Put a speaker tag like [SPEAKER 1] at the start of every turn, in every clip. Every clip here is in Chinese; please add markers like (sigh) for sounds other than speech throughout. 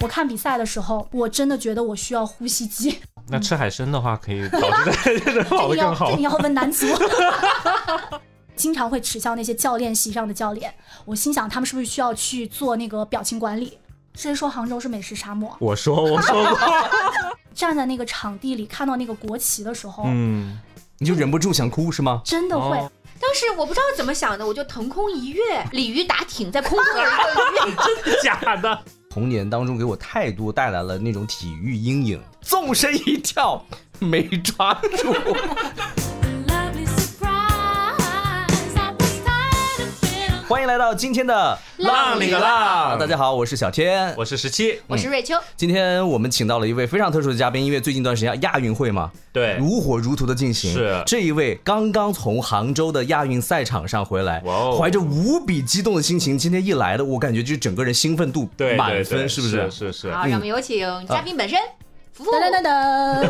[SPEAKER 1] 我看比赛的时候，我真的觉得我需要呼吸机，
[SPEAKER 2] 那吃海参的话，可以导
[SPEAKER 3] (laughs)
[SPEAKER 2] 致人跑
[SPEAKER 1] 这个
[SPEAKER 2] 得更
[SPEAKER 1] 要
[SPEAKER 2] 好
[SPEAKER 1] 这个。要问男足。 (laughs) 经常会耻笑那些教练席上的教练，我心想他们是不是需要去做那个表情管理？谁说杭州是美食沙漠？
[SPEAKER 2] 我说，我说过，
[SPEAKER 1] 站在那个场地里看到那个国旗的时候，
[SPEAKER 2] 嗯，
[SPEAKER 3] 你就忍不住想哭是吗？
[SPEAKER 1] 真的会、
[SPEAKER 2] 哦
[SPEAKER 4] 当时我不知道怎么想的，我就腾空一跃，鲤鱼打挺，在空中
[SPEAKER 2] (laughs) 假的。
[SPEAKER 3] 童年当中给我太多带来了那种体育阴影，纵身一跳 (laughs) 没抓住。
[SPEAKER 5] (laughs) Lovely surprise. I was tired of feeling
[SPEAKER 3] (laughs) 欢迎来到今天的
[SPEAKER 2] 浪里个浪
[SPEAKER 3] 大家好，我是小天。
[SPEAKER 2] 我是十七，
[SPEAKER 4] 我是瑞秋，
[SPEAKER 3] 今天我们请到了一位非常特殊的嘉宾，因为最近一段时间亚运会嘛，
[SPEAKER 2] 对，
[SPEAKER 3] 如火如荼的进行。
[SPEAKER 2] 是
[SPEAKER 3] 这一位刚刚从杭州的亚运赛场上回来，
[SPEAKER 2] 哇哦
[SPEAKER 3] 怀着无比激动的心情，今天一来的，我感觉就整个人兴奋度
[SPEAKER 2] 对，
[SPEAKER 3] 满
[SPEAKER 2] 对
[SPEAKER 3] 分，
[SPEAKER 2] 对是
[SPEAKER 3] 是不是？
[SPEAKER 2] 是是，
[SPEAKER 4] 好，让我们有请嘉宾本身，福福。
[SPEAKER 1] 噔噔噔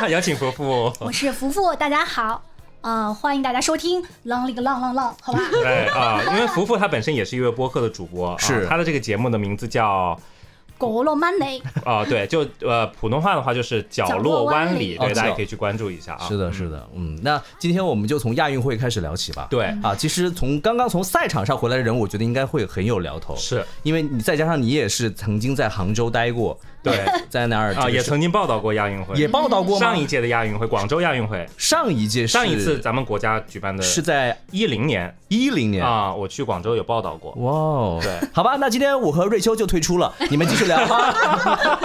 [SPEAKER 1] 噔，
[SPEAKER 2] (laughs) 有请伯父。
[SPEAKER 1] 我是福福，大家好，呃，欢迎大家收听《浪里个浪浪浪》，好吧？ (laughs)
[SPEAKER 2] 对啊， (laughs) 因为福福他本身也是一位播客的主播，啊
[SPEAKER 3] 是
[SPEAKER 2] 他的这个节目的名字叫
[SPEAKER 1] 狗肉 money，
[SPEAKER 2] 啊，对，就呃普通话的话就是角
[SPEAKER 1] 角
[SPEAKER 2] 落
[SPEAKER 1] 落湾
[SPEAKER 2] 湾里，
[SPEAKER 1] 里
[SPEAKER 2] 对，
[SPEAKER 3] 哦
[SPEAKER 2] 大家
[SPEAKER 3] 角
[SPEAKER 2] 可以去关注一下啊。
[SPEAKER 3] 是的，是的，嗯，那今天我们就从亚运会开始聊起吧。
[SPEAKER 2] 对，
[SPEAKER 3] 啊，其实从刚刚从赛场上回来的人，我觉得应该会很有聊头，
[SPEAKER 2] 是啊
[SPEAKER 3] 因为你再加上你也是曾经在杭州待过，
[SPEAKER 2] 对
[SPEAKER 3] 在那儿
[SPEAKER 2] 啊，也
[SPEAKER 3] 就是
[SPEAKER 2] 曾经报道过亚运会，
[SPEAKER 3] 也报道过吗？
[SPEAKER 2] 上一届的亚运会，广州亚运会，
[SPEAKER 3] 上一届是
[SPEAKER 2] 上一次咱们国家举办的
[SPEAKER 3] 是在
[SPEAKER 2] 一零年
[SPEAKER 3] 一零年。
[SPEAKER 2] 啊，我去广州有报道过。
[SPEAKER 3] 哇哦，
[SPEAKER 2] 对，
[SPEAKER 3] 好吧，那今天我和瑞秋就退出了，你们继续聊 (laughs) 哈。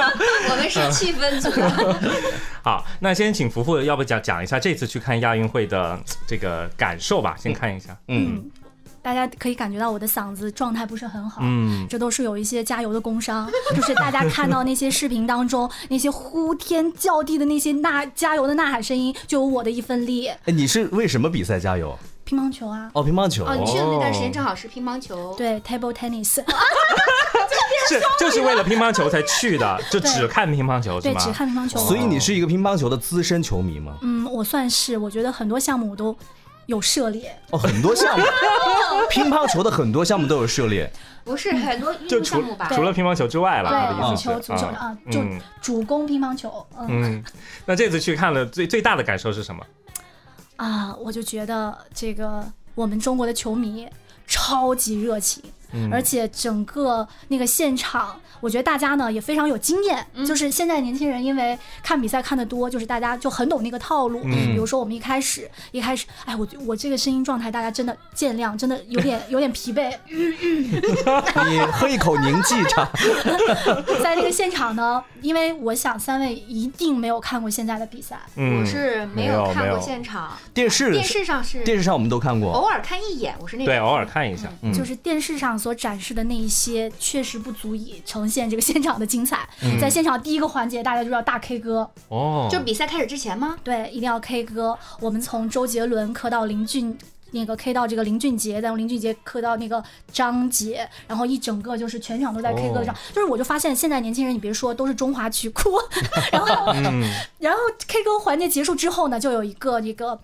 [SPEAKER 4] 我们是气氛组
[SPEAKER 2] (laughs) 哦
[SPEAKER 4] 的，
[SPEAKER 2] 好，那先请福福，要不讲讲一下这次去看亚运会的嘖这个感受吧？先看一下，
[SPEAKER 3] 嗯，
[SPEAKER 1] 大家可以感觉到我的嗓子状态不是很好。
[SPEAKER 2] 嗯，
[SPEAKER 1] 这都是有一些加油的工伤，就是大家看到那些视频当中那些呼天叫地的那些呐加油的呐喊声音，就有我的一份力。
[SPEAKER 3] 哎你是为什么比赛加油？
[SPEAKER 1] 乒乓球啊，
[SPEAKER 3] 哦，乒乓球。
[SPEAKER 4] 哦，你去的那段时间正好是乒乓球，
[SPEAKER 1] 对 table
[SPEAKER 2] (laughs)
[SPEAKER 1] tennis，
[SPEAKER 2] 是就是为了乒乓球才去
[SPEAKER 3] (laughs)
[SPEAKER 2] 的，就只看乒乓球是
[SPEAKER 1] 对，
[SPEAKER 2] 吗？
[SPEAKER 1] 只看乒乓球。
[SPEAKER 3] 所以你是一个乒乓球的资深球迷吗？
[SPEAKER 1] 嗯，我算是，我觉得很多项目我都有涉猎。
[SPEAKER 3] 哦，很多项目，乒乓球的很多项目都有涉猎。
[SPEAKER 4] 不是很多运
[SPEAKER 2] 就
[SPEAKER 4] 动
[SPEAKER 2] 除
[SPEAKER 4] 项目吧？
[SPEAKER 2] 除了乒乓球之外了，他的
[SPEAKER 1] 对，
[SPEAKER 2] 意
[SPEAKER 1] 网
[SPEAKER 2] 思是
[SPEAKER 1] 球、足球啊，就
[SPEAKER 2] 嗯
[SPEAKER 1] 主攻乒乓球。嗯
[SPEAKER 2] 嗯，那这次去看了最最大的感受是什么？
[SPEAKER 1] 啊，我就觉得这个我们中国的球迷超级热情，
[SPEAKER 2] 嗯
[SPEAKER 1] 而且整个那个现场，我觉得大家呢也非常有经验。就是现在年轻人因为看比赛看得多，就是大家就很懂那个套路。
[SPEAKER 2] 嗯
[SPEAKER 1] 比如说我们一开始一开始，哎，我我这个声音状态大家真的见谅，真的有点有点疲惫。
[SPEAKER 3] 你喝一口凝气茶，
[SPEAKER 1] 在那个现场呢，因为我想三位一定没有看过现在的比赛，
[SPEAKER 2] 嗯，
[SPEAKER 4] 我是没
[SPEAKER 2] 没有
[SPEAKER 4] 有看
[SPEAKER 2] 没
[SPEAKER 4] 过
[SPEAKER 2] 有
[SPEAKER 4] 现场，
[SPEAKER 3] 电视
[SPEAKER 4] 电视哦上是
[SPEAKER 3] 电视上我们都看过。
[SPEAKER 4] 偶尔看一眼，我是那种
[SPEAKER 2] 对，偶尔看一下，嗯
[SPEAKER 1] 就是电视上所展示的那一些，确实不足以呈现这个现场的精彩。嗯在现场第一个环节，大家就要大 K 歌，
[SPEAKER 2] 哦，
[SPEAKER 4] 就是比赛开始之前吗？
[SPEAKER 1] 对，一定要 K 歌。我们从周杰伦磕到林俊。那个 K 到这个林俊杰，再从林俊杰磕到那个张杰，然后一整个就是全场都在 K 歌上，就是我就发现现在年轻人，你别说都是中华曲库， (laughs) 然后
[SPEAKER 2] 嗯
[SPEAKER 1] (laughs) 然后 K 歌环节结束之后呢，就有一个这个，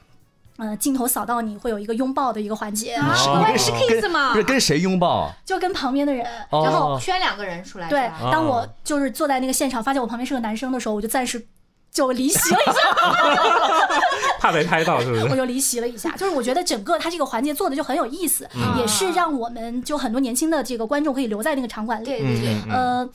[SPEAKER 1] 呃，镜头扫到你会有一个拥抱的一个环节，
[SPEAKER 4] 啊是
[SPEAKER 2] 哦
[SPEAKER 4] 是 kiss 吗
[SPEAKER 3] 不？是跟谁拥抱啊？
[SPEAKER 1] 就跟旁边的人，
[SPEAKER 3] 哦
[SPEAKER 1] 然后
[SPEAKER 4] 圈两个人出来，
[SPEAKER 1] 对
[SPEAKER 4] 是吧，
[SPEAKER 1] 当我就是坐在那个现场，发现我旁边是个男生的时候，我就暂时就离席了一下，
[SPEAKER 2] 怕被拍到是不
[SPEAKER 1] 我
[SPEAKER 2] 是？
[SPEAKER 1] 就离席了一下。就是我觉得整个他这个环节做的就很有意思，
[SPEAKER 4] 嗯
[SPEAKER 1] 也是让我们就很多年轻的这个观众可以留在那个场馆
[SPEAKER 4] 对
[SPEAKER 2] 嗯
[SPEAKER 1] 里。
[SPEAKER 4] 对对，
[SPEAKER 1] 呃，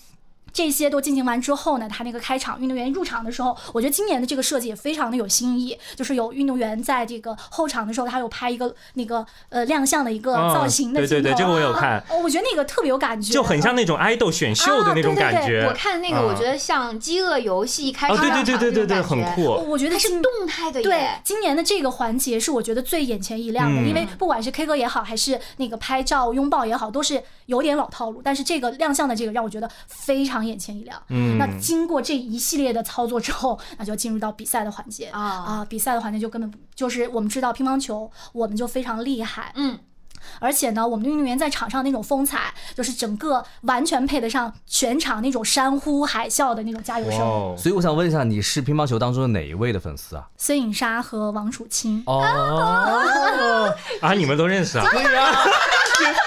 [SPEAKER 1] 这些都进行完之后呢，他那个开场运动员入场的时候，我觉得今年的这个设计也非常的有新意，就是有运动员在这个后场的时候，他有拍一个那个呃亮相的一个
[SPEAKER 2] 啊
[SPEAKER 1] 造型的
[SPEAKER 2] 对
[SPEAKER 1] 镜
[SPEAKER 2] 对
[SPEAKER 1] 头，
[SPEAKER 2] 对这个我有看
[SPEAKER 1] 哦，我觉得那个特别有感觉，
[SPEAKER 2] 就很像
[SPEAKER 1] 嗯。
[SPEAKER 2] 那种爱豆选秀的那种
[SPEAKER 1] 啊对对对
[SPEAKER 2] 感觉。
[SPEAKER 4] 我看那个，
[SPEAKER 2] 嗯
[SPEAKER 4] 我觉得像《饥饿游戏》一开始
[SPEAKER 2] 哦，对对
[SPEAKER 4] 上
[SPEAKER 2] 对
[SPEAKER 4] 场
[SPEAKER 2] 对对对，
[SPEAKER 4] 那种
[SPEAKER 2] 很
[SPEAKER 4] 感觉，
[SPEAKER 2] 酷。
[SPEAKER 1] 啊我觉得
[SPEAKER 4] 它是
[SPEAKER 1] 今
[SPEAKER 4] 动态的
[SPEAKER 1] 对
[SPEAKER 4] 耶，，
[SPEAKER 1] 今年的这个环节是我觉得最眼前一亮的，
[SPEAKER 2] 嗯
[SPEAKER 1] 因为不管是 K 歌也好，还是那个拍照拥抱也好，都是有点老套路，但是这个亮相的这个让我觉得非常眼前一亮。
[SPEAKER 2] 嗯
[SPEAKER 1] 那经过这一系列的操作之后，那就进入到比赛的环节
[SPEAKER 4] 啊
[SPEAKER 2] 哦
[SPEAKER 1] 比赛的环节就根本不就是我们知道乒乓球，我们就非常厉害，
[SPEAKER 4] 嗯，
[SPEAKER 1] 而且呢，我们的运动员在场上那种风采，就是整个完全配得上全场那种山呼海啸的那种加油
[SPEAKER 2] 哇
[SPEAKER 1] 声。
[SPEAKER 2] 哦，
[SPEAKER 3] 所以我想问一下，你是乒乓球当中的哪一位的粉丝啊？
[SPEAKER 1] 孙颖莎和王楚钦，
[SPEAKER 3] 哦，
[SPEAKER 2] 啊，你们都认识啊？ (laughs)
[SPEAKER 3] 对呀，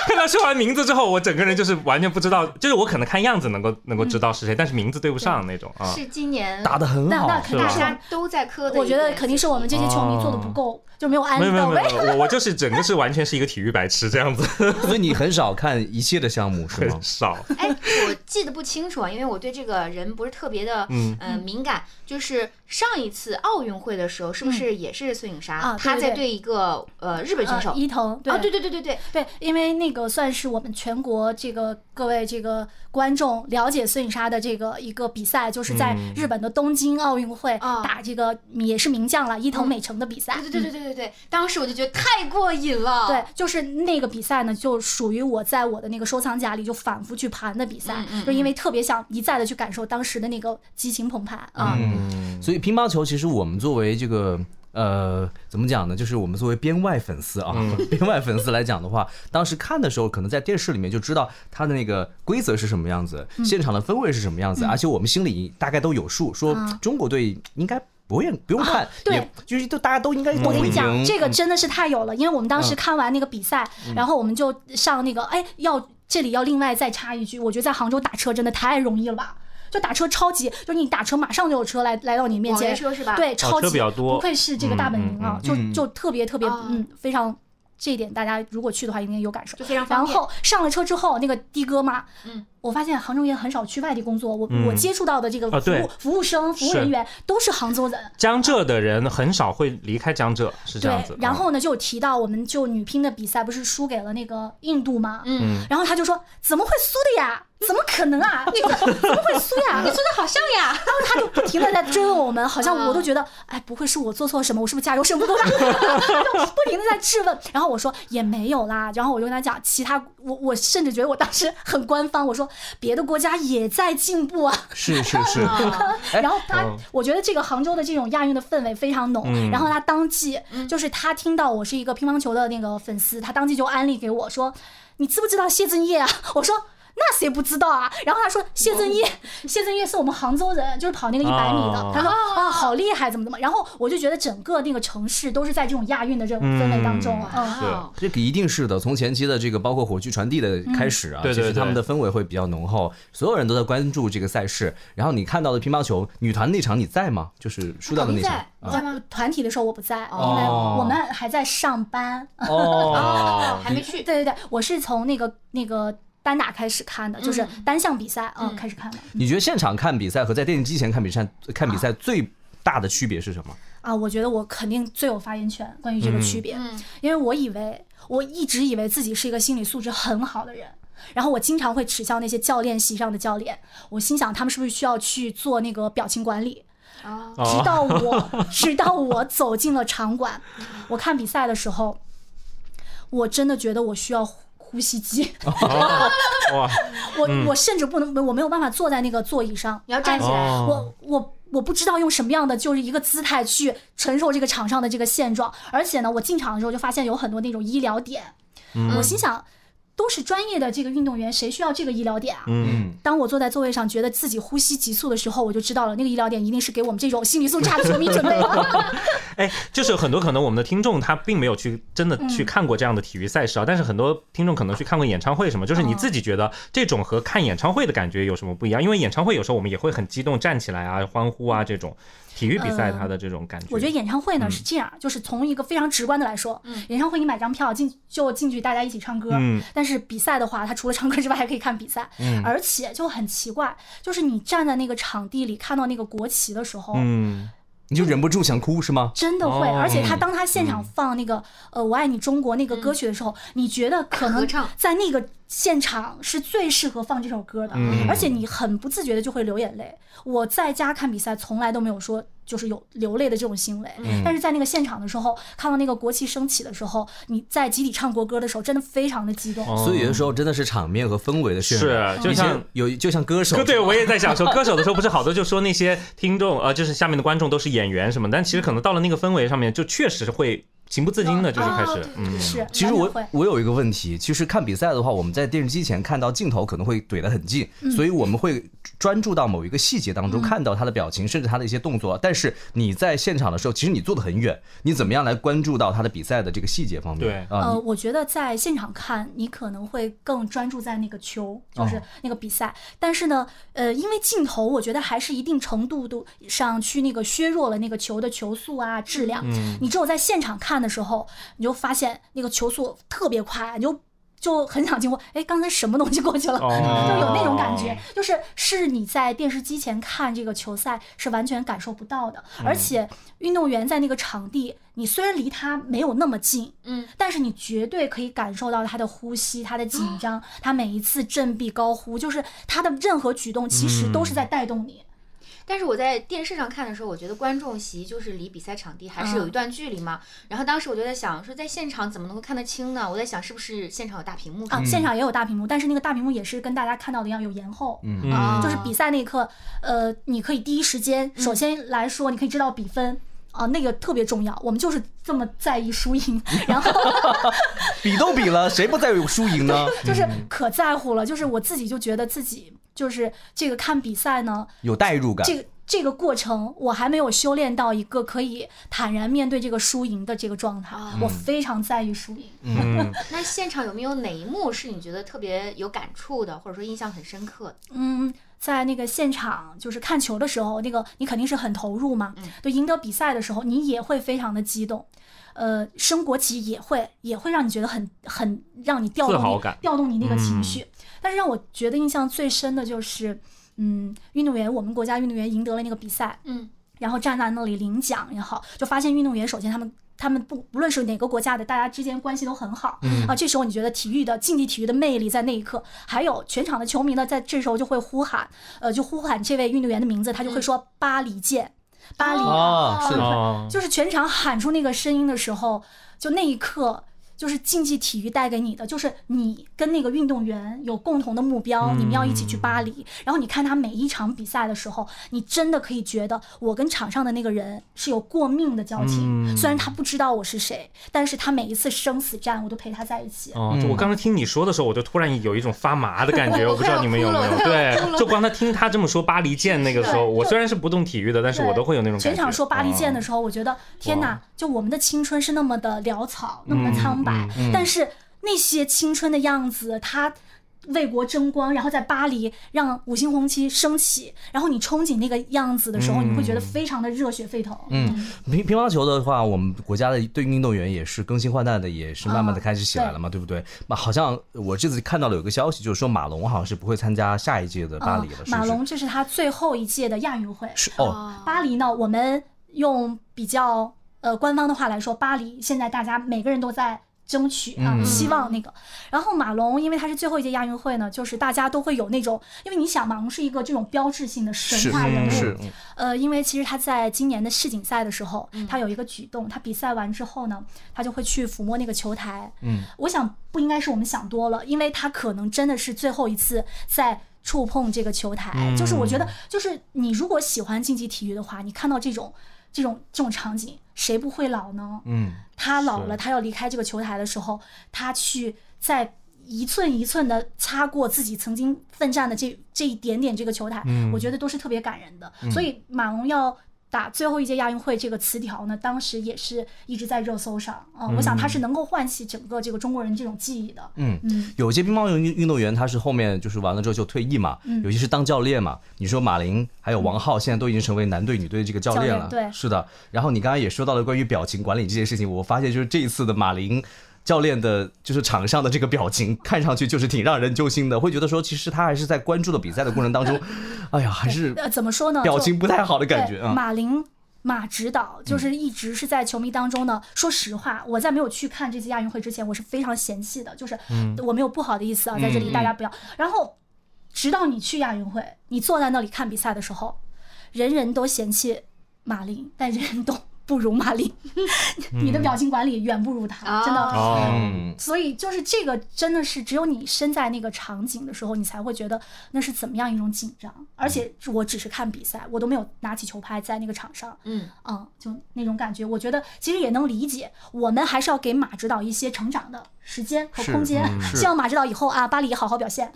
[SPEAKER 2] 看到说完名字之后，我整个人就是完全不知道，就是我可能看样子能够能够知道是谁，但是名字对不上那种啊。
[SPEAKER 4] 是今年
[SPEAKER 3] 打的很
[SPEAKER 1] 那
[SPEAKER 3] 好，
[SPEAKER 1] 那肯定
[SPEAKER 4] 大
[SPEAKER 1] 是
[SPEAKER 4] 家都在磕的，啊
[SPEAKER 1] 我觉得肯定是我们这些球迷做的不够，就没有安
[SPEAKER 2] 啊没有
[SPEAKER 1] 利
[SPEAKER 2] 没
[SPEAKER 1] 到
[SPEAKER 2] 有没
[SPEAKER 1] 位。
[SPEAKER 2] 有，我我就是整个是完全是一个体育白 (laughs) 痴这样子，
[SPEAKER 3] 所以你很少看一切的项目是吗 (laughs)
[SPEAKER 2] 很？少。
[SPEAKER 4] 哎，我记得不清楚啊，因为我对这个人不是特别的，
[SPEAKER 2] 嗯
[SPEAKER 4] 呃，敏感。就是上一次奥运会的时候，是不是也是孙颖莎？
[SPEAKER 1] 嗯啊对
[SPEAKER 4] 她在
[SPEAKER 1] 对
[SPEAKER 4] 对一个呃日本选手。
[SPEAKER 1] 呃伊藤对
[SPEAKER 4] 啊，对对对对对，
[SPEAKER 1] 对，因为那个算是我们全国这个各位这个观众了解孙颖莎的这个一个比赛，就是在
[SPEAKER 2] 嗯
[SPEAKER 1] 日本的东京奥运会
[SPEAKER 4] 啊嗯
[SPEAKER 1] 打这个也是名将了伊藤美诚的比赛。
[SPEAKER 4] 对对对对对对对，当时我就觉得太过瘾
[SPEAKER 1] 嗯
[SPEAKER 4] 了。
[SPEAKER 1] 对，就是那个比赛呢，就属于我在我的那个收藏夹里就反复去盘的比赛，
[SPEAKER 4] 嗯嗯
[SPEAKER 1] 就因为特别想一再的去感受当时的那个激情澎湃啊。
[SPEAKER 2] 嗯，
[SPEAKER 3] 所以乒乓球其实我们作为这个呃怎么讲呢？就是我们作为编外粉丝啊，
[SPEAKER 1] 嗯
[SPEAKER 3] (laughs) 编外粉丝来讲的话，当时看的时候可能在电视里面就知道它的那个规则是什么样子，
[SPEAKER 1] 嗯
[SPEAKER 3] 现场的氛围是什么样子，而且我们心里大概都有数，说
[SPEAKER 1] 啊
[SPEAKER 3] 中国队应该。不用不用看，
[SPEAKER 1] 对
[SPEAKER 3] 也就是都大家都应该都
[SPEAKER 2] 嗯
[SPEAKER 1] 我跟
[SPEAKER 3] 会
[SPEAKER 1] 你讲，
[SPEAKER 3] 赢。
[SPEAKER 1] 这个真的是太有了，因为我们当时看完那个比赛，
[SPEAKER 2] 嗯
[SPEAKER 1] 然后我们就上那个，哎，要这里要另外再插一句，我觉得在杭州打车真的太容易了吧。就打车超级，就是你打车马上就有车来来到你面
[SPEAKER 4] 网约
[SPEAKER 1] 前，
[SPEAKER 4] 车是吧？，
[SPEAKER 1] 对，超级
[SPEAKER 2] 哦车比较多
[SPEAKER 1] 不愧是这个大本营啊，就
[SPEAKER 3] 嗯嗯
[SPEAKER 1] 就特别特别，
[SPEAKER 4] 啊
[SPEAKER 1] 嗯，非常这一点大家如果去的话，应该有感受
[SPEAKER 4] 就。非常方
[SPEAKER 1] 然
[SPEAKER 4] 便。
[SPEAKER 1] 后上了车之后，那个的哥妈，
[SPEAKER 4] 嗯，
[SPEAKER 1] 我发现杭州也很少去外地工作，我、
[SPEAKER 2] 嗯
[SPEAKER 1] 我接触到的这个
[SPEAKER 2] 啊
[SPEAKER 1] 服务、
[SPEAKER 2] 对
[SPEAKER 1] 服务生、服务
[SPEAKER 2] 是
[SPEAKER 1] 人员都是杭州人，
[SPEAKER 2] 江浙的人很少会离开江浙，是这
[SPEAKER 1] 对
[SPEAKER 2] 样子。，嗯啊
[SPEAKER 1] 然
[SPEAKER 2] (laughs)
[SPEAKER 1] 后呢，就有提到我们就女乒的比赛不是输给了那个印度吗？
[SPEAKER 4] 嗯，
[SPEAKER 1] 然后他就说：“怎么会输的呀？怎么可能啊？你怎么会输呀？”
[SPEAKER 4] 你说的好像呀，
[SPEAKER 1] 他就不停的在追问我们，好像我都觉得，哎，不会是我做错什么，我是不是加油胜不够大？ (laughs) 就不停的在质问。然后我说也没有啦，然后我就跟他讲其他，我我甚至觉得我当时很官方，我说别的国家也在进步啊。
[SPEAKER 3] 是是
[SPEAKER 2] (laughs)
[SPEAKER 4] (laughs)
[SPEAKER 3] 是，
[SPEAKER 4] 啊
[SPEAKER 1] 然后他
[SPEAKER 2] 嗯，
[SPEAKER 1] 我觉得这个杭州的这种亚运的氛围非常浓。
[SPEAKER 2] 嗯
[SPEAKER 1] 然后他当即就是他听到我是一个乒乓球的那个粉丝，他当即就安利给我说：“你知不知道谢震业啊？” (laughs) 我说。那谁不知道啊？然后他说
[SPEAKER 2] 嗯
[SPEAKER 1] 谢震业，谢震业是我们杭州人，就是跑那个一百米的。
[SPEAKER 2] 哦
[SPEAKER 1] 他说啊，好厉害，怎么怎么。然后我就觉得整个那个城市都是在这种亚运的这种氛围当中
[SPEAKER 2] 嗯
[SPEAKER 1] 啊。嗯
[SPEAKER 4] 哇哦
[SPEAKER 3] 这个一定是的，从前期的这个包括火炬传递的开始
[SPEAKER 1] 嗯
[SPEAKER 3] 啊，
[SPEAKER 2] 对对
[SPEAKER 3] 其实
[SPEAKER 2] 对
[SPEAKER 3] 他们的氛围会比较浓厚，所有人都在关注这个赛事。然后你看到的乒乓球女团那场你在吗？就是输掉的那场
[SPEAKER 4] 哦在。
[SPEAKER 3] 啊
[SPEAKER 4] 在吗？
[SPEAKER 1] 团体的时候我不在，因
[SPEAKER 4] 哦
[SPEAKER 1] 为我们还在上班。
[SPEAKER 3] 哦，
[SPEAKER 4] 还没去。
[SPEAKER 1] 对对对，我是从那个那个单打开始看的，就是单项比赛啊
[SPEAKER 4] 嗯
[SPEAKER 1] 开始看的。
[SPEAKER 3] 你觉得现场看比赛和在电视机前看比赛看比赛
[SPEAKER 2] 啊
[SPEAKER 3] 最大的区别是什么？
[SPEAKER 1] 啊，我觉得我肯定最有发言权关于这个区别，
[SPEAKER 4] 嗯，
[SPEAKER 1] 因为我以为我一直以为自己是一个心理素质很好的人。然后我经常会耻笑那些教练席上的教练，我心想他们是不是需要去做那个表情管理？
[SPEAKER 4] 啊，
[SPEAKER 1] 直到
[SPEAKER 4] (laughs)
[SPEAKER 1] 我，直到我走进了场馆，我看比赛的时候，我真的觉得我需要呼呼吸机，
[SPEAKER 4] 哦
[SPEAKER 2] 哦哇，
[SPEAKER 1] 我、我甚至不能，我没有办法坐在那个座椅上，
[SPEAKER 4] 嗯你要站起来。
[SPEAKER 2] 哦
[SPEAKER 1] 我我我不知道用什么样的就是一个姿态去承受这个场上的这个现状，而且呢，我进场的时候就发现有很多那种医疗点，
[SPEAKER 2] 嗯
[SPEAKER 1] 我心想，都是专业的这个运动员，谁需要这个医疗点啊？
[SPEAKER 2] 嗯，
[SPEAKER 1] 当我坐在座位上觉得自己呼吸急促的时候，我就知道了，那个医疗点一定是给我们这种心理素质差的啊球迷准备的。
[SPEAKER 2] 哎，就是有很多可能我们的听众他并没有去真的
[SPEAKER 1] 嗯
[SPEAKER 2] 去看过这样的体育赛事啊，但是很多听众可能去看过演唱会什么，就是你
[SPEAKER 1] 嗯
[SPEAKER 2] 自己觉得这种和看演唱会的感觉有什么不一样？因为演唱会有时候我们也会很激动站起来啊、欢呼啊这种，体育比赛它的这种感觉，
[SPEAKER 1] 嗯
[SPEAKER 2] 嗯
[SPEAKER 1] 我觉得演唱会呢是这样，就是从一个非常直观的来说，演唱会你买张票进就进去，大家一起唱歌，
[SPEAKER 2] 嗯
[SPEAKER 1] 但是比赛的话，它除了唱歌之外，还可以看比赛。而且就很奇怪，就是你站在那个场地里看到那个国旗的时候，
[SPEAKER 2] 嗯，
[SPEAKER 3] 你就忍不住想哭是吗？
[SPEAKER 1] 真的会。
[SPEAKER 2] 哦
[SPEAKER 1] 而且他当他现场放那个、呃“我爱你中国”那个歌曲的时候，你觉得可
[SPEAKER 4] 嗯合
[SPEAKER 1] 能
[SPEAKER 4] 唱
[SPEAKER 1] 在那个现场是最适合放这首歌的，
[SPEAKER 2] 嗯
[SPEAKER 1] 而且你很不自觉的就会流眼泪。我在家看比赛从来都没有说。就是有流泪的这种行为，但是在那个现场的时候，看到那个国旗升起的时候，你在集体唱国歌的时候，真的非常的激动。
[SPEAKER 2] 哦
[SPEAKER 3] 所以有的时候真的是场面和氛围的渲染。
[SPEAKER 2] 是就啊
[SPEAKER 3] 以前
[SPEAKER 2] 像。
[SPEAKER 3] 有就像歌手
[SPEAKER 2] 歌，对，我也在想说，歌手的时候不是好多就说那些听众，呃，就是下面的观众都是演员什么，但其实可能到了那个氛围上面，就确实会情不自禁的，就是开
[SPEAKER 1] 哦
[SPEAKER 2] 始
[SPEAKER 1] 对，
[SPEAKER 2] 嗯，
[SPEAKER 1] 是，
[SPEAKER 3] 其实
[SPEAKER 1] 完全
[SPEAKER 3] 我
[SPEAKER 1] 会
[SPEAKER 3] 我有一个问题，其实看比赛的话，我们在电视机前看到镜头可能会怼得很近，所以我们会专注到某一个细节当中，看到他的表情，甚至他的一些动作。但是你在现场的时候，其实你坐得很远，你怎么样来关注到他的比赛的这个细节方面？
[SPEAKER 2] 对
[SPEAKER 3] 啊，
[SPEAKER 1] 呃，
[SPEAKER 3] 你
[SPEAKER 1] 我觉得在现场看，你可能会更专注在那个球，就是
[SPEAKER 3] 哦
[SPEAKER 1] 那个比赛。但是呢，呃，因为镜头，我觉得还是一定程度度上去那个削弱了那个球的球速啊、质量。你只有在现场看的时候，你就发现那个球速特别快，你就就很想惊呼，哎，刚才什么东西过去了？
[SPEAKER 2] 哦
[SPEAKER 1] 就有那种感觉，就是是你在电视机前看这个球赛是完全感受不到的。而且运动员在那个场地，你虽然离他没有那么近，
[SPEAKER 4] 嗯，
[SPEAKER 1] 但是你绝对可以感受到他的呼吸、他的紧张、他每一次振臂高呼，就是他的任何举动其实都是在带动你。
[SPEAKER 4] 但是我在电视上看的时候，我觉得观众席就是离比赛场地还是有一段距离嘛。然后当时我就在想，说在现场怎么能够看得清呢？我在想是不是现场有大屏幕
[SPEAKER 1] 啊，现场也有大屏幕，但是那个大屏幕也是跟大家看到的一样有延后。嗯
[SPEAKER 3] 呃
[SPEAKER 4] 啊
[SPEAKER 1] 就是比赛那一刻，呃，你可以第一时间，首先来说，你可以知道比分。啊，那个特别重要，我们就是这么在意输赢， (laughs) 然后
[SPEAKER 3] 比都比了，谁不在乎输赢呢？
[SPEAKER 1] 就是可在乎了，就是我自己就觉得自己就是这个看比赛呢，
[SPEAKER 3] 有代入感。
[SPEAKER 1] 这个这个过程我还没有修炼到一个可以坦然面对这个输赢的这个状态，我非常在意输赢。
[SPEAKER 2] 嗯，
[SPEAKER 4] 那现场有没有哪一幕是你觉得特别有感触的，或者说印象很深刻的？
[SPEAKER 1] 嗯，在那个现场就是看球的时候，那个你肯定是很投入嘛。
[SPEAKER 2] 嗯
[SPEAKER 1] 就赢得比赛的时候，你也会非常的激动，呃，升国旗也会也会让你觉得很很让你调
[SPEAKER 2] 自
[SPEAKER 1] 动
[SPEAKER 2] 豪
[SPEAKER 1] 你
[SPEAKER 2] 感嗯
[SPEAKER 1] 调动你那个情绪。但是让我觉得印象最深的就是，嗯，运动员我们国家运动员赢得了那个比赛，
[SPEAKER 4] 嗯，
[SPEAKER 1] 然后站在那里领奖也好，就发现运动员首先他们。他们不不论是哪个国家的，大家之间关系都很好、啊。这时候你觉得体育的竞技体育的魅力在那一刻，还有全场的球迷呢，在这时候就会呼喊，呃，就呼喊这位运动员的名字，他就会说“巴黎见”，巴黎
[SPEAKER 3] 哦，是的，
[SPEAKER 2] 哦，
[SPEAKER 1] 就是全场喊出那个声音的时候，就那一刻，就是竞技体育带给你的，就是你跟那个运动员有共同的目标，你们要一起去巴黎。然后你看他每一场比赛的时候，你真的可以觉得我跟场上的那个人是有过命的交情，
[SPEAKER 2] 嗯
[SPEAKER 1] 虽然他不知道我是谁，但是他每一次生死战，我都陪他在一起。
[SPEAKER 2] 哦，就我刚才听你说的时候，我就突然有一种发麻的感觉，我不
[SPEAKER 1] (laughs)
[SPEAKER 2] 知道你们有没有？
[SPEAKER 4] 我快要哭了
[SPEAKER 2] 对，就刚才听他这么说巴黎剑那个时候，我虽然是不动体育的，但是我都会有那种感觉。
[SPEAKER 1] 全场说巴黎见的时候，我觉得天哪
[SPEAKER 2] 哇，
[SPEAKER 1] 就我们的青春是那么的潦草，那么的苍白，但是那些青春的样子，他。为国争光，然后在巴黎让五星红旗升起，然后你憧憬那个样子的时候，你会觉得非常的热血沸腾。嗯，
[SPEAKER 3] 乒乒乓球的话，我们国家的对运动员也是更新换代的，也是慢慢的
[SPEAKER 1] 啊
[SPEAKER 3] 开始起来了嘛，对不对？那好像我这次看到了有个消息，就是说马龙好像是不会参加下一届的巴黎了，是不是？
[SPEAKER 1] 哦呃马龙这是他最后一届的亚运会。
[SPEAKER 3] 是哦，
[SPEAKER 1] 巴黎呢，我们用比较呃官方的话来说，巴黎现在大家每个人都在争取啊，
[SPEAKER 3] 嗯
[SPEAKER 1] 希望那个。然后马龙，因为他是最后一届亚运会呢，就是大家都会有那种，因为你想马龙是一个这种标志性的神话人物，
[SPEAKER 3] 是嗯
[SPEAKER 1] 呃，因为其实他在今年的世锦赛的时候，他有一个举动，他比赛完之后呢，他就会去抚摸那个球台。嗯，我想不应该是我们想多了，因为他可能真的是最后一次在触碰这个球台。就是我觉得，就是你如果喜欢竞技体育的话，你看到这种这种这种场景，谁不会老呢？
[SPEAKER 3] 嗯，
[SPEAKER 1] 他老
[SPEAKER 2] 是
[SPEAKER 1] 了，他要离开这个球台的时候，他去在一寸一寸的擦过自己曾经奋战的这这一点点这个球台，我觉得都是特别感人的。所以马龙要打最后一届亚运会这个词条呢，当时也是一直在热搜上啊、我想他是能够唤起整个这个中国人这种记忆的。
[SPEAKER 3] 嗯
[SPEAKER 1] 嗯，
[SPEAKER 3] 有些乒乓球运运动员他是后面就是完了之后就退役嘛，
[SPEAKER 1] 嗯
[SPEAKER 3] 有些是当教练嘛。你说马琳还有王浩现在都已经成为男队女队这个教练了，
[SPEAKER 1] 教练对
[SPEAKER 3] 是的。然后你刚才也说到了关于表情管理这件事情，我发现就是这一次的马琳。教练的就是场上的这个表情，看上去就是挺让人揪心的，会觉得说，其实他还是在关注的比赛的过程
[SPEAKER 1] (laughs)
[SPEAKER 3] 当中，哎呀，还是
[SPEAKER 1] 呃，怎么说呢？
[SPEAKER 3] 表
[SPEAKER 1] 就嗯
[SPEAKER 3] 情不太好的感觉
[SPEAKER 1] 对
[SPEAKER 3] 啊。嗯
[SPEAKER 1] 马林马指导就是一直是在球迷当中呢。说实话，我在没有去看这次亚运会之前，我是非常嫌弃的，就是
[SPEAKER 3] 嗯
[SPEAKER 1] 我没有不好的意思啊，在这里大家不要。然后，直到你去亚运会，你坐在那里看比赛的时候，人人都嫌弃马林，但人人都 (laughs) 不如马丽，你的表情管理远不如他，真的
[SPEAKER 4] 啊。
[SPEAKER 2] 哦，
[SPEAKER 3] 嗯，
[SPEAKER 1] 所以就是这个，真的是只有你身在那个场景的时候，你才会觉得那是怎么样一种紧张。而且我只是看比赛，我都没有拿起球拍在那个场上，
[SPEAKER 4] 嗯，
[SPEAKER 1] 嗯，就那种感觉。我觉得其实也能理解，我们还是要给马指导一些成长的时间和
[SPEAKER 3] 是
[SPEAKER 1] 空间。
[SPEAKER 3] 嗯是
[SPEAKER 1] 希望马指导以后啊，巴黎好好表现。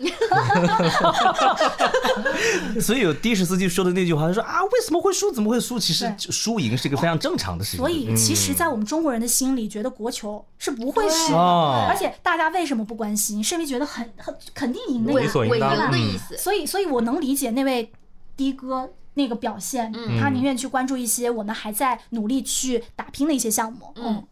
[SPEAKER 3] 所以有的士司机说的那句话，他说啊，为什么会输？怎么会输？其实
[SPEAKER 1] 对
[SPEAKER 3] 输赢是一个非常正常的事情。
[SPEAKER 1] 所以，其
[SPEAKER 3] 嗯
[SPEAKER 1] 实，在我们中国人的心里，觉得国球是不会输
[SPEAKER 4] 对
[SPEAKER 1] 的，
[SPEAKER 3] 哦
[SPEAKER 1] 而且大家为什么不关心？是因为觉得很很肯定赢的
[SPEAKER 4] 伪
[SPEAKER 1] 呀
[SPEAKER 2] 理。所应
[SPEAKER 4] 伪
[SPEAKER 2] 当
[SPEAKER 4] 赢的
[SPEAKER 2] 嗯
[SPEAKER 4] 意思。
[SPEAKER 1] 所以，所以我能理解那位的哥那个表现，
[SPEAKER 4] 嗯
[SPEAKER 1] 他宁愿去关注一些我们还在努力去打拼的一些项目。
[SPEAKER 4] 嗯，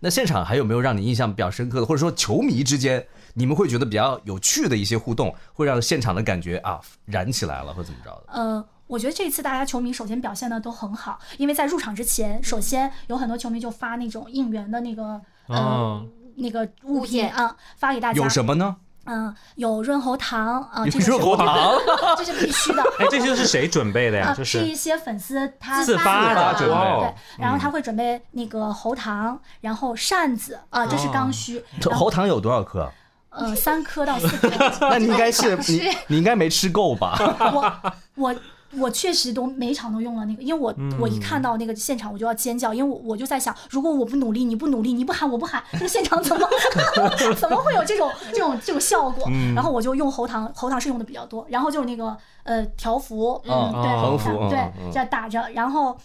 [SPEAKER 3] 那现场还有没有让你印象比较深刻的，或者说球迷之间你们会觉得比较有趣的一些互动，会让现场的感觉啊燃起来了，或怎么着的？
[SPEAKER 1] 呃，我觉得这次大家球迷首先表现的都很好，因为在入场之前，首先有很多球迷就发那种应援的那个
[SPEAKER 2] 哦
[SPEAKER 1] 呃那个
[SPEAKER 4] 物
[SPEAKER 1] 物品
[SPEAKER 4] 件
[SPEAKER 1] 啊，发给大家
[SPEAKER 3] 有。什么呢？
[SPEAKER 1] 嗯，有润喉糖
[SPEAKER 4] 哦
[SPEAKER 1] 啊，这个
[SPEAKER 3] 有
[SPEAKER 1] 是
[SPEAKER 3] 热狗 (laughs) 糖，
[SPEAKER 1] 这是必须的。
[SPEAKER 2] 哎，这些是谁准备的呀？
[SPEAKER 1] 啊，
[SPEAKER 2] 就是是
[SPEAKER 1] 一些粉丝他
[SPEAKER 2] 自发
[SPEAKER 4] 的
[SPEAKER 1] 发
[SPEAKER 4] 准备
[SPEAKER 2] 哦
[SPEAKER 1] 对，然后他会准备那个喉糖，然后扇子啊，这是刚需，然后
[SPEAKER 3] 喉糖有多
[SPEAKER 4] (laughs)
[SPEAKER 3] 少颗？
[SPEAKER 1] 呃三颗到四颗，
[SPEAKER 3] (laughs) 那你应该是
[SPEAKER 4] 不是
[SPEAKER 3] 你你应该没吃
[SPEAKER 4] (laughs)
[SPEAKER 3] 够吧？
[SPEAKER 1] 我我我确实都每一场都用了那个，因为我、我一看到那个现场我就要尖叫，因为我我就在想，如果我不努力，你不努力，你不喊我不喊，这个现场怎么 (laughs) 怎么会有这种这种这种效果？然后我就用喉糖，喉糖是用的比较多，然后就是那个呃条幅，
[SPEAKER 3] 嗯
[SPEAKER 1] 对，
[SPEAKER 2] 横
[SPEAKER 3] 幅嗯
[SPEAKER 1] 对
[SPEAKER 3] 嗯，
[SPEAKER 1] 这样打着，然后。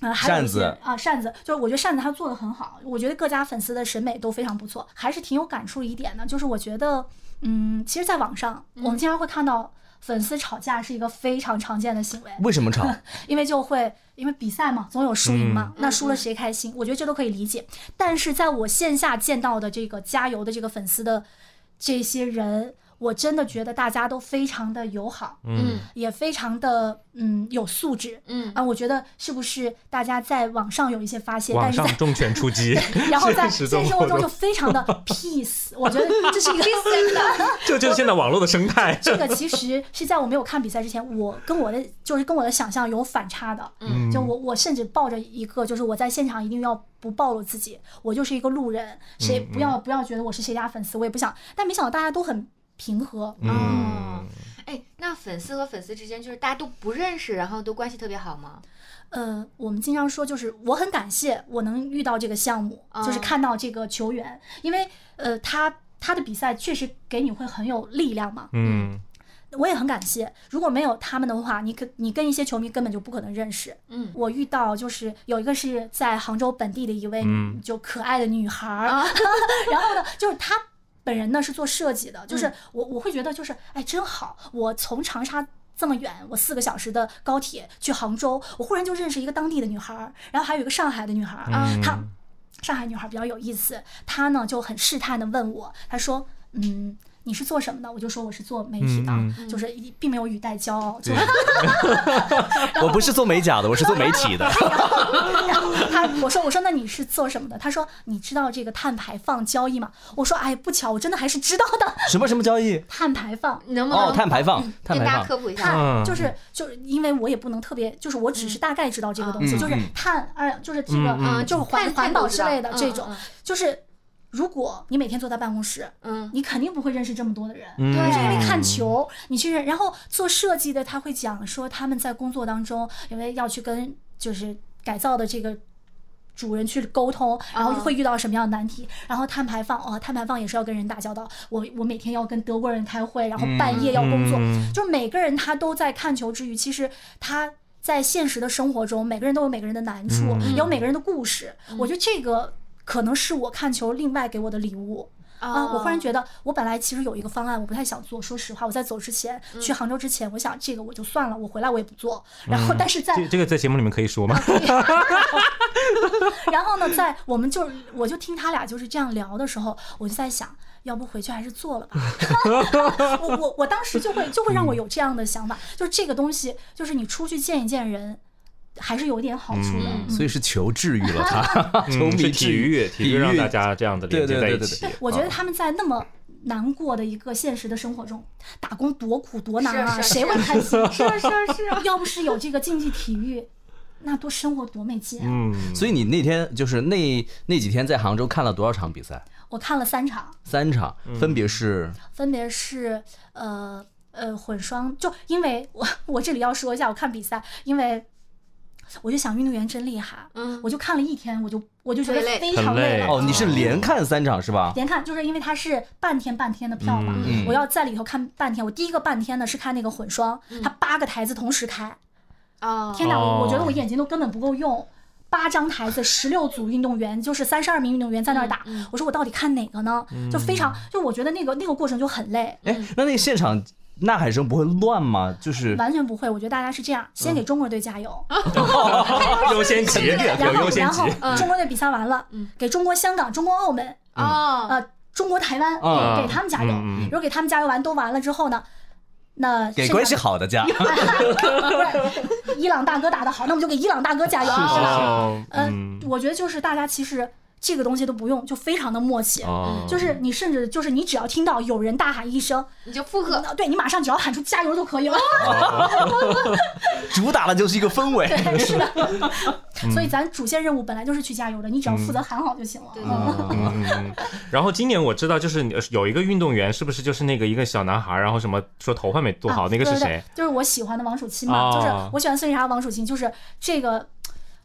[SPEAKER 1] 呃，还有一些
[SPEAKER 3] 扇子
[SPEAKER 1] 啊，扇子，就是我觉得扇子它做的很好，我觉得各家粉丝的审美都非常不错，还是挺有感触一点的。就是我觉得，嗯，其实，在网上我们经常会看到粉丝吵架是一个非常常见的行为，
[SPEAKER 3] 为
[SPEAKER 4] (laughs)
[SPEAKER 3] 什么吵？
[SPEAKER 1] 因为就会因为比赛嘛，总有输赢嘛，那输了谁开心？我觉得这都可以理解。但是在我线下见到的这个加油的这个粉丝的这些人，我真的觉得大家都非常的友好，
[SPEAKER 4] 嗯
[SPEAKER 1] 也非常的嗯有素质。
[SPEAKER 4] 嗯
[SPEAKER 1] 啊，我觉得是不是大家在网上有一些发泄，
[SPEAKER 2] 网
[SPEAKER 1] 但是
[SPEAKER 2] 上
[SPEAKER 1] 在
[SPEAKER 2] 重拳出击，
[SPEAKER 1] (laughs) 然后在现
[SPEAKER 2] 现实
[SPEAKER 1] 实
[SPEAKER 2] 中
[SPEAKER 1] 生活中就非常的 peace，我觉得这是一个
[SPEAKER 2] 这就是现在网络的生态。
[SPEAKER 1] 这个其实是在我没有看比赛之前，我跟我的就是跟我的想象有反差的。
[SPEAKER 2] 嗯
[SPEAKER 1] 就我我甚至抱着一个，就是我在现场一定要不暴露自己，我就是一个路人，谁
[SPEAKER 2] 嗯
[SPEAKER 1] 不要不要觉得我是谁家粉丝，我也不想。但没想到大家都很平和，
[SPEAKER 3] 嗯
[SPEAKER 4] 哦，哎，那粉丝和粉丝之间就是大家都不认识，然后都关系特别好吗？
[SPEAKER 1] 呃，我们经常说，就是我很感谢我能遇到这个项目，就是
[SPEAKER 4] 嗯
[SPEAKER 1] 看到这个球员，因为呃，他他的比赛确实给你会很有力量嘛。
[SPEAKER 2] 嗯，
[SPEAKER 1] 我也很感谢，如果没有他们的话，你可你跟一些球迷根本就不可能认识。
[SPEAKER 4] 嗯
[SPEAKER 1] 我遇到就是有一个是在杭州本地的一位
[SPEAKER 2] 嗯
[SPEAKER 1] 就可爱的女孩儿，
[SPEAKER 4] 啊
[SPEAKER 1] (laughs) 然后呢，就是她本人呢是做设计的，就是我我会觉得就是哎真好，我从长沙。这么远，我四个小时的高铁去杭州，我忽然就认识一个当地的女孩儿，然后还有一个上海的女孩儿，
[SPEAKER 2] 嗯
[SPEAKER 4] 啊
[SPEAKER 1] 她上海女孩比较有意思，她呢就很试探的问我，她说：“嗯，你是做什么的？”我就说我是做媒体的，
[SPEAKER 2] 嗯
[SPEAKER 1] 就是一并没有语带骄傲，就是
[SPEAKER 3] (laughs) 我不是做美甲的，我是做媒
[SPEAKER 4] (laughs)
[SPEAKER 3] 体的。
[SPEAKER 1] 然后 (laughs) 他我说我说那你是做什么的？他说你知道这个碳排放交易吗？我说哎不巧，我真的还是知道的。
[SPEAKER 3] 什么什么交易？
[SPEAKER 1] 碳排放，
[SPEAKER 4] 能不能
[SPEAKER 3] 哦，碳排放，碳
[SPEAKER 4] 嗯跟
[SPEAKER 3] 排
[SPEAKER 4] 大家
[SPEAKER 3] 放。
[SPEAKER 4] 科普一下？
[SPEAKER 2] 嗯
[SPEAKER 1] 碳就是就是因为我也不能特别，就是我只是大概知道这个东西，
[SPEAKER 3] 嗯
[SPEAKER 1] 就是
[SPEAKER 3] 嗯
[SPEAKER 1] 碳二就是这个、
[SPEAKER 2] 嗯
[SPEAKER 4] 嗯
[SPEAKER 1] 就是环
[SPEAKER 4] 碳
[SPEAKER 1] 环保之类的
[SPEAKER 4] 碳都知
[SPEAKER 1] 这
[SPEAKER 4] 道
[SPEAKER 1] 种，
[SPEAKER 4] 嗯嗯嗯
[SPEAKER 1] 就是如果你每天坐在办公室，
[SPEAKER 4] 嗯，
[SPEAKER 1] 你肯定不会认识这么多的人。
[SPEAKER 2] 嗯
[SPEAKER 4] 对
[SPEAKER 1] 因为看球，你去认，然后做设计的他会讲说他们在工作当中，因为要去跟就是改造的这个主人去沟
[SPEAKER 2] 哦
[SPEAKER 1] 通，然后
[SPEAKER 4] 嗯
[SPEAKER 1] 会遇到什么样的难题，然后碳排放哦，碳排放也是要跟人打交道，我我每天要跟德国人开会，然后半夜要工作，
[SPEAKER 2] 嗯
[SPEAKER 1] 就每个人他都在看球之余，其实他。在现实的生活中，每个人都有每个人的难处，
[SPEAKER 2] 嗯
[SPEAKER 1] 也有每个人的故事。我觉得这个可能是我看球另外给我的礼物。
[SPEAKER 2] 哦
[SPEAKER 1] 啊，我忽然觉得，我本来其实有一个方案，我不太想做。说实话，我在走之前，
[SPEAKER 4] 嗯
[SPEAKER 1] 去杭州之前，我想这个我就算了，我回来我也不做。然
[SPEAKER 3] 嗯
[SPEAKER 1] 后，但是在，
[SPEAKER 2] 这这个在节目里面可以
[SPEAKER 1] (laughs)
[SPEAKER 2] 说吗？
[SPEAKER 1] 然后呢，在我们就我就听他俩就是这样聊的时候，我就在想，要不回去还是做了吧。 (laughs) 我我我当时就会就会
[SPEAKER 3] 嗯
[SPEAKER 1] 让我有这样的想法，就是这个东西，就是你出去见一见人，还是有点好处的。嗯
[SPEAKER 3] 所以是球治愈
[SPEAKER 4] (laughs)
[SPEAKER 3] 了他，球
[SPEAKER 2] 嗯
[SPEAKER 3] 迷
[SPEAKER 2] 是
[SPEAKER 3] 治
[SPEAKER 2] 体
[SPEAKER 3] 愈
[SPEAKER 2] 育，，体育让大家这样的
[SPEAKER 3] 对
[SPEAKER 2] 连接
[SPEAKER 3] 对
[SPEAKER 2] 在
[SPEAKER 3] 对
[SPEAKER 2] 一
[SPEAKER 3] 对
[SPEAKER 2] 起
[SPEAKER 3] 对。
[SPEAKER 1] 我觉得他们在那么难过的一个现实的生活中，打工多苦多难啊，
[SPEAKER 4] 是是
[SPEAKER 1] 谁会
[SPEAKER 4] (laughs) 是
[SPEAKER 1] 开心？
[SPEAKER 4] 是啊是啊是啊，
[SPEAKER 1] 要不是有这个竞技体育，那多生活多没劲啊！
[SPEAKER 2] 嗯，
[SPEAKER 3] 所以你那天就是那那几天在杭州看了多少场比赛？
[SPEAKER 1] 我看了三场，
[SPEAKER 3] 三场，分别是
[SPEAKER 1] 分别是呃呃混双，就因为我我这里要说一下，我看比赛，因为我就想运动员真厉害，
[SPEAKER 4] 嗯
[SPEAKER 1] 我就看了一天，我就我就觉得
[SPEAKER 4] 很累
[SPEAKER 1] 非常
[SPEAKER 2] 很累
[SPEAKER 1] 了。
[SPEAKER 3] 哦，你是连看三场是吧？
[SPEAKER 1] 连看，就是因为它是半天半天的票嘛，
[SPEAKER 3] 嗯
[SPEAKER 1] 我要在里头看半天。我第一个半天呢是看那个混双，
[SPEAKER 4] 嗯
[SPEAKER 1] 它八个台子同时开，
[SPEAKER 4] 啊，
[SPEAKER 1] 天哪，
[SPEAKER 2] 哦
[SPEAKER 1] 我我觉得我眼睛都根本不够用。八张台子，十六组运动员，就是三十二名运动员在那儿打。
[SPEAKER 4] 嗯嗯
[SPEAKER 1] 我说我到底看哪个呢？就非
[SPEAKER 2] 嗯
[SPEAKER 1] 常，就我觉得那个那个过程就很累，
[SPEAKER 3] 哎，那那个现场呐喊声不会乱吗？就是
[SPEAKER 1] 完全不会。我觉得大家是这样，
[SPEAKER 2] 嗯
[SPEAKER 1] 先给中国队加油，
[SPEAKER 2] (laughs) 优先级有
[SPEAKER 1] 然后
[SPEAKER 2] 优先
[SPEAKER 1] 然
[SPEAKER 2] 级
[SPEAKER 1] 后、
[SPEAKER 4] 啊嗯
[SPEAKER 1] 中国队比赛完了，
[SPEAKER 4] 嗯
[SPEAKER 1] 给中国香港、中国澳门、
[SPEAKER 4] 哦，
[SPEAKER 1] 呃中国台湾、给
[SPEAKER 3] 嗯
[SPEAKER 1] 给他们加油。
[SPEAKER 2] 嗯嗯嗯
[SPEAKER 1] 如果给他们加油完都完了之后呢，那
[SPEAKER 3] 给
[SPEAKER 1] 剩下
[SPEAKER 3] 关系好的家，
[SPEAKER 1] 不是伊朗大哥打得好，那我们就给伊朗大哥加油。
[SPEAKER 2] 哦，
[SPEAKER 1] 嗯，我觉得就是大家其实这个东西都不用，就非常的默契。
[SPEAKER 2] 哦，
[SPEAKER 1] 就是你甚至就是你只要听到有人大喊一声，
[SPEAKER 4] 你就附和，
[SPEAKER 1] 呃对你马上只要喊出加油就可以了。
[SPEAKER 3] 主打的就是一个氛围。
[SPEAKER 1] (laughs)
[SPEAKER 2] (laughs)
[SPEAKER 1] 对，是的。
[SPEAKER 2] 嗯
[SPEAKER 1] (laughs) 所以咱主线任务本来就是去加油的，你只要负责喊好就行了。
[SPEAKER 4] 对
[SPEAKER 1] 嗯
[SPEAKER 2] 嗯嗯嗯然后今年我知道，就是呃有一个运动员，是不是就是那个一个小男孩，然后什么说头发没做好，
[SPEAKER 1] 啊
[SPEAKER 2] 那个是
[SPEAKER 1] 对对
[SPEAKER 2] 谁 (laughs)
[SPEAKER 1] 对？就是我喜欢的王楚钦嘛，
[SPEAKER 2] 哦
[SPEAKER 1] 就是我喜欢孙莎、王楚钦，就是这个，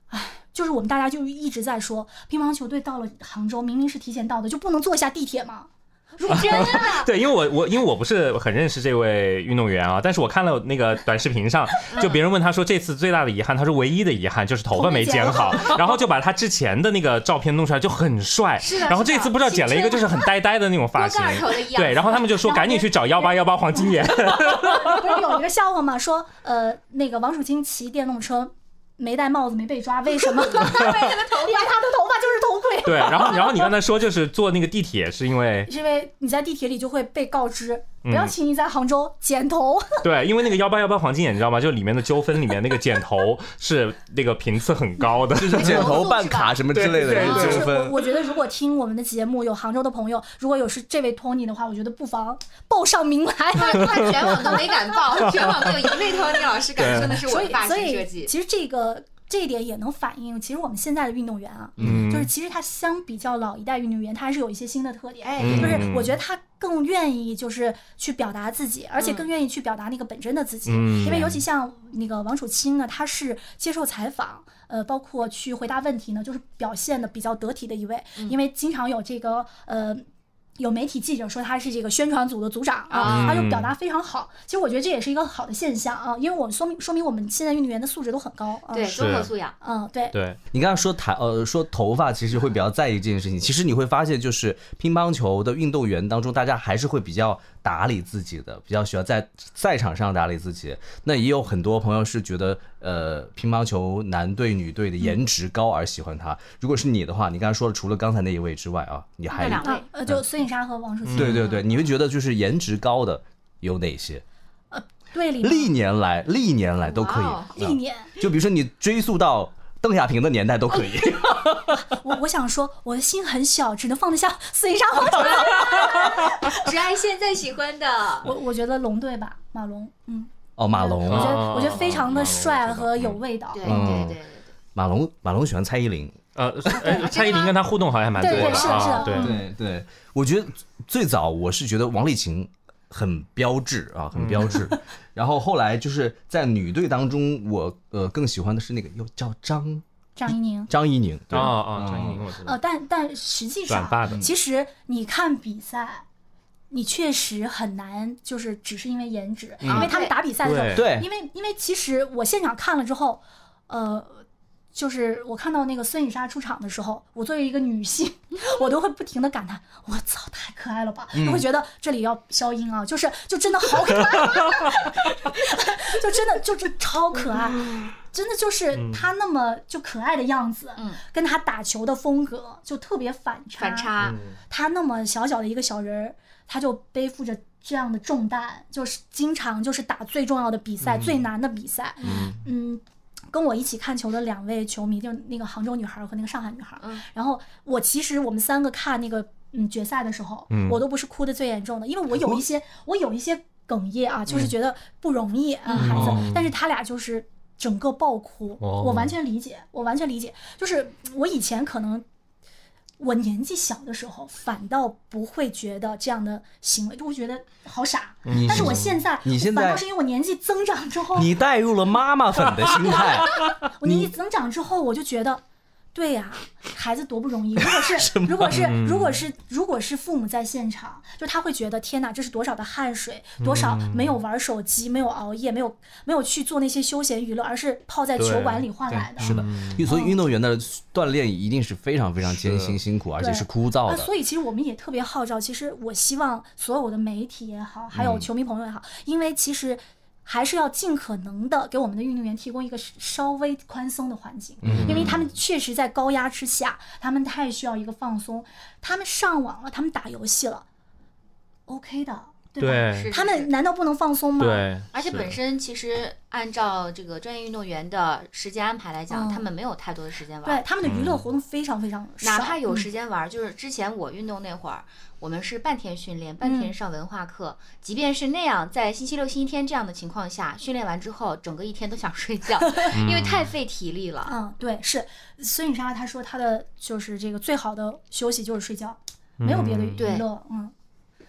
[SPEAKER 1] 唉，就是我们大家就一直在说，乒乓球队到了杭州，明明是提前到的，就不能坐一下地铁吗？
[SPEAKER 4] 真的， (laughs)
[SPEAKER 2] 对，因为我我因为我不是很认识这位运动员啊，但是我看了那个短视频上，就别人问他说这次最大的遗憾，他说唯一的遗憾就是头发
[SPEAKER 1] (laughs)
[SPEAKER 2] 没剪好，然后就把他之前的那个照片弄出来就很帅
[SPEAKER 4] 是，的
[SPEAKER 2] 然后
[SPEAKER 4] 是的
[SPEAKER 2] 这次不知道剪了一个
[SPEAKER 4] 青春
[SPEAKER 2] 就是很呆呆的那种发
[SPEAKER 4] 锅
[SPEAKER 2] 型
[SPEAKER 4] 盖头的样，子
[SPEAKER 2] 对，然后他们就说
[SPEAKER 1] 然后
[SPEAKER 2] 赶紧去找
[SPEAKER 1] (laughs)
[SPEAKER 2] 幺八幺八黄金
[SPEAKER 1] (laughs)
[SPEAKER 2] 眼，
[SPEAKER 1] 不是有一个笑话吗？说呃，那个王楚钦骑电动车没戴帽子，没被抓，为什么？因为 (laughs) 他的头发就是头盔。 (laughs)
[SPEAKER 2] 对，然后然后你刚才说就是坐那个地铁是因为
[SPEAKER 1] 是因为你在地铁里就会被告知，不要轻易在杭州剪头。
[SPEAKER 2] (laughs) 对，因为那个幺八幺八黄金眼，你知道吗？就里面的纠纷里面那个剪头是那个频次很高的，
[SPEAKER 3] 就是剪头办卡什么之类的
[SPEAKER 2] 对
[SPEAKER 1] (laughs) 就
[SPEAKER 3] 这
[SPEAKER 1] 是
[SPEAKER 3] 个
[SPEAKER 1] 我
[SPEAKER 3] 分，
[SPEAKER 1] 我觉得，如果听我们的节目有杭州的朋友，如果有是这位 Tony 的话，我觉得不妨报上名来。
[SPEAKER 4] 他他全网都没敢
[SPEAKER 2] (laughs)
[SPEAKER 4] 报，全网没有一位托尼老师敢说那是我
[SPEAKER 1] 所
[SPEAKER 4] 的
[SPEAKER 1] 以
[SPEAKER 4] 发
[SPEAKER 1] 所
[SPEAKER 4] 型设
[SPEAKER 1] 以
[SPEAKER 4] 计。
[SPEAKER 1] 其实这个这一点也能反映，其实我们现在的运动员啊，
[SPEAKER 2] (laughs) 嗯
[SPEAKER 1] 就是其实他相比较老一代运动员，他还是有一些新的特点，
[SPEAKER 4] 哎
[SPEAKER 2] 嗯
[SPEAKER 1] 就是我觉得他更愿意就是去表达自己，而且更愿意去表达那个本真的自己，
[SPEAKER 2] 嗯
[SPEAKER 1] 因为尤其像那个王楚钦呢，他是接受采访。呃，包括去回答问题呢，就是表现的比较得体的一位，
[SPEAKER 2] 嗯
[SPEAKER 1] 因为经常有这个呃，有媒体记者说他是这个宣传组的组长啊，
[SPEAKER 2] 嗯
[SPEAKER 4] 啊
[SPEAKER 1] 他就表达非常好。其实我觉得这也是一个好的现象啊，因为我们说明说明我们现在运动员的素质都很高啊。
[SPEAKER 4] 对，
[SPEAKER 2] 是
[SPEAKER 4] 综合素养，
[SPEAKER 1] 嗯，对，
[SPEAKER 2] 对，
[SPEAKER 3] 你刚刚说头呃说头发，其实会比较在意这件事情。其实你会发现，就是乒乓球的运动员当中，大家还是会比较打理自己的，比较喜欢在赛场上打理自己。那也有很多朋友是觉得，呃，乒乓球男队、女队的颜值高而喜欢他。如果是你的话，你刚刚说了，除了刚才那一位之外啊，你
[SPEAKER 4] 那
[SPEAKER 3] 还
[SPEAKER 4] 两位
[SPEAKER 1] 啊，呃，
[SPEAKER 2] 嗯
[SPEAKER 1] 就孙颖莎和王楚钦。
[SPEAKER 3] 对对对，你会觉得就是颜值高的有哪些？
[SPEAKER 1] 队里
[SPEAKER 3] 历年来，历年来都可以。
[SPEAKER 4] 嗯
[SPEAKER 3] 啊
[SPEAKER 4] 哇哦
[SPEAKER 1] 历年，
[SPEAKER 2] 啊
[SPEAKER 3] 就比如说你追溯到邓亚萍的年代
[SPEAKER 4] (laughs)
[SPEAKER 3] 都可以。
[SPEAKER 1] 我我想说，我的心很小，只能放得下孙颖莎、王楚钦。
[SPEAKER 4] 只爱现在喜欢
[SPEAKER 2] (laughs)
[SPEAKER 4] 的。
[SPEAKER 1] 我我觉得龙队吧，马龙，嗯，
[SPEAKER 3] 哦，马龙
[SPEAKER 1] 我觉
[SPEAKER 3] 啊，
[SPEAKER 1] 得
[SPEAKER 2] 哦
[SPEAKER 1] 我觉得非常
[SPEAKER 2] 马龙我
[SPEAKER 1] 的
[SPEAKER 2] 知道
[SPEAKER 1] 帅和有味道。
[SPEAKER 4] 对
[SPEAKER 3] 嗯
[SPEAKER 4] 对对对
[SPEAKER 3] 马龙，马龙喜欢蔡依林。
[SPEAKER 2] 呃，哎蔡依林跟他互动好像还蛮多
[SPEAKER 1] 对
[SPEAKER 2] 的
[SPEAKER 1] 对是的是的
[SPEAKER 2] 啊，对，
[SPEAKER 1] 嗯
[SPEAKER 3] 对对，我觉得最早我是觉得王励勤很标志啊，很标 (laughs) 志。然后后来就是在女队当中，我呃更喜欢的是那个又叫张
[SPEAKER 1] 张怡宁，
[SPEAKER 3] 张怡宁。对
[SPEAKER 2] 哦哦，张怡宁我知
[SPEAKER 1] 呃，
[SPEAKER 2] 道，
[SPEAKER 1] 但但实际
[SPEAKER 2] 短
[SPEAKER 1] 上
[SPEAKER 2] 发的，
[SPEAKER 1] 其实你看比赛，你确实很难，就是只是因为颜值，
[SPEAKER 2] 嗯
[SPEAKER 1] 因为他们打比赛的时候，
[SPEAKER 2] 对
[SPEAKER 3] 对
[SPEAKER 1] 因为因为其实我现场看了之后，呃，就是我看到那个孙颖莎出场的时候，我作为一个女性， (laughs) 我都会不停的感叹，我操，太可爱了吧！就会觉得这里要消音啊，就是就真的好可爱，啊 (laughs) 就真的就是超可爱。真的就是她那么就可爱的样子，
[SPEAKER 4] 嗯
[SPEAKER 1] 跟她打球的风格就特别反差。
[SPEAKER 4] 反差，
[SPEAKER 2] 嗯
[SPEAKER 1] 他那么小小的一个小人儿，他就背负着这样的重担，就是经常就是打最重要的比赛、最难的比赛。嗯，跟我一起看球的两位球迷，就是那个杭州女孩儿和那个上海女孩儿。
[SPEAKER 4] 嗯
[SPEAKER 1] 然后我其实我们三个看那个嗯决赛的时候，
[SPEAKER 2] 嗯
[SPEAKER 1] 我都不是哭的最严重的，因为我有一些我有一些哽咽啊，就是觉得不容易啊、孩子，但是他俩就是。整个爆哭，
[SPEAKER 2] 哦
[SPEAKER 1] 我完全理解，我完全理解。就是我以前可能我年纪小的时候，反倒不会觉得这样的行为，就会觉得好傻。
[SPEAKER 3] 你
[SPEAKER 1] 但是我现在，
[SPEAKER 3] 你现在
[SPEAKER 1] 反倒是因为我年纪增长之后，
[SPEAKER 3] 你带入了妈妈粉的
[SPEAKER 1] (laughs)
[SPEAKER 3] 心态，
[SPEAKER 1] 我年纪增长之后，我就觉得，对呀、孩子多不容易。如果
[SPEAKER 3] (laughs)
[SPEAKER 1] 是如果是
[SPEAKER 3] 嗯
[SPEAKER 1] 如果是如果是父母在现场，就他会觉得天哪，这是多少的汗水，多少
[SPEAKER 3] 嗯
[SPEAKER 1] 没有玩手机，没有熬夜，没有没有去做那些休闲娱乐，而是泡在
[SPEAKER 3] 对
[SPEAKER 1] 球馆里换来的。
[SPEAKER 3] 是的，所以运动员的锻炼一定是非常非常艰辛、辛苦，而且是枯燥
[SPEAKER 1] 啊，
[SPEAKER 3] 的。
[SPEAKER 1] 所以其实我们也特别号召，其实我希望所有的媒体也好，还有球迷朋友也好，因为其实还是要尽可能的给我们的运动员提供一个稍微宽松的环境，因为他们确实在高压之下，他们太需要一个放松。他们上网了，他们打游戏了，OK 的，对吧？
[SPEAKER 2] 对
[SPEAKER 1] 他们难道不能放松吗？
[SPEAKER 2] 对，
[SPEAKER 4] 而且
[SPEAKER 2] 是
[SPEAKER 4] 本身其实按照这个专业运动员的时间安排来讲，
[SPEAKER 1] 嗯
[SPEAKER 4] 他们没有太多的时间
[SPEAKER 1] 对
[SPEAKER 4] 玩，
[SPEAKER 1] 他们的娱乐活动非常非常少，
[SPEAKER 4] 哪怕有时
[SPEAKER 1] 嗯
[SPEAKER 4] 间玩，就是之前我运动那会儿，我们是半天训练，半天
[SPEAKER 1] 嗯
[SPEAKER 4] 上文化课，即便是那样，在星期六、星期天这样的情况下，训练完之后，整个一天都想
[SPEAKER 1] (laughs)
[SPEAKER 4] 睡觉，因为太费体力了。
[SPEAKER 1] 嗯，对，是孙颖莎她说她的就是这个最好的休息就是睡觉，没有别的娱
[SPEAKER 4] 对
[SPEAKER 1] 乐。嗯，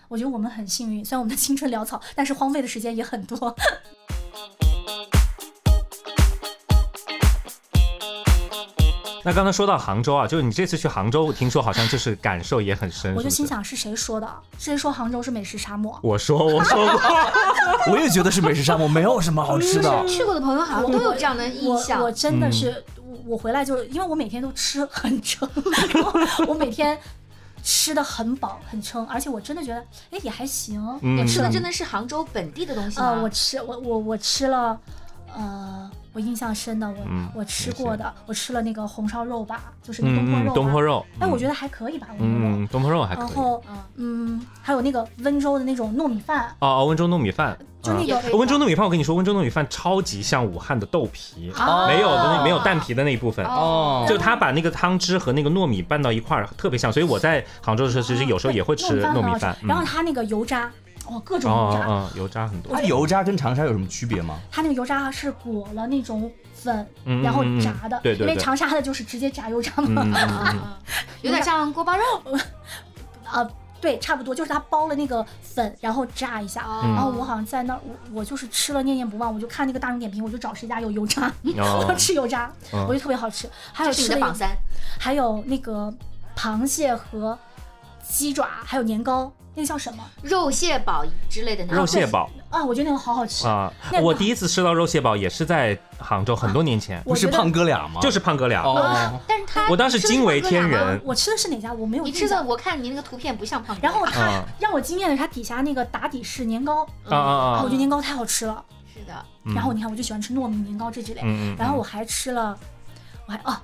[SPEAKER 1] 我觉得我们很幸运，虽然我们的青春潦草，但是荒废的时间也很多。
[SPEAKER 2] 那刚才说到杭州啊，就是你这次去杭州，我听说好像就是感受也很深，
[SPEAKER 1] 我就是
[SPEAKER 2] 不是
[SPEAKER 1] 心，想是谁说的？啊谁说杭州是美食沙漠？
[SPEAKER 2] 我说我说过，
[SPEAKER 3] 我也觉得是美食沙漠，没有什么好
[SPEAKER 1] (laughs)
[SPEAKER 3] 吃的。
[SPEAKER 4] 去过的朋友好像都有这样的印象
[SPEAKER 1] 我我，真的是，我我回来就是因为我每天都吃很撑， (laughs) 然后我每天吃的很饱很撑，而且我真的觉得，哎，也还行。
[SPEAKER 4] 我
[SPEAKER 2] (laughs) 嗯
[SPEAKER 4] 吃的真的是杭州本地的东西
[SPEAKER 1] 呃，
[SPEAKER 4] 吗
[SPEAKER 1] 我？吃我我我吃了，呃，我印象深的，我、
[SPEAKER 2] 嗯
[SPEAKER 1] 我吃过的，我吃了那个红烧肉吧，就是那 (laughs) 东坡
[SPEAKER 2] 嗯
[SPEAKER 1] 肉、
[SPEAKER 2] 嗯，东坡。肉，
[SPEAKER 1] 哎，我觉
[SPEAKER 2] 得，
[SPEAKER 1] 得还可以吧，我觉得。
[SPEAKER 2] 嗯，东坡肉还可
[SPEAKER 1] 然
[SPEAKER 2] 以，哦
[SPEAKER 1] 后，嗯，还有那个温州的那种糯米饭，
[SPEAKER 2] 哦，温州糯米饭，
[SPEAKER 1] 就
[SPEAKER 2] 嗯
[SPEAKER 1] 那
[SPEAKER 4] 也
[SPEAKER 1] 个
[SPEAKER 4] 可以
[SPEAKER 2] 温州糯米饭，我跟你说，温州糯米饭超级像武汉的豆皮，
[SPEAKER 4] 啊
[SPEAKER 2] 没有的那没有蛋皮的那一部分。
[SPEAKER 1] 嗯
[SPEAKER 3] 哦
[SPEAKER 2] 就他把那个汤汁和那个糯米拌到一块儿，特别像。所以我在杭州的时候，其
[SPEAKER 1] 啊
[SPEAKER 2] 实有时候也会吃
[SPEAKER 1] 糯
[SPEAKER 2] 糯米
[SPEAKER 1] 很好
[SPEAKER 2] 饭
[SPEAKER 1] 吃。
[SPEAKER 2] 嗯
[SPEAKER 1] 然后它那个油渣，哦，各种油
[SPEAKER 2] 哦
[SPEAKER 1] 渣，
[SPEAKER 2] 哦，油渣很多
[SPEAKER 3] 它。油渣跟长沙有什么区别吗？
[SPEAKER 1] 它那个油渣是裹了那种粉，
[SPEAKER 2] 嗯
[SPEAKER 1] 然后
[SPEAKER 2] 嗯嗯
[SPEAKER 1] 炸的。
[SPEAKER 2] 对
[SPEAKER 1] 因
[SPEAKER 2] 对
[SPEAKER 1] 为
[SPEAKER 2] 对
[SPEAKER 1] 长沙的就是直接炸油渣嘛。
[SPEAKER 2] 嗯嗯嗯嗯
[SPEAKER 4] 有点像锅包肉，
[SPEAKER 1] 啊， (laughs) 对，差不多就是它包了那个粉，然后炸一下。啊。
[SPEAKER 2] 嗯
[SPEAKER 1] 然后
[SPEAKER 4] 哦，
[SPEAKER 1] 我好像在那儿，我我就是吃了念念不忘，我就看那个大众点评，我就找谁家有油渣， (laughs) 我要
[SPEAKER 2] 哦
[SPEAKER 1] 吃油渣，
[SPEAKER 2] 嗯
[SPEAKER 1] 我觉得特别好吃。还有
[SPEAKER 4] 这是你
[SPEAKER 1] 吃了
[SPEAKER 4] 的
[SPEAKER 1] 一
[SPEAKER 4] 榜三。
[SPEAKER 1] 还有那个螃蟹和鸡爪，还有年糕，那个叫什么
[SPEAKER 4] 肉蟹煲之类的那种。
[SPEAKER 2] 肉蟹煲
[SPEAKER 1] 啊？我觉 (laughs) 得那个好好吃。
[SPEAKER 2] 啊
[SPEAKER 1] 那！个
[SPEAKER 2] 我第一次吃到肉蟹煲也是在杭州，很多年前，
[SPEAKER 3] 不
[SPEAKER 1] 我
[SPEAKER 3] 是
[SPEAKER 1] 觉得
[SPEAKER 3] 胖哥俩
[SPEAKER 1] 啊
[SPEAKER 3] 吗？
[SPEAKER 2] 就是胖哥俩。
[SPEAKER 3] 哦，
[SPEAKER 4] 但是他
[SPEAKER 2] 我当时惊为天
[SPEAKER 4] 吃的是胖哥俩吗
[SPEAKER 2] 人，
[SPEAKER 1] 我吃的是哪家？我没有
[SPEAKER 4] 你
[SPEAKER 1] 印
[SPEAKER 4] 吃的
[SPEAKER 1] 象。
[SPEAKER 4] 我看你那个图片不像胖哥，
[SPEAKER 1] 然后它
[SPEAKER 2] 啊
[SPEAKER 1] 让我惊艳的是它底下那个打底是年糕，
[SPEAKER 2] 啊啊
[SPEAKER 1] 啊，
[SPEAKER 2] 啊
[SPEAKER 1] 我！觉得年糕太好吃了。
[SPEAKER 4] 是的，
[SPEAKER 2] 嗯
[SPEAKER 1] 然后你看，我就喜欢吃糯米年糕这之类。
[SPEAKER 2] 嗯嗯，
[SPEAKER 1] 然后我还吃了，我还哦，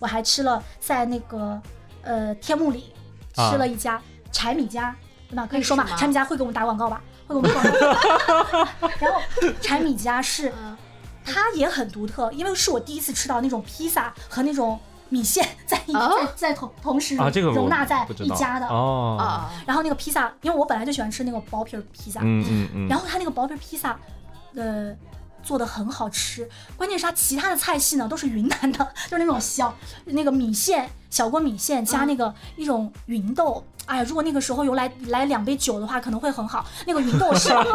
[SPEAKER 1] 我还吃了在那个呃天目里
[SPEAKER 2] 啊
[SPEAKER 1] 吃了一家柴米家，那可以说嘛
[SPEAKER 4] 那是，什么
[SPEAKER 1] 柴米家会给我们打广告吧？会给我们打广告。 (laughs) 然后柴米家是
[SPEAKER 4] 嗯，
[SPEAKER 1] 它也很独特，因为是我第一次吃到那种披萨和那种米线在一
[SPEAKER 4] 哦
[SPEAKER 1] 在在同同时
[SPEAKER 2] 啊，这个我
[SPEAKER 1] 容纳在
[SPEAKER 2] 不知
[SPEAKER 1] 一
[SPEAKER 2] 道
[SPEAKER 1] 家的。
[SPEAKER 2] 哦，
[SPEAKER 4] 啊，
[SPEAKER 1] 然后那个披萨，因为我本来就喜欢吃那个薄皮儿披萨，
[SPEAKER 2] 嗯嗯嗯，
[SPEAKER 1] 然后它那个薄皮披萨，呃，做的很好吃。关键是它其他的菜系呢都是云南的， (laughs) 就是那种小那个米线、小锅米线
[SPEAKER 2] 嗯
[SPEAKER 1] 加那个一种芸豆。哎呀，如果那个时候有来来两杯酒的话，可能会很好。那个芸豆是
[SPEAKER 2] (laughs)
[SPEAKER 1] (laughs)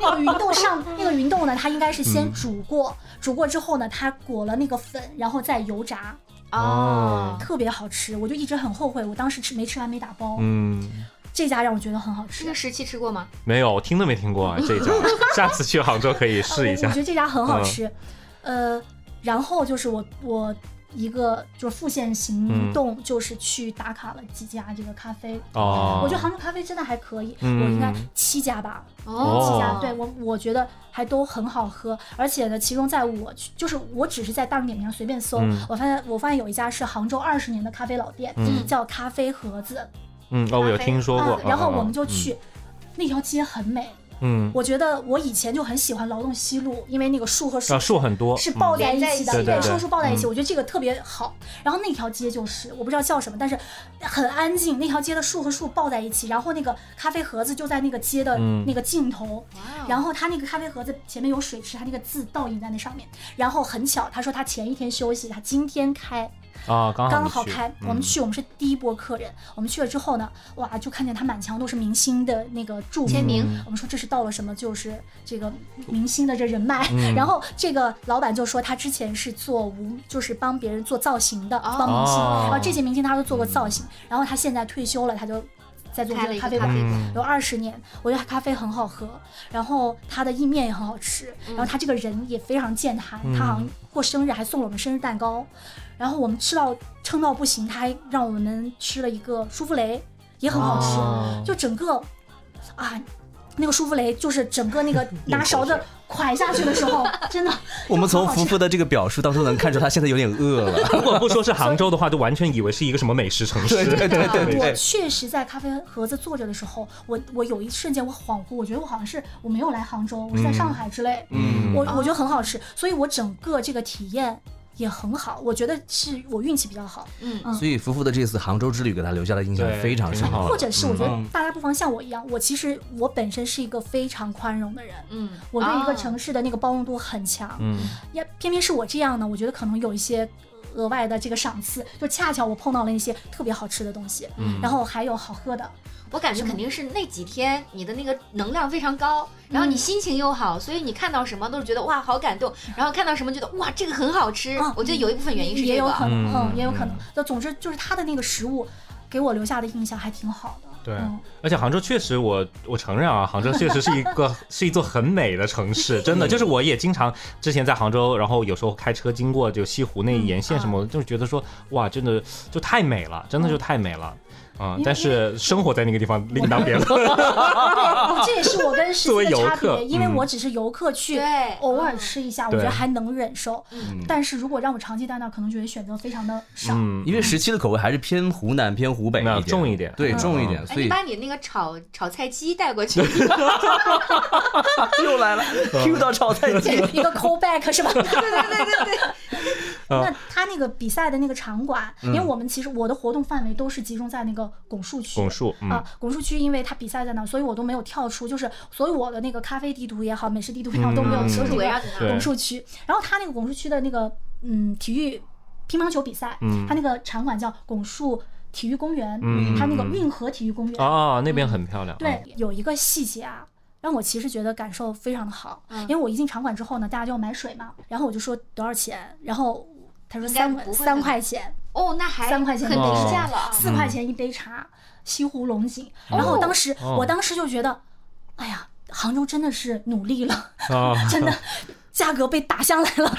[SPEAKER 1] 那个芸豆上那个芸豆呢，它应该是先
[SPEAKER 2] 嗯
[SPEAKER 1] 煮过，煮过之后呢，它裹了那个粉，然后再油炸，
[SPEAKER 2] 哦
[SPEAKER 4] 哦，
[SPEAKER 1] 特别好吃。我就一直很后悔，我当时吃没吃完没打包。
[SPEAKER 2] 嗯，
[SPEAKER 1] 这家让我觉得很好吃
[SPEAKER 4] 这个。时期吃过吗？
[SPEAKER 2] 没有，听都没
[SPEAKER 1] (laughs)
[SPEAKER 2] 听过啊这一家，下次去杭州可以
[SPEAKER 1] 呃
[SPEAKER 2] 试一
[SPEAKER 1] 我。我
[SPEAKER 2] 下
[SPEAKER 1] 觉。得这家很
[SPEAKER 2] 嗯
[SPEAKER 1] 好吃，呃，然后就是我我一个就是复线行动，就是去打卡了几家这个咖啡。
[SPEAKER 2] 嗯哦，
[SPEAKER 1] (laughs) 我觉得杭州咖啡真的还可以，
[SPEAKER 2] 嗯哦
[SPEAKER 1] 我应该七家吧，哦
[SPEAKER 3] 哦
[SPEAKER 1] 七家，对我我觉得还都很好喝，而且呢，其中在我去就是我只是在大众点评上随便搜，
[SPEAKER 2] 嗯
[SPEAKER 1] 我发现我发现有一家是杭州二十年的咖啡老店，
[SPEAKER 2] 嗯
[SPEAKER 1] 叫咖啡盒子，
[SPEAKER 2] 嗯，哦，我有听说过
[SPEAKER 1] 啊。，然后我们
[SPEAKER 2] 嗯
[SPEAKER 1] 就去，那条街很美，
[SPEAKER 2] 嗯，
[SPEAKER 1] 我觉得我以前就很喜欢劳动西路，因为那个树和树
[SPEAKER 2] 啊，树很多，
[SPEAKER 1] 是抱在一起的，
[SPEAKER 4] 哦嗯对对
[SPEAKER 1] 对，
[SPEAKER 4] 对
[SPEAKER 1] 树树抱在一起，我觉得这个特别好。然后那条街就是我不知道叫什么，但是很安静，那条街的树和树抱在一起，然后那个咖啡盒子就在那个街的
[SPEAKER 2] 嗯
[SPEAKER 1] 那个尽头，
[SPEAKER 4] 哇哦
[SPEAKER 1] 然后他那个咖啡盒子前面有水池，他那个字倒影在那上面。然后很巧，他说他前一天休息，他今天开，
[SPEAKER 2] 嗯啊，刚好
[SPEAKER 1] 刚
[SPEAKER 2] 你
[SPEAKER 1] 好
[SPEAKER 2] 去
[SPEAKER 1] 开，我们去，我们是第一波客人。我们去了之后呢，哇，就看见他满墙都是明星的那个祝福
[SPEAKER 4] 签名
[SPEAKER 1] 我们说这是到了什么，就是这个明星的这人脉。 (laughs) 然后这个老板就说他之前是做无，就是帮别人做造型的，
[SPEAKER 4] 哦
[SPEAKER 1] 帮明星，
[SPEAKER 2] 哦
[SPEAKER 1] 然后这些明星他都做过造型，然后他现在退休了，他就在做
[SPEAKER 4] 开
[SPEAKER 1] 这
[SPEAKER 4] 了
[SPEAKER 1] 个
[SPEAKER 4] 一
[SPEAKER 1] 咖
[SPEAKER 4] 个
[SPEAKER 1] 啡
[SPEAKER 4] 咖
[SPEAKER 1] 馆
[SPEAKER 4] 啡。
[SPEAKER 2] 嗯 (laughs)
[SPEAKER 1] 有二十年，我觉得他咖啡很好喝，然后他的意面也很好吃，然后他这个人也非常健谈，他好像过生日还送了我们生日蛋糕，然后我们吃到撑到不行，他还让我们吃了一个舒芙蕾，也很好吃，
[SPEAKER 2] 哦
[SPEAKER 1] 就整个啊。那个舒芙蕾就是整个那个拿
[SPEAKER 2] 咽口
[SPEAKER 1] (laughs) 勺子
[SPEAKER 2] 水
[SPEAKER 1] 㧟下去的时候，真的，
[SPEAKER 3] 我们从福福的这个表述当中能看出，他现在有点饿了。
[SPEAKER 2] 如果不说是杭州
[SPEAKER 1] (laughs)
[SPEAKER 2] 的话，就完全以为是一个什么美食城市。
[SPEAKER 3] (laughs) (laughs) 对对对
[SPEAKER 1] 我确实在咖啡盒子坐着的时候，我我有一瞬间我恍惚，我觉得我好像是我没有来杭州，我是在上海之类。
[SPEAKER 2] 嗯
[SPEAKER 1] 我我觉得很好吃，所以我整个这个体验也很好，我觉得是我运气比较好，
[SPEAKER 4] 嗯，
[SPEAKER 3] 所以福福的这次杭州之旅给他留下的印象
[SPEAKER 2] 对
[SPEAKER 3] 非常深
[SPEAKER 2] 挺好
[SPEAKER 3] 刻。
[SPEAKER 2] 的
[SPEAKER 1] 或者是我觉
[SPEAKER 3] 嗯
[SPEAKER 1] 得大家不妨像我一样，我其实我本身是一个非常宽容的人。
[SPEAKER 4] 嗯，
[SPEAKER 1] 我对一个城
[SPEAKER 4] 市，
[SPEAKER 1] 市的那个包容度很强，
[SPEAKER 2] 嗯，
[SPEAKER 1] 也偏偏是我这样呢，我觉得可能有一些额外的这个赏赐，就恰巧我碰到了一些特别好吃的东西，
[SPEAKER 2] 嗯
[SPEAKER 1] 然后还有好喝的，
[SPEAKER 4] 我感觉肯定是那几天你的那个能量非常
[SPEAKER 1] 嗯
[SPEAKER 4] 高，然后你心情又好，所以你看到什么都是觉得哇好感动，然后看到什么觉得哇这个很好吃
[SPEAKER 1] 嗯。
[SPEAKER 4] 我觉得有一部分原因是
[SPEAKER 1] 也
[SPEAKER 4] 这
[SPEAKER 1] 有可
[SPEAKER 4] 个，
[SPEAKER 1] 能，
[SPEAKER 2] 嗯
[SPEAKER 1] 嗯，也有可能。那总之就是它的那个食物给我留下的印象还挺好
[SPEAKER 4] (laughs)
[SPEAKER 1] 的，
[SPEAKER 2] 对
[SPEAKER 1] 嗯
[SPEAKER 2] 而且杭州确实我，我承认啊，杭州确实是一个 (laughs) 是一座很美的城市，真的。就是我也经常之前在杭州，然后有时候开车经过就西湖那沿线什么，我就是觉得说哇，真的就太美了，真的就太美了。嗯，但是生活在那个地方另当别论。
[SPEAKER 1] 这也是我跟实
[SPEAKER 2] 嗯作为
[SPEAKER 1] 际的
[SPEAKER 2] 游
[SPEAKER 1] 差
[SPEAKER 2] 客
[SPEAKER 1] 别，因为
[SPEAKER 2] 嗯
[SPEAKER 1] 我只是游客去，
[SPEAKER 4] 对
[SPEAKER 1] 偶尔
[SPEAKER 4] 嗯
[SPEAKER 1] 吃一下，我觉
[SPEAKER 2] 对
[SPEAKER 1] 得还能忍受。但是如果让我长期待那儿，可能觉得选择非常的少。 (laughs)
[SPEAKER 2] 嗯，
[SPEAKER 3] 因为十七的口味还是偏湖南、偏湖北一
[SPEAKER 2] 那
[SPEAKER 3] 点，
[SPEAKER 2] 重一点
[SPEAKER 3] 对，
[SPEAKER 2] 嗯
[SPEAKER 3] 重一点，
[SPEAKER 4] 哎，
[SPEAKER 3] 所
[SPEAKER 4] 你
[SPEAKER 3] 以啊
[SPEAKER 4] 把你那个炒炒菜机带
[SPEAKER 3] (laughs)
[SPEAKER 4] 过去，
[SPEAKER 3] 又来了，Q (laughs) 到炒菜机。
[SPEAKER 1] 一个 callback 是吧？ (laughs)
[SPEAKER 4] 对对
[SPEAKER 2] (laughs)
[SPEAKER 4] 对，
[SPEAKER 2] 嗯
[SPEAKER 1] 那他那个比赛的那个场馆，因为我们其实我的活动范围都是集中在那个拱墅区。
[SPEAKER 2] 拱墅嗯
[SPEAKER 1] 啊，拱墅区，因为它比赛在那儿，所以我都没有跳出，就是所以我的那个咖啡地图也好，美食地图也好，都没有
[SPEAKER 2] 嗯
[SPEAKER 1] 出
[SPEAKER 4] 都是
[SPEAKER 1] 这
[SPEAKER 4] 围绕
[SPEAKER 1] 个
[SPEAKER 4] 着
[SPEAKER 2] 对
[SPEAKER 4] 它。
[SPEAKER 1] 拱墅区。然后他那个拱墅区的那个嗯体育乒乓球比赛，
[SPEAKER 2] 嗯
[SPEAKER 1] 他那个场馆叫拱墅体育公园，
[SPEAKER 2] 嗯
[SPEAKER 1] 他那个运河体育公园，
[SPEAKER 2] 哦，那边很漂亮。
[SPEAKER 1] 对，有一个细节啊，让我其实觉得感受非常的好，
[SPEAKER 4] 嗯
[SPEAKER 1] 因为我一进场馆之后呢，大家就要买水嘛，然后我就说多少钱，然后他说
[SPEAKER 4] 应该
[SPEAKER 1] 三
[SPEAKER 4] 不会
[SPEAKER 1] 三
[SPEAKER 4] 很
[SPEAKER 1] 块钱，
[SPEAKER 4] 哦，那还
[SPEAKER 1] 三块钱
[SPEAKER 4] 很
[SPEAKER 2] 一杯
[SPEAKER 4] 低价了啊。
[SPEAKER 1] 四块钱一杯茶，西湖龙井，然后我当时、
[SPEAKER 2] 嗯哦
[SPEAKER 1] 我当时就觉得，哎呀，杭州真的是努力了，
[SPEAKER 2] 嗯啊，
[SPEAKER 1] (laughs) 真的。
[SPEAKER 2] (laughs)
[SPEAKER 1] 价格被打下来了，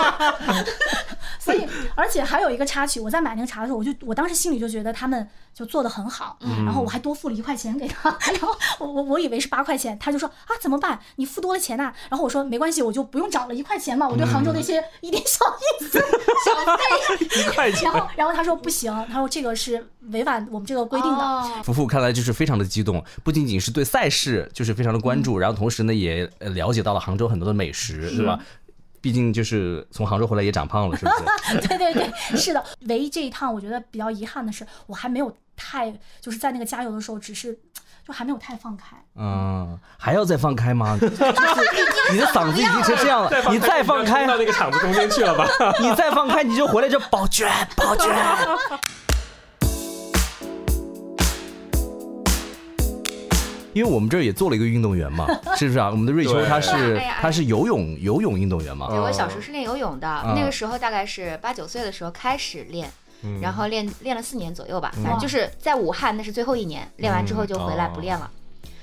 [SPEAKER 1] (laughs) 所以而且还有一个插曲，我在买那个茶的时候，我就我当时心里就觉得他们就做的很好，
[SPEAKER 2] 嗯
[SPEAKER 1] 然后我还多付了一块钱给他， (laughs) 然后我我我以为是八块钱，他就说啊怎么办？你付多了钱呐、然后我说没关系，我就不用找了一块钱嘛，我对杭州的一
[SPEAKER 2] 嗯
[SPEAKER 1] 些一点小意思， (laughs)
[SPEAKER 2] 一块钱
[SPEAKER 1] 然。后然后他说不行，他说这个是违反我们这个规定的，
[SPEAKER 4] 哦
[SPEAKER 3] (laughs) 福福看来就是非常的激动，不仅仅是对赛事就是非常的关注，然后同时呢也呃了解到了杭州很多的美食，是吧？嗯毕竟就是从杭州回来也长胖了，是 (laughs) 不是？
[SPEAKER 1] (laughs) 对对对，是的。唯一这一趟我觉得比较遗憾的是，我还没有太就是在那个加油的时候，只是就还没有太放开。
[SPEAKER 3] 嗯，还要再放开吗？ (laughs) 就是你的嗓子已经成这样了，你 (laughs) 再放开，
[SPEAKER 2] 到那个场子中间去了吧？ (laughs)
[SPEAKER 3] 你再放开，你就回来就宝娟，宝娟。因为我们这儿也做了一个运
[SPEAKER 2] (laughs)
[SPEAKER 3] 动员嘛，是不是啊？我们的瑞秋
[SPEAKER 2] 对
[SPEAKER 3] 她是
[SPEAKER 4] 哎呀
[SPEAKER 3] 她是游泳游泳运动员嘛，
[SPEAKER 4] 对，我小
[SPEAKER 2] 哦
[SPEAKER 4] 时候是练游泳的，
[SPEAKER 2] 啊
[SPEAKER 4] 那个时候大概是八九岁的时候开始练，
[SPEAKER 2] 嗯
[SPEAKER 4] 然后练练了四年左右吧，反正就是在武汉那是最后一年，练完之
[SPEAKER 2] 嗯
[SPEAKER 4] 后就回
[SPEAKER 2] 哦
[SPEAKER 4] 来不练了。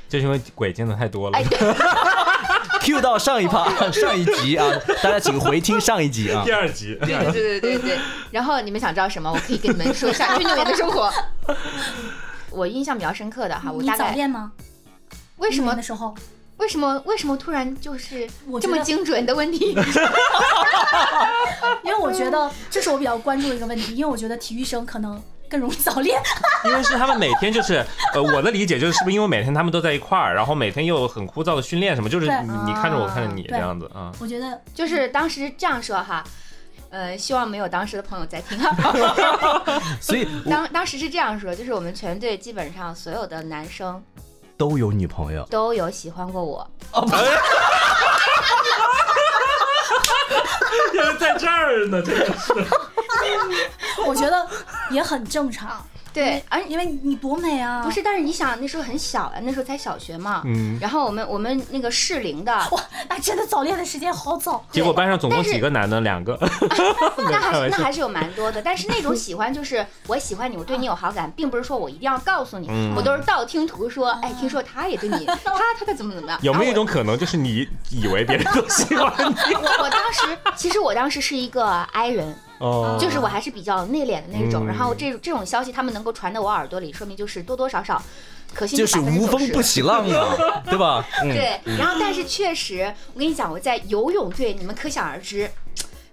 [SPEAKER 2] 就是因为鬼见的太多了
[SPEAKER 4] 哎，。
[SPEAKER 3] Q 到上一
[SPEAKER 2] (laughs)
[SPEAKER 3] 趴上一集啊，大家请回听上一集啊
[SPEAKER 2] 第。二集，
[SPEAKER 4] (laughs) 对对对对对对。然后你们想知道什么？我可以跟你们说一下运动员的生活。 (laughs) 我印象比较深刻的啊哈，我
[SPEAKER 1] 你
[SPEAKER 4] 大
[SPEAKER 1] 早
[SPEAKER 4] 概
[SPEAKER 1] 恋吗？
[SPEAKER 4] 为什
[SPEAKER 1] 你
[SPEAKER 4] 么
[SPEAKER 1] 的时候，
[SPEAKER 4] 为什么为什么突然就是
[SPEAKER 1] 我
[SPEAKER 4] 这
[SPEAKER 1] 觉
[SPEAKER 4] 么
[SPEAKER 1] 得
[SPEAKER 4] 精准的问题？ (laughs) 嗯
[SPEAKER 1] 因为我觉得这是我比较关注的一个问题，因为我觉得体育生可能更容易早恋。
[SPEAKER 2] 因为是他们每天就是，呃，我的理解就是，是不是因为每天他们都在一块儿，然后每天又很枯燥的训练什么，就是
[SPEAKER 1] 对
[SPEAKER 2] 你你看着我，
[SPEAKER 4] 啊
[SPEAKER 2] 看着你这
[SPEAKER 1] 对
[SPEAKER 2] 样子啊。 (laughs)
[SPEAKER 1] 我觉得
[SPEAKER 4] 就是当时这样说哈，呃，希望没有当时的朋友在听。啊
[SPEAKER 3] 所以
[SPEAKER 4] (laughs)
[SPEAKER 3] 我
[SPEAKER 4] 当当时是这样说，就是我们全队基本上所有的男生
[SPEAKER 3] 都有女
[SPEAKER 2] (laughs)
[SPEAKER 3] 朋友。
[SPEAKER 4] 都有喜欢过我，
[SPEAKER 2] 原来在这儿呢，这个
[SPEAKER 1] 我觉得也很正常，
[SPEAKER 4] 对，而
[SPEAKER 1] 因为你多美啊！
[SPEAKER 4] 嗯不，是，但是你想那时候很小呀，那时候才小学嘛。
[SPEAKER 2] 嗯。
[SPEAKER 4] 然后我们我们那个适龄
[SPEAKER 2] (laughs)
[SPEAKER 4] 的，
[SPEAKER 1] 那真的早恋的时间好早。
[SPEAKER 2] 结果班上总共
[SPEAKER 4] 但是
[SPEAKER 2] 几个男的？两个。
[SPEAKER 4] 那
[SPEAKER 2] 开
[SPEAKER 4] 还是
[SPEAKER 2] 玩
[SPEAKER 4] 那
[SPEAKER 2] 笑
[SPEAKER 4] 还是有蛮多的，但是那种喜欢就是我喜欢你，我对你有好感，并不是说我一定要告诉你，
[SPEAKER 2] 嗯
[SPEAKER 4] 我都是道听途说。哎，听说他也对你，他他他怎么怎么
[SPEAKER 2] (laughs)
[SPEAKER 4] 样？
[SPEAKER 2] 有没有一
[SPEAKER 4] 然
[SPEAKER 2] 种
[SPEAKER 4] 后
[SPEAKER 2] 可能，就是你以为别人都喜欢你？
[SPEAKER 4] 我？我我当时其实我当时是一个 I 人，
[SPEAKER 2] 哦，
[SPEAKER 4] 就是我还是比较内敛的那种，
[SPEAKER 2] 嗯
[SPEAKER 4] 然后这这种消息他们能够传到我耳朵里，说明就是多多少少可信度
[SPEAKER 3] 就是无风不
[SPEAKER 4] 90%。
[SPEAKER 3] 起浪啊，对吧？嗯，
[SPEAKER 4] 对，然后但是确实，我跟你讲，我在游泳队，你们可想而知，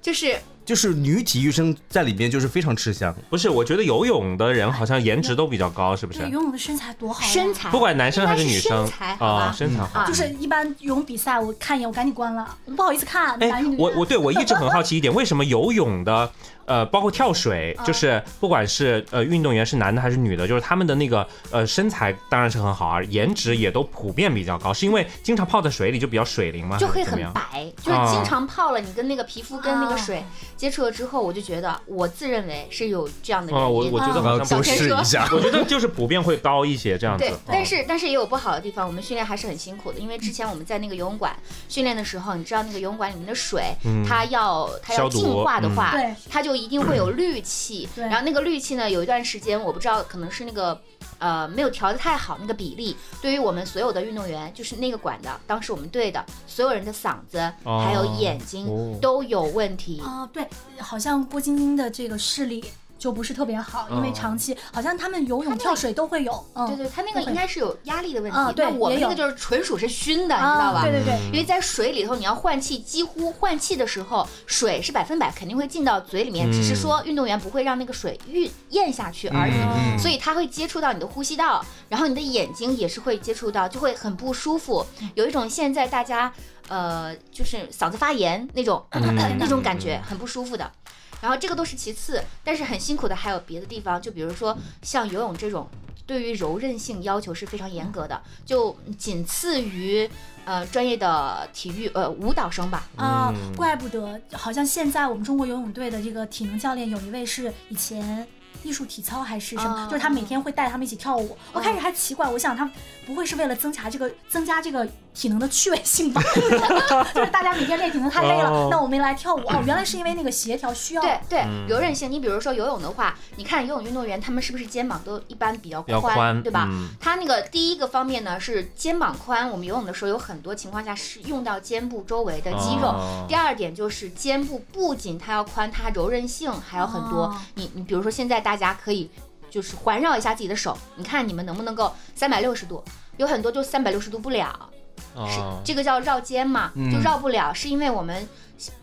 [SPEAKER 4] 就是
[SPEAKER 3] 就是女体育生在里面就是非常吃香。
[SPEAKER 2] 不是，我觉得游泳的人好像颜值都比较高，是不是
[SPEAKER 1] 对，？游泳的身材多好啊，
[SPEAKER 4] 身材，
[SPEAKER 2] 不管男生还女生
[SPEAKER 4] 应该是身材好吧
[SPEAKER 2] 啊，身材好。
[SPEAKER 4] 啊
[SPEAKER 1] 就是一般游泳比赛，我看一眼我赶紧关了，不好意思看。
[SPEAKER 2] 哎
[SPEAKER 1] 男女，啊
[SPEAKER 2] 我我对我一直很好奇一点，为什么游泳的，呃，包括跳水，就是不管是呃运动员是男的还是女的，就是他们的那个呃身材当然是很好啊，颜值也都普遍比较高，是因为经常泡在水里就比较水灵吗？
[SPEAKER 4] 就
[SPEAKER 2] 还
[SPEAKER 4] 会
[SPEAKER 2] 是怎
[SPEAKER 4] 很
[SPEAKER 2] 么样？
[SPEAKER 4] 白，就是经常泡了，你跟那个皮肤跟那个
[SPEAKER 1] 啊
[SPEAKER 4] 水接触了之后，我就觉得我自认为是有这样的
[SPEAKER 2] 啊，
[SPEAKER 4] 原
[SPEAKER 2] 我
[SPEAKER 4] 因。
[SPEAKER 2] 我觉得
[SPEAKER 1] 嗯
[SPEAKER 2] 好
[SPEAKER 3] 我
[SPEAKER 2] 像
[SPEAKER 3] 要
[SPEAKER 2] 不
[SPEAKER 3] 多
[SPEAKER 2] 是，
[SPEAKER 3] 试一下。
[SPEAKER 2] 我觉得就是普遍会高一些这样子
[SPEAKER 4] 对。，但是
[SPEAKER 2] 哦
[SPEAKER 4] 但是也有不好的地方，我们训练还是很辛苦的，因为之前我们在那个游泳馆训练的时候，你知道那个游泳馆里面的水，
[SPEAKER 2] 嗯
[SPEAKER 4] 它要它要
[SPEAKER 2] 消毒
[SPEAKER 4] 净化的话，
[SPEAKER 1] 嗯对
[SPEAKER 4] 它就一定会有氯气，
[SPEAKER 1] 对
[SPEAKER 4] 然后那个氯气呢，有一段时间我不知道，可能是那个。呃，没有调的太好，那个比例对于我们所有的运动员，就是那个馆的，当时我们队的所有人的嗓子、
[SPEAKER 2] 哦
[SPEAKER 4] 还有眼睛、
[SPEAKER 2] 哦
[SPEAKER 4] 都有问题。
[SPEAKER 1] 啊，对，好像郭晶晶的这个视力就不是特别好，
[SPEAKER 2] 哦
[SPEAKER 1] 因为长期好像他们游泳、跳水都会有。嗯，
[SPEAKER 4] 对对，他那个
[SPEAKER 1] 都会
[SPEAKER 4] 应该是有压力的问题，
[SPEAKER 1] 啊对
[SPEAKER 4] 那我们
[SPEAKER 1] 也有
[SPEAKER 4] 那个就是纯属是熏的，你知道吧？
[SPEAKER 1] 啊，对对对，
[SPEAKER 2] 嗯
[SPEAKER 4] 因为在水里头，你要换气，几乎换气的时候，水是百分百肯定会进到嘴里面，
[SPEAKER 2] 嗯
[SPEAKER 4] 只是说运动员不会让那个水运咽下去而已，
[SPEAKER 2] 嗯嗯
[SPEAKER 4] 所以它会接触到你的呼吸道，然后你的眼睛也是会接触到，就会很不舒服，
[SPEAKER 2] 嗯
[SPEAKER 4] 有一种现在大家呃就是嗓子发炎那种、
[SPEAKER 2] 嗯
[SPEAKER 4] (laughs) 那种感觉，很不舒服的。然后这个都是其次，但是很辛苦的还有别的地方，就比如说像游泳这种，对于柔韧性要求是非常严格的，
[SPEAKER 2] 嗯
[SPEAKER 4] 就仅次于呃专业的体育呃舞蹈生吧。
[SPEAKER 1] 啊、
[SPEAKER 2] 嗯
[SPEAKER 1] 怪不得，好像现在我们中国游泳队的这个体能教练有一位是以前艺术体操还是什么，
[SPEAKER 4] 哦
[SPEAKER 1] 就是他每天会带他们一起跳舞。
[SPEAKER 4] 啊
[SPEAKER 1] 我开始还奇怪，我想他不会是为了增强这个增加这个体能的趣味性
[SPEAKER 4] (laughs)
[SPEAKER 1] 吧？就是大家每天练体能太累了，
[SPEAKER 2] 哦
[SPEAKER 1] 那我们来跳舞哦，原来是因为那个协调需要。
[SPEAKER 4] 对对，
[SPEAKER 2] 嗯
[SPEAKER 4] 柔韧性，你比如说游泳的话，你看游泳运动员他们是不是肩膀都一般比较
[SPEAKER 2] 比较
[SPEAKER 4] 宽，
[SPEAKER 2] 宽，
[SPEAKER 4] 对吧？
[SPEAKER 2] 嗯
[SPEAKER 4] 它那个第一个方面呢是肩膀宽，我们游泳的时候有很多情况下是用到肩部周围的肌肉。
[SPEAKER 2] 哦
[SPEAKER 4] 第二点就是肩部不仅它要宽，它柔韧性还有很多。
[SPEAKER 1] 哦
[SPEAKER 4] 你你比如说现在大家可以就是环绕一下自己的手，你看你们能不能够三百六十度，有很多就三百六十度不了，是
[SPEAKER 2] 哦
[SPEAKER 4] 这个叫绕肩嘛，
[SPEAKER 3] 嗯
[SPEAKER 4] 就绕不了，是因为我们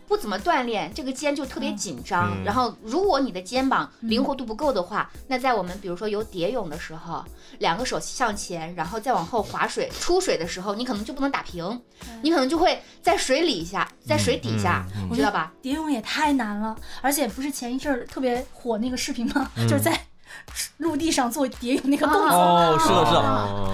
[SPEAKER 4] 不怎么锻炼，这个肩就特别紧张。
[SPEAKER 2] 嗯
[SPEAKER 4] 然后，如果你的肩膀灵活度不够的话，那在我们比如说游蝶泳的时候，两个手向前，然后再往后划水出水的时候，你可能就不能打平，你可能就会在水里一下，在水底下，
[SPEAKER 1] 嗯
[SPEAKER 4] 你知道吧？
[SPEAKER 1] 蝶泳也太难了，而且不是前一阵儿特别火那个视频吗？
[SPEAKER 4] 嗯
[SPEAKER 1] 就是在陆地上做蝶泳那个动作。
[SPEAKER 3] 哦，是的，是的。
[SPEAKER 2] 哦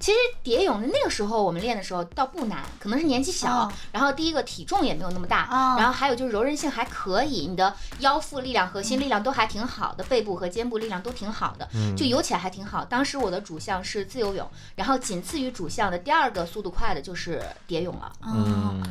[SPEAKER 4] 其实蝶泳的那个时候我们练的时候倒不难，可能是年纪小，
[SPEAKER 1] 哦
[SPEAKER 4] 然后第一个体重也没有那么大，
[SPEAKER 1] 哦
[SPEAKER 4] 然后还有就是柔韧性还可以，你的腰腹力量、核
[SPEAKER 1] 嗯
[SPEAKER 4] 心力量都还挺好的，背部和肩部力量都挺好的，就游起来还挺好。当时我的主项是自由泳，然后仅次于主项的第二个速度快的就是蝶泳了。
[SPEAKER 1] 嗯，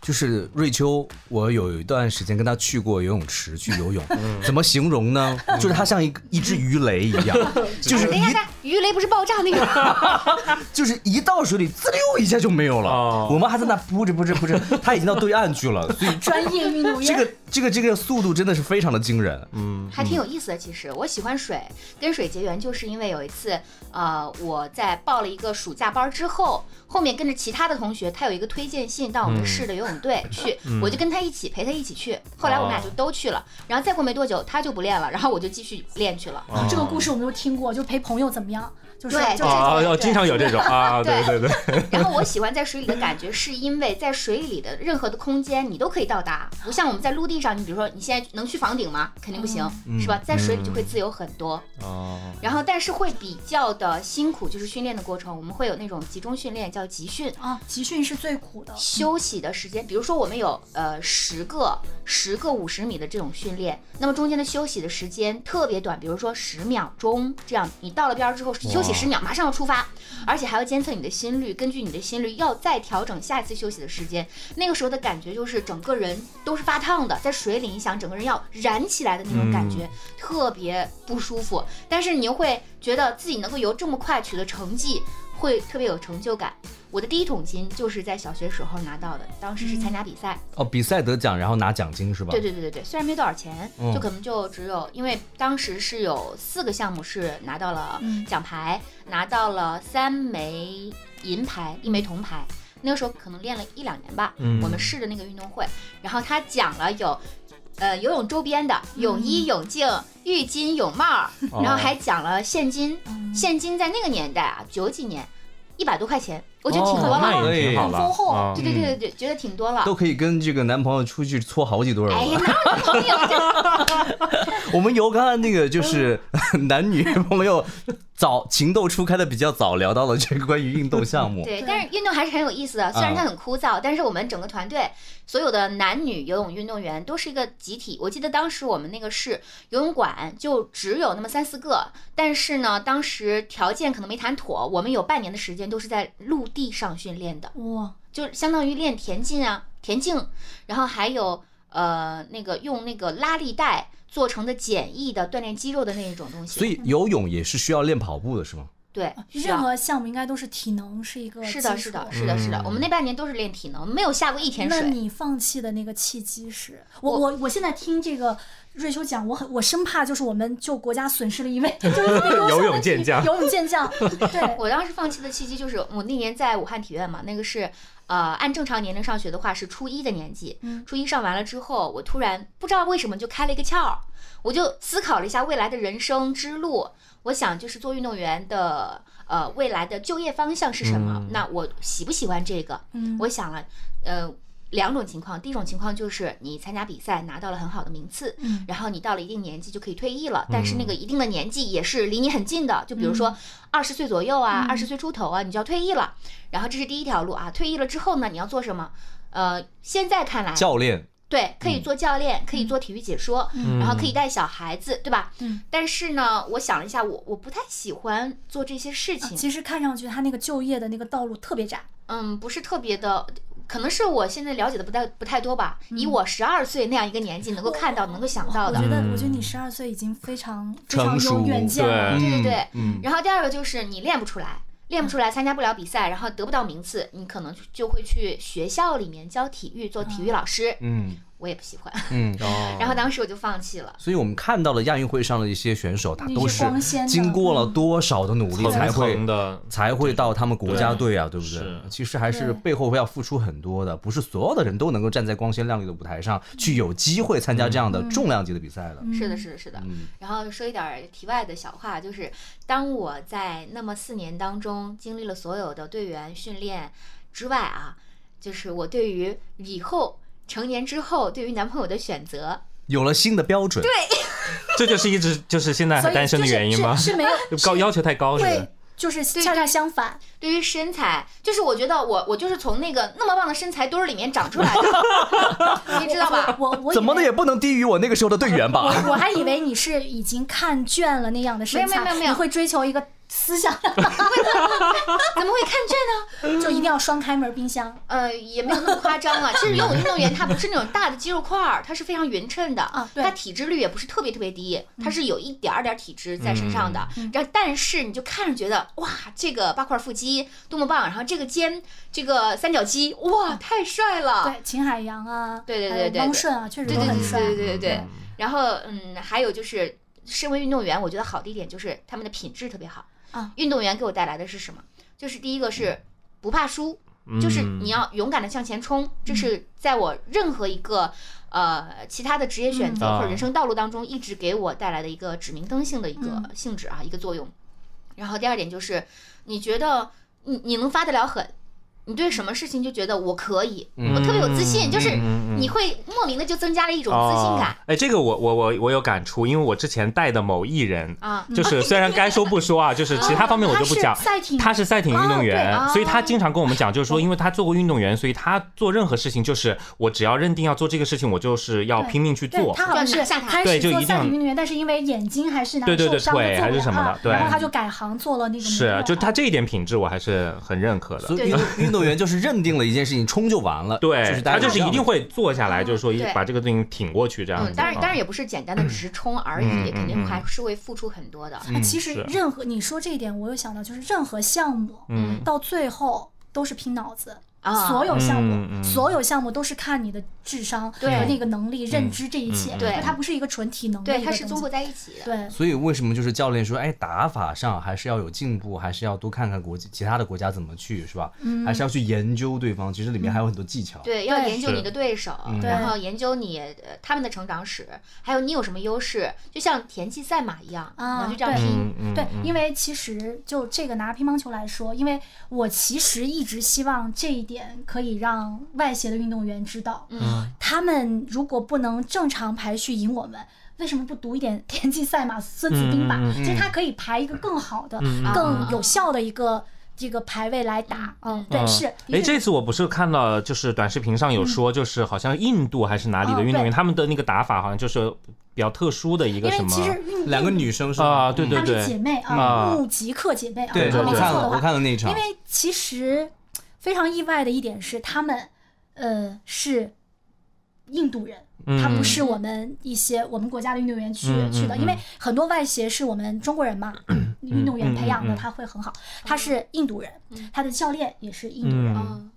[SPEAKER 3] 就是瑞秋，我有一段时间跟他去过游泳池去游泳，怎么形容呢？就是他像一个一只鱼雷一样，就是
[SPEAKER 4] 等一下，等
[SPEAKER 3] 一
[SPEAKER 4] 一下哎鱼雷不是爆炸那个？
[SPEAKER 3] 就是一到水里滋溜一下就没有了
[SPEAKER 2] 哦。
[SPEAKER 3] 我们还在那扑哧扑哧扑哧， (laughs) 他已经到对岸去了，
[SPEAKER 4] (laughs)
[SPEAKER 3] 所以
[SPEAKER 1] 专业运动员。
[SPEAKER 3] 这个这个这个速度真的是非常的惊人。
[SPEAKER 4] 还挺有意思的。其实我喜欢水，跟水结缘，就是因为有一次，呃，我在报了一个暑假班儿之后，后面跟着其他的同学，他有一个推荐信到我们市的游泳队去，我就跟他一起陪他一起去。后来我们俩就都去了，然后再过没多久他就不练了，然后我就继续练去了。
[SPEAKER 2] 啊
[SPEAKER 1] 这个故事我们都听过，就陪朋友怎么样，就是
[SPEAKER 4] 对
[SPEAKER 1] 就
[SPEAKER 2] 啊
[SPEAKER 1] 是
[SPEAKER 2] 啊，
[SPEAKER 4] 对
[SPEAKER 2] 啊经常有这种啊，对对对， (laughs)
[SPEAKER 4] 然后我喜欢在水里的感觉，是因为在水里的任何的空间你都可以到达，不像我们在陆地上，你比如说你现在能去房顶吗？肯定不行，是吧？在水里就会自由很多，
[SPEAKER 2] 哦，
[SPEAKER 4] 然后但是会比较的辛苦，就是训练的过程，我们会有那种集中训练，叫集训。
[SPEAKER 1] 啊，集训是最苦的，
[SPEAKER 4] 休息的时间，比如说我们有呃十个十个五十米的这种训练，那么中间的休息的时间特别短，比如说十秒钟这样，你到了边儿之后休息十秒，马上要出发，而且还要监测你的心率，根据你的心率要再调整下一次休息的时间。那个时候的感觉就是整个人都是发烫的，在水里你想整个人要燃起来的那种感觉，特别不舒服，但是你又会觉得自己能够游这么快取得成绩，会特别有成就感。我的第一桶金就是在小学时候拿到的，当时是参加比赛，
[SPEAKER 3] 哦，比赛得奖，然后拿奖金是吧？
[SPEAKER 4] 对对对对对，虽然没多少钱，
[SPEAKER 3] 嗯
[SPEAKER 4] 就可能就只有，因为当时是有四个项目是拿到了奖牌，拿到了三枚银牌，一枚铜牌。那个时候可能练了一两年吧，
[SPEAKER 2] 嗯
[SPEAKER 4] 我们市的那个运动会，然后他讲了有，呃，游泳周边的泳衣、泳镜、浴巾、泳帽，然后还讲了现金，现金在那个年代啊，九几年，一百多块钱，我觉得挺多了。
[SPEAKER 3] 哦
[SPEAKER 2] 那也嗯挺好了，
[SPEAKER 1] 很丰厚
[SPEAKER 2] 啊
[SPEAKER 4] 对对对对对，觉得挺多了。
[SPEAKER 3] 都可以跟这个男朋友出去搓好几顿了。
[SPEAKER 4] 哎呀，哪有朋友这
[SPEAKER 3] 我们由刚刚那个就是
[SPEAKER 4] 嗯
[SPEAKER 3] (laughs) 男女朋友早情窦初开的比较早，聊到了这个关于运动项
[SPEAKER 4] (laughs)
[SPEAKER 3] 目。
[SPEAKER 4] 对
[SPEAKER 1] 对，
[SPEAKER 4] 但是运动还是很有意思的，虽然
[SPEAKER 3] 嗯
[SPEAKER 4] 它很枯燥，但是我们整个团队所有的男女游泳运动员都是一个集体。我记得当时我们那个市游泳馆就只有那么三四个，但是呢，当时条件可能没谈妥，我们有半年的时间都是在陆地上训练的，
[SPEAKER 1] 哇，
[SPEAKER 4] 就是相当于练田径啊、田径，然后还有呃那个用那个拉力带做成的简易的锻炼肌肉的那一种东西。
[SPEAKER 3] 所以游泳也是需要练跑步的，是吗？
[SPEAKER 4] 对，是啊
[SPEAKER 1] 任何项目应该都是体能是一个
[SPEAKER 4] 是的，
[SPEAKER 1] 基
[SPEAKER 4] 是
[SPEAKER 1] 础
[SPEAKER 4] 的，是的，
[SPEAKER 3] 嗯
[SPEAKER 4] 是的，我们那半年都是练体能，没有下过一天
[SPEAKER 1] 那
[SPEAKER 4] 水。
[SPEAKER 1] 你放弃的那个契机是？我我我现在听这个瑞秋讲，我很我生怕就是我们就国家损失了一位 (laughs) 就是特
[SPEAKER 2] (laughs)
[SPEAKER 1] 别优秀的
[SPEAKER 2] 游泳
[SPEAKER 1] 体
[SPEAKER 2] 健将
[SPEAKER 1] 游泳健将，
[SPEAKER 4] (laughs)
[SPEAKER 1] 对，
[SPEAKER 4] 我当时放弃的契机就是我那年在武汉体院嘛，那个是呃按正常年龄上学的话是初一的年纪，
[SPEAKER 1] 嗯
[SPEAKER 4] 初一上完了之后，我突然不知道为什么就开了一个窍儿，我就思考了一下未来的人生之路，我想就是做运动员的呃未来的就业方向是什么？那我喜不喜欢这个？
[SPEAKER 1] 嗯
[SPEAKER 4] 我想了，呃。两种情况，第一种情况就是你参加比赛拿到了很好的名次，
[SPEAKER 1] 嗯
[SPEAKER 4] 然后你到了一定年纪就可以退役了，但是那个一定的年纪也是离你很近的，就比如说
[SPEAKER 1] 嗯
[SPEAKER 4] 二十岁左右啊，二十、岁出头啊，你就要退役了。然后这是第一条路啊，退役了之后呢，你要做什么？呃，现在看来，
[SPEAKER 3] 教练
[SPEAKER 4] 对，可以做教练，可以做体育解说，然后可以带小孩子，对吧？
[SPEAKER 1] 嗯。
[SPEAKER 4] 但是呢，我想了一下，我我不太喜欢做这些事情，
[SPEAKER 1] 其实看上去他那个就业的那个道路特别窄，
[SPEAKER 4] 嗯，不是特别的。可能是我现在了解的不太不太多吧，以我十二岁那样一个年纪能够看到、能够想到
[SPEAKER 1] 我
[SPEAKER 4] 的
[SPEAKER 3] 嗯
[SPEAKER 1] 觉，
[SPEAKER 2] 嗯
[SPEAKER 1] 得我觉得你十二岁已经非常非
[SPEAKER 3] 成
[SPEAKER 1] 常
[SPEAKER 3] 熟
[SPEAKER 1] 有远见了
[SPEAKER 2] 对，
[SPEAKER 4] 对对对，
[SPEAKER 3] 嗯
[SPEAKER 4] 然后第二个就是你练不出来，练不出来，参加不了比赛，然后得不到名次，你可能就会去学校里面教体育，做体育老师。
[SPEAKER 3] 嗯
[SPEAKER 4] 我也不喜欢，
[SPEAKER 3] 嗯。
[SPEAKER 2] 哦
[SPEAKER 4] (laughs) 然后当时我就放弃了。
[SPEAKER 3] 所以我们看到了亚运会上的一些选手，他
[SPEAKER 1] 你
[SPEAKER 3] 都
[SPEAKER 1] 是光鲜的
[SPEAKER 3] 经过了多少的努力
[SPEAKER 2] 层
[SPEAKER 3] 才会
[SPEAKER 2] 层的
[SPEAKER 3] 才会到他们国家队啊，对不
[SPEAKER 2] 是
[SPEAKER 3] 对？其实还是
[SPEAKER 1] 对
[SPEAKER 3] 背后要付出很多的，不是所有的人都能够站在光鲜亮丽的舞台上去有机会参加这样的重量级的比赛的。
[SPEAKER 4] 是的，是的，是的。然后说一点儿题外的小话，就是当我在那么四年当中经历了所有的队员训练之外啊，就是我对于以后成年之后对于男朋友的选择，
[SPEAKER 3] 有了新的标准，
[SPEAKER 2] 这就是一直就是现在
[SPEAKER 1] 所
[SPEAKER 2] 还
[SPEAKER 1] 以
[SPEAKER 2] 单身的
[SPEAKER 1] 就是
[SPEAKER 2] 原因吗？
[SPEAKER 1] 是是没有
[SPEAKER 2] (laughs) 高要求太高是不
[SPEAKER 1] 对
[SPEAKER 2] 是？，
[SPEAKER 1] 就是
[SPEAKER 4] 对
[SPEAKER 1] 恰恰相反，
[SPEAKER 4] 对于身材，就是我觉得我我就是从那个那么棒的身材堆儿里面长出来的， (laughs) 你知道
[SPEAKER 1] (laughs)
[SPEAKER 4] 吧？
[SPEAKER 1] 我我以
[SPEAKER 3] 怎么的
[SPEAKER 1] 为
[SPEAKER 3] 也不能低于我那个时候的队员吧？
[SPEAKER 1] 我还以为你是已经看倦了那样的身材，
[SPEAKER 4] 没有没有没有
[SPEAKER 1] 你会追求一个思想， (laughs)
[SPEAKER 4] 怎么会看这呢？
[SPEAKER 1] 就一定要双开门冰箱
[SPEAKER 4] 呃，也没有那么夸张了。其实游泳运动员他不是那种大的肌肉块儿，他是非常匀称的
[SPEAKER 1] 啊对嗯
[SPEAKER 4] 他体脂率也不是特别特别低，他是有一点儿点儿体脂在身上的。然后但是你就看着觉得哇，这个八块腹肌多么棒，然后这个肩这个三角肌哇太帅了。
[SPEAKER 1] 对，秦海洋啊，
[SPEAKER 4] 对对对
[SPEAKER 1] 还有
[SPEAKER 4] 对对
[SPEAKER 1] 汪顺啊，确实
[SPEAKER 4] 对
[SPEAKER 1] 都
[SPEAKER 4] 对
[SPEAKER 1] 很
[SPEAKER 4] 对
[SPEAKER 1] 帅。
[SPEAKER 4] 对对对对。然后嗯，还有就是，身为运动员，我觉得好的一点就是他们的品质特别好。
[SPEAKER 1] 啊，
[SPEAKER 4] 运动员给我带来的是什么？就是第一个是
[SPEAKER 2] 嗯
[SPEAKER 4] 不怕输，就是你要勇敢的向前冲，这是在我任何一个。呃其他的职业选择、
[SPEAKER 2] 嗯
[SPEAKER 4] 或者人生道路当中一直给我带来的一个指明灯性的一个
[SPEAKER 1] 嗯
[SPEAKER 4] 性质啊、一个作用。然后第二点就是，你觉得你你能发得了狠，你对什么事情就觉得我可以，我特别有自信，就是
[SPEAKER 2] 嗯嗯
[SPEAKER 4] 你会莫名的就增加了一种自信感
[SPEAKER 2] 哦。哎，这个我我我我有感触，因为我之前带的某艺人。
[SPEAKER 4] 啊。
[SPEAKER 2] 就是虽然该说不说啊，就是其他方面我就不讲
[SPEAKER 1] 他是。赛艇
[SPEAKER 2] 他是赛艇运动员，
[SPEAKER 4] 哦哦对哦
[SPEAKER 2] 所以他经常跟我们讲，就是说，因为他做过运动员，所以他做任何事情就是我只要认定要做这个事情，我就是要
[SPEAKER 1] 对
[SPEAKER 2] 拼命去
[SPEAKER 1] 对
[SPEAKER 2] 做。
[SPEAKER 1] 他好像
[SPEAKER 4] 就要
[SPEAKER 1] 是
[SPEAKER 4] 拿下他
[SPEAKER 1] 开
[SPEAKER 2] 对
[SPEAKER 1] 始
[SPEAKER 2] 就
[SPEAKER 1] 做
[SPEAKER 2] 一定
[SPEAKER 1] 赛
[SPEAKER 2] 要
[SPEAKER 1] 艇运动员，但是因为眼睛还是难
[SPEAKER 2] 对对对
[SPEAKER 1] 受伤的
[SPEAKER 2] 腿
[SPEAKER 1] 做
[SPEAKER 2] 还
[SPEAKER 1] 不
[SPEAKER 2] 是
[SPEAKER 1] 了
[SPEAKER 2] 什么的
[SPEAKER 1] 啊
[SPEAKER 2] 对
[SPEAKER 1] 然后他就改行做了那个模
[SPEAKER 2] 是啊
[SPEAKER 1] 特，
[SPEAKER 2] 就他这一点品质，我还是很认可的。
[SPEAKER 3] 所以运动运动员就是认定了一件事情，冲就完了。
[SPEAKER 2] 对
[SPEAKER 3] 是，大
[SPEAKER 2] 他
[SPEAKER 3] 家
[SPEAKER 2] 就是
[SPEAKER 3] 这
[SPEAKER 2] 一
[SPEAKER 3] 样
[SPEAKER 2] 定
[SPEAKER 3] 的
[SPEAKER 2] 会坐下来，
[SPEAKER 4] 嗯
[SPEAKER 2] 就是说一
[SPEAKER 4] 对
[SPEAKER 2] 把这个事情挺过去这样子，。
[SPEAKER 4] 嗯
[SPEAKER 2] 啊
[SPEAKER 4] 当然，当然
[SPEAKER 2] 也
[SPEAKER 4] 也不是简单的直冲而
[SPEAKER 2] 嗯
[SPEAKER 4] 已，
[SPEAKER 2] 嗯
[SPEAKER 4] 肯定
[SPEAKER 2] 嗯
[SPEAKER 4] 还是会付出很多的。
[SPEAKER 1] 哎其实
[SPEAKER 2] 是
[SPEAKER 1] 任何你说这一点，我有想到，就是任何项目
[SPEAKER 2] 嗯
[SPEAKER 1] 到最后都是拼脑子，
[SPEAKER 4] 啊
[SPEAKER 1] 所有项
[SPEAKER 2] 嗯嗯
[SPEAKER 1] 目，所有项目都是看你的智商和
[SPEAKER 4] 对
[SPEAKER 1] 那个能力、认知这一切，
[SPEAKER 2] 嗯
[SPEAKER 4] 对
[SPEAKER 1] 那它不是一个纯体能的
[SPEAKER 4] 对，
[SPEAKER 1] 一
[SPEAKER 4] 它
[SPEAKER 1] 个
[SPEAKER 4] 是
[SPEAKER 1] 东
[SPEAKER 4] 综
[SPEAKER 1] 西
[SPEAKER 4] 合在一起的。
[SPEAKER 1] 对。
[SPEAKER 3] 所以为什么就是教练说，哎，打法上还是要有进步，还是要多看看国际其他的国家怎么去，是吧？还是要去研究对方，其实里面还有很多技巧。
[SPEAKER 4] 嗯对，要
[SPEAKER 1] 对
[SPEAKER 4] 研究
[SPEAKER 2] 是嗯
[SPEAKER 4] 你的对手，
[SPEAKER 1] 对
[SPEAKER 4] 然后研究你呃他们的成长史，还有你有什么优势，就像田忌赛马一样，
[SPEAKER 1] 啊
[SPEAKER 4] 你要去这样
[SPEAKER 1] 对
[SPEAKER 4] 拼。
[SPEAKER 2] 嗯
[SPEAKER 1] 对，因
[SPEAKER 2] 为
[SPEAKER 1] 为其实就这个拿乒乓球来说，因为我其实一直希望这一点可以让外协的运动员知道，
[SPEAKER 4] 嗯，
[SPEAKER 1] 他们如果不能正常排序赢我们，为什么不读一点 (laughs) 田忌赛马、孙子兵法？
[SPEAKER 2] 嗯
[SPEAKER 1] 其
[SPEAKER 2] 嗯
[SPEAKER 1] 实他可以排一个更好的、
[SPEAKER 4] 嗯
[SPEAKER 1] 更有效的一个这个排位来打。嗯，对，是。
[SPEAKER 2] 哎，
[SPEAKER 1] 的确
[SPEAKER 2] 这次我不是看到，就是短视频上有说，就是好像印度还是哪里的
[SPEAKER 1] 哦
[SPEAKER 2] 运动员，
[SPEAKER 1] 对
[SPEAKER 2] 他们的那个打法好像就是比较特殊的一
[SPEAKER 1] 因
[SPEAKER 2] 个什
[SPEAKER 1] 为
[SPEAKER 2] 么
[SPEAKER 1] 其实运
[SPEAKER 3] 两个女生是吧？
[SPEAKER 2] 啊，对
[SPEAKER 3] 嗯
[SPEAKER 2] 对
[SPEAKER 1] 她们是姐
[SPEAKER 2] 对，
[SPEAKER 1] 妹啊，
[SPEAKER 2] 啊
[SPEAKER 1] 穆吉克姐妹啊，
[SPEAKER 3] 对
[SPEAKER 1] 如果没
[SPEAKER 3] 对，我
[SPEAKER 1] 错
[SPEAKER 3] 看了
[SPEAKER 1] 的
[SPEAKER 3] 我
[SPEAKER 1] 话，
[SPEAKER 3] 看了那一场
[SPEAKER 1] 因，为其实非常意外的一点是，他们呃是印度人，他不是我们一些我们国家的运动员去、
[SPEAKER 2] 嗯嗯嗯
[SPEAKER 1] 去的，
[SPEAKER 2] 嗯
[SPEAKER 1] 因为很多外协是我们中国人嘛， (clears throat) 运动员培养
[SPEAKER 2] 嗯嗯
[SPEAKER 1] 的
[SPEAKER 2] 嗯
[SPEAKER 1] 他会很好。他是印度人，他的教练也是印度人，
[SPEAKER 2] 嗯，
[SPEAKER 4] 嗯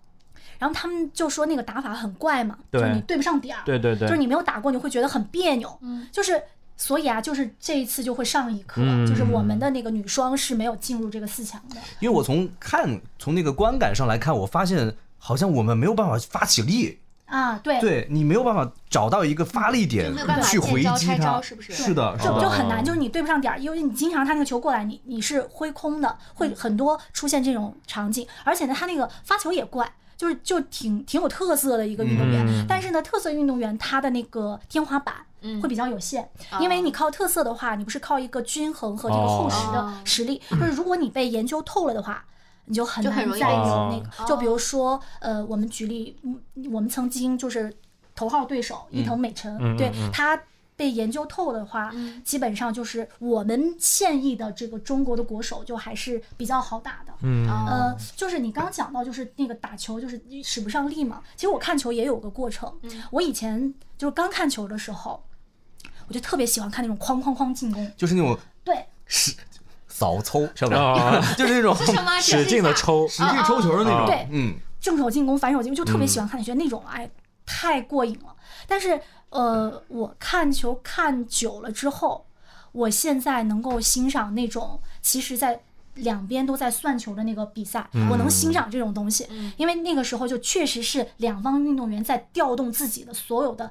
[SPEAKER 1] 然后他们就说那个打法很怪嘛，就
[SPEAKER 2] 对
[SPEAKER 1] 是你对不上点儿，
[SPEAKER 2] 对对
[SPEAKER 1] 就是
[SPEAKER 2] 对，
[SPEAKER 1] 你没有打过，你会觉得很别扭，
[SPEAKER 4] 嗯
[SPEAKER 1] 就是。所以啊，就是这一次就会上一课，
[SPEAKER 2] 嗯
[SPEAKER 1] 就是我们的那个女双是没有进入这个四强的。
[SPEAKER 3] 因为我从看从那个观感上来看，我发现好像我们没有办法发起力，
[SPEAKER 1] 啊，对，
[SPEAKER 3] 对你没有办法找到一个发力点
[SPEAKER 4] 就没有办法
[SPEAKER 3] 去回
[SPEAKER 4] 见招
[SPEAKER 3] 击
[SPEAKER 4] 拆
[SPEAKER 3] 他，
[SPEAKER 4] 招是不是
[SPEAKER 3] 是的，是
[SPEAKER 1] 就
[SPEAKER 3] 的。
[SPEAKER 1] 就很难，就是你对不上点儿，因为你经常他那个球过来，你你是挥空的，
[SPEAKER 4] 嗯
[SPEAKER 1] 会很多出现这种场景，而且呢，他那个发球也怪。就是就挺挺有特色的一个运动员，
[SPEAKER 2] 嗯
[SPEAKER 1] 但是呢，特色运动员他的那个天花板
[SPEAKER 4] 嗯哦
[SPEAKER 1] 会比较有限，因为你靠特色的话，你不是靠一个均衡和这个厚实的
[SPEAKER 4] 哦
[SPEAKER 1] 实力，就是如果你被研究透了的话，你就很
[SPEAKER 4] 就很
[SPEAKER 1] 难
[SPEAKER 4] 容易
[SPEAKER 1] 再有那
[SPEAKER 2] 哦
[SPEAKER 1] 个。就比如说，呃，我们举例，嗯我们曾经就是头号对手伊藤美诚，
[SPEAKER 2] 嗯嗯
[SPEAKER 1] 对、
[SPEAKER 2] 嗯嗯
[SPEAKER 1] 他被研究透的话，
[SPEAKER 4] 嗯
[SPEAKER 1] 基本上就是我们现役的这个中国的国手就还是比较好打的。
[SPEAKER 2] 嗯
[SPEAKER 4] 哦
[SPEAKER 1] 呃，就是你刚讲到，就是那个打球就是使不上力嘛。其实我看球也有个过程，
[SPEAKER 4] 嗯
[SPEAKER 1] 我以前就是刚看球的时候，我就特别喜欢看那种哐哐哐进攻，
[SPEAKER 3] 就是那种
[SPEAKER 1] 对，
[SPEAKER 3] 是扫抽，是吧
[SPEAKER 2] 啊？
[SPEAKER 3] (laughs) 就是那种
[SPEAKER 4] 是什么？
[SPEAKER 2] 使劲的抽，
[SPEAKER 1] 哦
[SPEAKER 3] 使劲抽
[SPEAKER 4] 哦
[SPEAKER 3] 球的那种。
[SPEAKER 1] 对
[SPEAKER 3] 嗯，
[SPEAKER 1] 正手进攻、反手进攻，就特别喜欢看，觉得那种哎太过瘾了。但是呃，我看球看久了之后，我现在能够欣赏那种其实在两边都在算球的那个比赛，我能欣赏这种东西，
[SPEAKER 4] 嗯
[SPEAKER 1] 因为那个时候就确实是两方运动员在调动自己的所有的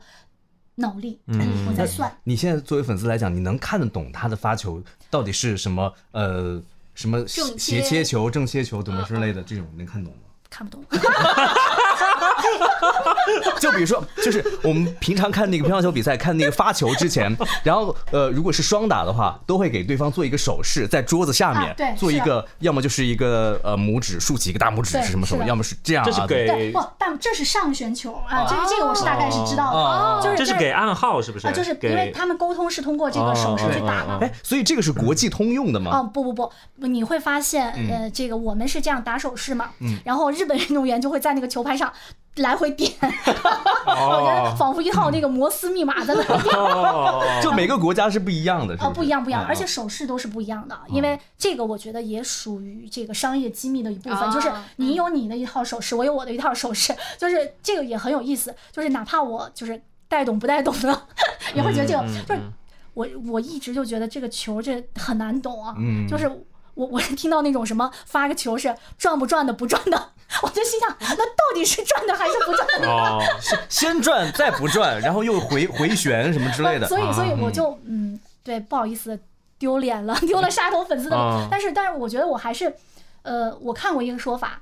[SPEAKER 1] 脑力，
[SPEAKER 2] 嗯
[SPEAKER 1] 我在算。
[SPEAKER 3] 你现在作为粉丝来讲，你能看得懂他的发球到底是什么？呃，什么
[SPEAKER 4] 正
[SPEAKER 3] 斜
[SPEAKER 4] 切
[SPEAKER 3] 切球、正切球怎么之类的这种，能看懂吗？ (laughs)
[SPEAKER 1] 看不懂，
[SPEAKER 3] 就比如说，就是我们平常看那个乒乓球比赛，看那个发球之前，然后呃，如果是双打的话，都会给对方做一个手势，在桌子下面、
[SPEAKER 1] 啊对
[SPEAKER 3] 做一
[SPEAKER 1] 是的
[SPEAKER 3] 个，要么就是一个呃拇指竖起一个大拇指
[SPEAKER 1] 对
[SPEAKER 3] 是什么什
[SPEAKER 1] 是
[SPEAKER 3] 么，
[SPEAKER 1] 的
[SPEAKER 3] 要么是这样
[SPEAKER 2] 这是
[SPEAKER 3] 啊。
[SPEAKER 2] 给
[SPEAKER 1] 对， (laughs) 不，但这是上旋球啊，这个这个我是大概是知道
[SPEAKER 3] 哦
[SPEAKER 1] 的，就是
[SPEAKER 2] 嗯这是
[SPEAKER 1] 在
[SPEAKER 2] 给暗号是不是？
[SPEAKER 1] 啊，就是因为
[SPEAKER 2] 给啊
[SPEAKER 1] 他们沟通是通过这个手势去打嘛，
[SPEAKER 3] 哎，所以这个是国际通用的吗？嗯
[SPEAKER 1] 哦，不不不，不你会发现，呃，这个我们是这样打手势嘛，然后日本运动员就会在那个球拍上来回
[SPEAKER 3] (laughs)
[SPEAKER 1] 点， (laughs) 我觉得
[SPEAKER 2] 哦
[SPEAKER 1] 仿佛一套那
[SPEAKER 3] 嗯
[SPEAKER 1] 个摩斯密码在那里点。
[SPEAKER 2] 哦，
[SPEAKER 3] 就每个国家是不一样的，是
[SPEAKER 1] 哦，
[SPEAKER 3] 是
[SPEAKER 1] 不一样，不一样，
[SPEAKER 3] 嗯
[SPEAKER 1] 而且
[SPEAKER 3] 嗯
[SPEAKER 1] 手势都是不一样的，因为这个我觉得也属于这个商业机密的一部分，
[SPEAKER 4] 哦
[SPEAKER 1] 就是你有你的一套手势，我有我的一套手势，就是这个也很有意思，就是哪怕我就是带懂不带懂的， (laughs) 也
[SPEAKER 3] 嗯嗯
[SPEAKER 1] 会觉得这个就是我我一直就觉得这个球这很难懂啊，就是我我听到那种什么发个球是赚不赚的不赚的， (laughs) 我就心想那到底是赚的还是不赚的？
[SPEAKER 2] 哦，
[SPEAKER 3] 先赚再不赚，然后又回回旋什么之类的。
[SPEAKER 1] 哦
[SPEAKER 2] 啊
[SPEAKER 1] 所以，所以我就嗯，对，不好意思，丢脸了，丢了杀头粉丝的脸。
[SPEAKER 2] 啊
[SPEAKER 1] 但是，但是我觉得我还是，呃，我看过一个说法，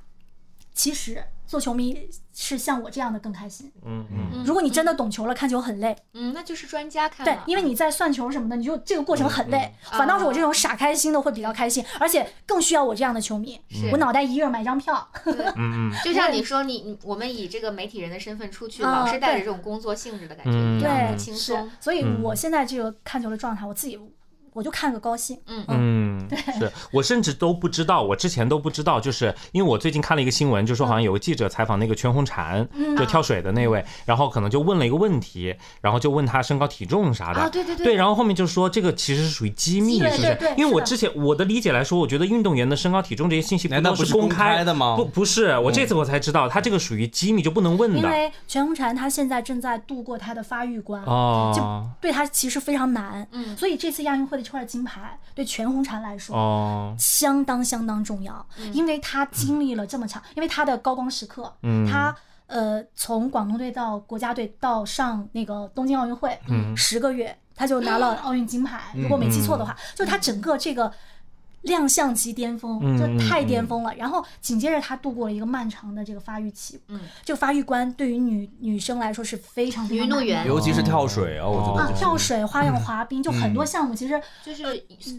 [SPEAKER 1] 其实做球迷是像我这样的更开心。
[SPEAKER 2] 嗯嗯，
[SPEAKER 1] 如果你真的懂球了，看球很累，
[SPEAKER 4] 嗯，那就是专家看
[SPEAKER 1] 对
[SPEAKER 4] 了，
[SPEAKER 1] 因为你在算球什么的，你就这个
[SPEAKER 2] 嗯
[SPEAKER 1] 过程很累。反倒是我这种傻开心的会比较开心，而且更需要我这样的球迷。
[SPEAKER 4] 是
[SPEAKER 1] 我脑袋一热买张票，
[SPEAKER 4] 对
[SPEAKER 2] 嗯嗯
[SPEAKER 4] 就像你说，你你我们以这个媒体人的身份出去，
[SPEAKER 1] 啊
[SPEAKER 4] 老是带着
[SPEAKER 1] 对
[SPEAKER 4] 这种工作性质的感觉
[SPEAKER 2] 嗯
[SPEAKER 4] 一样，
[SPEAKER 1] 对
[SPEAKER 4] 很轻松
[SPEAKER 1] 是。，所以
[SPEAKER 2] 嗯
[SPEAKER 1] 我现在这个看球的状态，我自己我就看个高兴。
[SPEAKER 2] 嗯，是我甚至都不知道，我之前都不知道，就是因为我最近看了一个新闻，就
[SPEAKER 1] 嗯
[SPEAKER 2] 说好像有个记者采访那个全红婵，就跳水的那位，然后可能就问了一个问题，然后就问他身高体重啥的，
[SPEAKER 4] 啊对对对
[SPEAKER 2] 对，然后后面就说这个其实是属于机密，
[SPEAKER 1] 机密
[SPEAKER 2] 是不
[SPEAKER 1] 对
[SPEAKER 2] 是
[SPEAKER 1] 对对？
[SPEAKER 2] 因为我
[SPEAKER 1] 是的
[SPEAKER 2] 之前我的理解来说，我觉得运动员的身高体重这些信息
[SPEAKER 3] 难道
[SPEAKER 2] 都
[SPEAKER 3] 不是
[SPEAKER 2] 公
[SPEAKER 3] 公开的吗
[SPEAKER 2] 不，
[SPEAKER 3] 嗯
[SPEAKER 2] 不是，我这次我才知道，他这个属于机密，就不能问
[SPEAKER 1] 因
[SPEAKER 2] 嗯的。
[SPEAKER 1] 为全红婵她现在正在度过她的发育关，
[SPEAKER 2] 哦
[SPEAKER 1] 就对她其实非常难。
[SPEAKER 4] 嗯
[SPEAKER 1] 所以这次亚运会的这块金牌对全红婵来说。
[SPEAKER 2] 哦，
[SPEAKER 1] 相当相当重要，
[SPEAKER 4] 嗯
[SPEAKER 1] 因为她经历了这么长，因为她的高光时刻，
[SPEAKER 2] 嗯
[SPEAKER 1] 她呃从广东队到国家队到上那个东京奥运会，
[SPEAKER 2] 嗯
[SPEAKER 1] 十个月她就拿了奥运金牌，如果没记错的话，就她整个这个亮相级巅峰，
[SPEAKER 2] 嗯
[SPEAKER 1] 就太巅峰了。然后紧接着她度过了一个漫长的这个发育期，
[SPEAKER 4] 嗯，
[SPEAKER 1] 这个发育关对于女女生来说是非常非
[SPEAKER 4] 女
[SPEAKER 1] 常
[SPEAKER 4] 运
[SPEAKER 1] 难
[SPEAKER 4] 动
[SPEAKER 1] 的
[SPEAKER 4] 员
[SPEAKER 3] 尤其是跳水啊，我觉
[SPEAKER 1] 啊
[SPEAKER 3] 得，
[SPEAKER 1] 跳水、花
[SPEAKER 2] 嗯
[SPEAKER 1] 样滑冰，就很多项目其实
[SPEAKER 4] 就是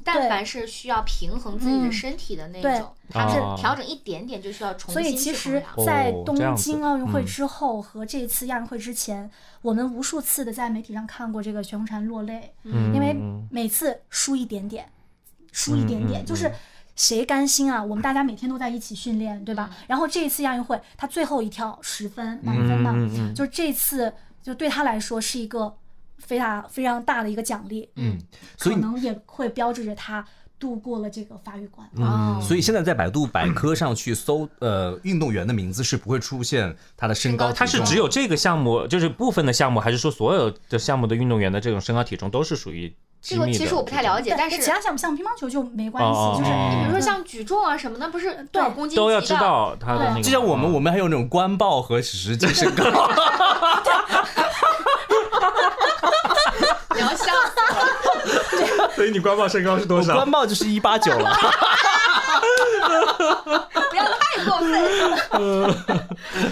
[SPEAKER 4] 但凡是需要平衡自己的身体的那
[SPEAKER 1] 嗯对
[SPEAKER 4] 种，他们
[SPEAKER 2] 哦
[SPEAKER 4] 调整一点点就需要重
[SPEAKER 1] 所以
[SPEAKER 4] 新
[SPEAKER 1] 其
[SPEAKER 4] 去
[SPEAKER 1] 实
[SPEAKER 4] 衡量。，
[SPEAKER 1] 在
[SPEAKER 2] 哦这
[SPEAKER 1] 东
[SPEAKER 2] 样子
[SPEAKER 1] 京奥运会
[SPEAKER 2] 嗯
[SPEAKER 1] 之后和这次亚运会之前，我们无数次的在媒体上看过这个全红婵落泪，
[SPEAKER 2] 嗯
[SPEAKER 1] 因为
[SPEAKER 2] 嗯
[SPEAKER 1] 每次输一点点，输一点点，
[SPEAKER 2] 嗯嗯
[SPEAKER 1] 就是谁甘心啊？我们大家每天都在一起训练，对吧？然后这一次亚运会，她最后一跳十分满分嘛，
[SPEAKER 2] 嗯嗯嗯
[SPEAKER 1] 就这次就对她来说是一个非常非常大的一个奖励，
[SPEAKER 3] 嗯，所
[SPEAKER 1] 可
[SPEAKER 3] 以
[SPEAKER 1] 能也会标志着她度过了这个发育关。
[SPEAKER 2] 嗯
[SPEAKER 4] 哦，
[SPEAKER 3] 所以现在在百度百科上去搜呃运动员的名字是不会出现他的身高体重，
[SPEAKER 2] 它是只有这个项目，就是部分的项目，还是说所有的项目的运动员的这种身高体重都是属于机
[SPEAKER 4] 这个
[SPEAKER 2] 密的？
[SPEAKER 4] 其实我不太了解，但是
[SPEAKER 1] 其他项目像乒乓球就没关
[SPEAKER 2] 哦
[SPEAKER 1] 系，就是
[SPEAKER 2] 哦哦
[SPEAKER 1] 你
[SPEAKER 4] 比
[SPEAKER 1] 比
[SPEAKER 4] 如
[SPEAKER 1] 如
[SPEAKER 4] 说
[SPEAKER 1] 说像。
[SPEAKER 4] 像举重啊什么，那不是多
[SPEAKER 1] 对
[SPEAKER 4] 少公斤
[SPEAKER 2] 都要
[SPEAKER 4] 级
[SPEAKER 2] 知
[SPEAKER 4] 的
[SPEAKER 2] 道他的
[SPEAKER 1] 对
[SPEAKER 2] 那个。
[SPEAKER 3] 就像我们，我们还有那种官报和实际身 (laughs) 高，
[SPEAKER 4] 你要
[SPEAKER 2] (laughs)
[SPEAKER 4] 笑死我了。
[SPEAKER 2] 所以你官报身高是多
[SPEAKER 3] 官？报就是一八九 (laughs) 了。
[SPEAKER 4] 不要太过分。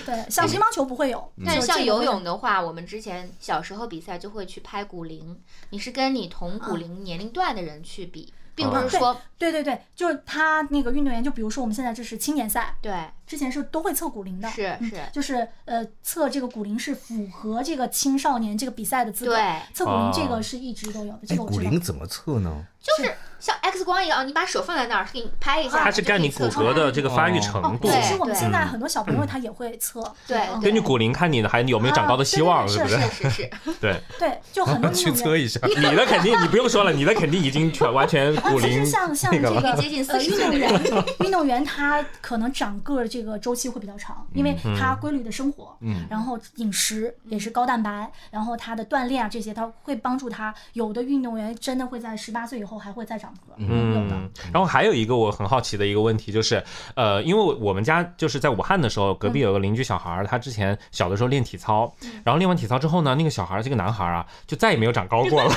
[SPEAKER 1] 对，像乒乓球不会有，
[SPEAKER 2] 嗯
[SPEAKER 4] 但
[SPEAKER 1] 就是
[SPEAKER 4] 像
[SPEAKER 1] 这个
[SPEAKER 4] 游
[SPEAKER 1] 会
[SPEAKER 4] 泳的话，我们之前小时候比赛就会去拍骨龄，你是跟你同骨龄年龄段的人去比，并不
[SPEAKER 1] 啊
[SPEAKER 4] 是
[SPEAKER 1] 对
[SPEAKER 4] 说
[SPEAKER 1] 对对对，就是他那个运动员，就比如说我们现在这是青年赛，
[SPEAKER 4] 对
[SPEAKER 1] 之前是都会测骨龄的，
[SPEAKER 4] 是
[SPEAKER 1] 嗯
[SPEAKER 4] 是
[SPEAKER 1] 就是呃测这个骨龄是符合这个青少年这个比赛的资格，
[SPEAKER 4] 对
[SPEAKER 1] 测骨龄这
[SPEAKER 2] 哦
[SPEAKER 1] 个是一直都有的，这
[SPEAKER 3] 哎，
[SPEAKER 1] 个我
[SPEAKER 3] 骨
[SPEAKER 1] 知道
[SPEAKER 3] 龄。怎么测呢？
[SPEAKER 4] 就是像 X 光一样，你把手放在那儿，给你拍一下，
[SPEAKER 2] 它是
[SPEAKER 4] 就可以
[SPEAKER 2] 干你
[SPEAKER 4] 测
[SPEAKER 2] 骨
[SPEAKER 4] 出
[SPEAKER 2] 骼
[SPEAKER 4] 来
[SPEAKER 2] 的这嗯个发育
[SPEAKER 1] 哦
[SPEAKER 2] 程，度
[SPEAKER 1] 其，实我们
[SPEAKER 4] 对
[SPEAKER 1] 现在很多小朋友他也会测，
[SPEAKER 4] 对
[SPEAKER 1] 嗯
[SPEAKER 4] 对
[SPEAKER 2] 根据骨龄看你的还有没有长高的希望，
[SPEAKER 1] 啊
[SPEAKER 2] 是
[SPEAKER 1] 对
[SPEAKER 2] 不
[SPEAKER 1] 对
[SPEAKER 2] 是
[SPEAKER 1] 对？
[SPEAKER 4] (laughs) 是是是，
[SPEAKER 2] 对，
[SPEAKER 1] 对，就很
[SPEAKER 2] (laughs)
[SPEAKER 1] 多运
[SPEAKER 3] 哎去
[SPEAKER 1] 动
[SPEAKER 3] 测
[SPEAKER 1] 员。
[SPEAKER 3] 一下。
[SPEAKER 2] 你的肯定你不用说了，你的肯定已经全完全
[SPEAKER 1] (laughs)
[SPEAKER 2] 骨
[SPEAKER 1] 其实
[SPEAKER 2] 龄
[SPEAKER 1] 像像
[SPEAKER 2] 那
[SPEAKER 1] 这
[SPEAKER 2] 个了。
[SPEAKER 1] 个
[SPEAKER 4] 接近
[SPEAKER 1] 呃
[SPEAKER 4] 40
[SPEAKER 1] 运
[SPEAKER 4] 岁
[SPEAKER 1] 动
[SPEAKER 4] 的人
[SPEAKER 1] 员，运动员他可能长个儿这个周期会比较长，因
[SPEAKER 2] 嗯
[SPEAKER 1] 为他规律的生活，
[SPEAKER 3] 嗯
[SPEAKER 1] 然后饮食
[SPEAKER 4] 嗯
[SPEAKER 1] 也是高蛋白，然后他的锻炼啊这些，他会帮助他。有的运动员真的会在十八岁以后还会再长个儿，有的
[SPEAKER 2] 嗯，然后还有一个我很好奇的一个问题就是，呃，因为我们家就是在武汉的时候，隔壁有个邻居小孩儿，他之前小的时候练体操，然后练完体操之后呢，那个小孩儿这个男孩儿啊， (laughs) 就再也没有长高过了。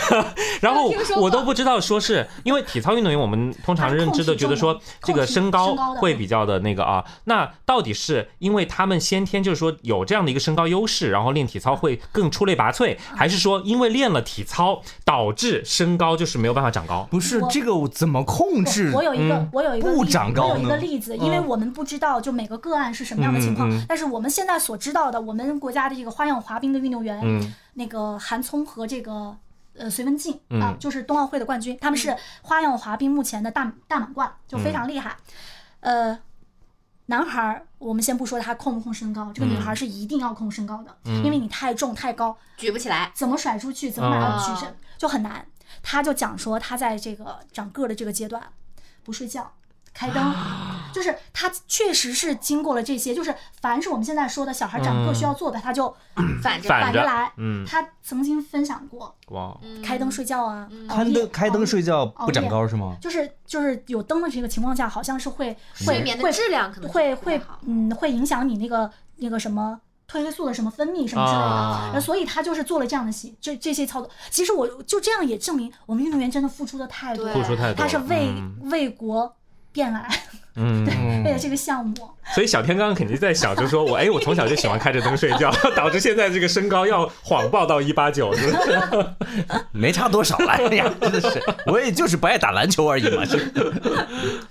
[SPEAKER 2] 然后
[SPEAKER 4] 听说过
[SPEAKER 2] 我都不知道说是因为体操运动员，我们通常认知的觉得说这个身高会比较的那个啊，那到底是因为他们先天就是说有这样的一个身高优势，然后练体操会更出类拔萃，还是说因为练了体操导致身高就是没有办法长高？
[SPEAKER 3] (laughs) 不是
[SPEAKER 1] 我
[SPEAKER 3] 这个我怎么控制？
[SPEAKER 1] 我有一个
[SPEAKER 2] 嗯，
[SPEAKER 1] 我有一个
[SPEAKER 3] 不
[SPEAKER 1] 例
[SPEAKER 3] 长高
[SPEAKER 1] 我有一
[SPEAKER 3] 呢
[SPEAKER 1] 个例子，因为
[SPEAKER 2] 嗯
[SPEAKER 1] 我们不知道就每个个案是什么样的情况
[SPEAKER 2] 嗯嗯嗯，
[SPEAKER 1] 但是我们现在所知道的，我们国家的这个花样滑冰的运动员，
[SPEAKER 2] 嗯
[SPEAKER 1] 那个韩聪和这个呃隋文静啊、
[SPEAKER 2] 嗯
[SPEAKER 1] 就是冬奥会的冠军，他们是花样滑冰目前的大大满贯，就
[SPEAKER 2] 嗯
[SPEAKER 1] 非常厉害。呃，男孩儿我们先不说他控不控身高，
[SPEAKER 2] 嗯
[SPEAKER 1] 这个女孩儿是一定要控身高的，因为你太重太高，
[SPEAKER 4] 举不起来。
[SPEAKER 1] 怎么甩出去，怎么把
[SPEAKER 2] 啊
[SPEAKER 1] 它举
[SPEAKER 4] 哦
[SPEAKER 1] 身就很难。他就讲说，他在这个长个儿的这个阶段，不睡觉，开灯。
[SPEAKER 2] 啊
[SPEAKER 1] (laughs) 就是他确实是经过了这些，就是凡是我们现在说的小孩长个需要做的，他
[SPEAKER 2] (clears throat)
[SPEAKER 1] 就
[SPEAKER 4] 反着
[SPEAKER 2] 反
[SPEAKER 1] 反着
[SPEAKER 2] 嗯着
[SPEAKER 1] 来。
[SPEAKER 2] 嗯，
[SPEAKER 1] 他曾经分享过
[SPEAKER 2] 哇，
[SPEAKER 4] 嗯
[SPEAKER 1] 开灯睡觉啊，熬
[SPEAKER 3] 开
[SPEAKER 1] 夜
[SPEAKER 3] 灯开灯睡，觉不长
[SPEAKER 1] 熬夜
[SPEAKER 3] 高是吗
[SPEAKER 1] 熬夜？就是就是有灯的这个情况下，好像是会
[SPEAKER 2] 嗯
[SPEAKER 4] 睡
[SPEAKER 1] 会
[SPEAKER 4] 眠的
[SPEAKER 1] 会
[SPEAKER 4] 质量可能
[SPEAKER 1] 会
[SPEAKER 4] 就不太
[SPEAKER 1] 会
[SPEAKER 4] 好
[SPEAKER 1] 嗯会影响你那个那个什么褪黑素的什么分泌什么之类的，
[SPEAKER 2] 啊
[SPEAKER 1] 然后所以他就是做了这样的戏，这这些操作，其实我就这样也证明我们运动员真的付出的太多
[SPEAKER 4] 对
[SPEAKER 2] 付出
[SPEAKER 1] 了，
[SPEAKER 2] 太多，
[SPEAKER 1] 他是为、
[SPEAKER 2] 嗯
[SPEAKER 1] 为国变来，
[SPEAKER 2] 嗯，
[SPEAKER 1] 为了这个项目，
[SPEAKER 2] 所以小天刚刚肯定在想，就是说我哎，我从小就喜欢开着灯睡觉，导致现在这个身高要谎报到一八
[SPEAKER 1] 啊
[SPEAKER 2] 九，就是
[SPEAKER 3] 没差多少啦，哎
[SPEAKER 1] (laughs)
[SPEAKER 3] 呀，真的是，我也就是不爱打篮球而已嘛，这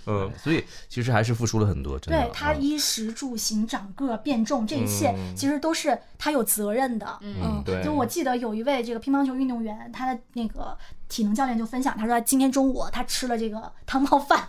[SPEAKER 2] 嗯，
[SPEAKER 3] 所以其实还是付出了很多，真的。
[SPEAKER 1] 对他
[SPEAKER 3] 嗯
[SPEAKER 1] 衣食住行、长个、变重，这一切
[SPEAKER 2] 嗯
[SPEAKER 1] 其实都是他有责任的。
[SPEAKER 4] 嗯
[SPEAKER 2] 对
[SPEAKER 1] 就我记得有一位这个乒乓球运动员，他的那个体能教练就分享，他说他今天中午他吃了这个汤泡饭，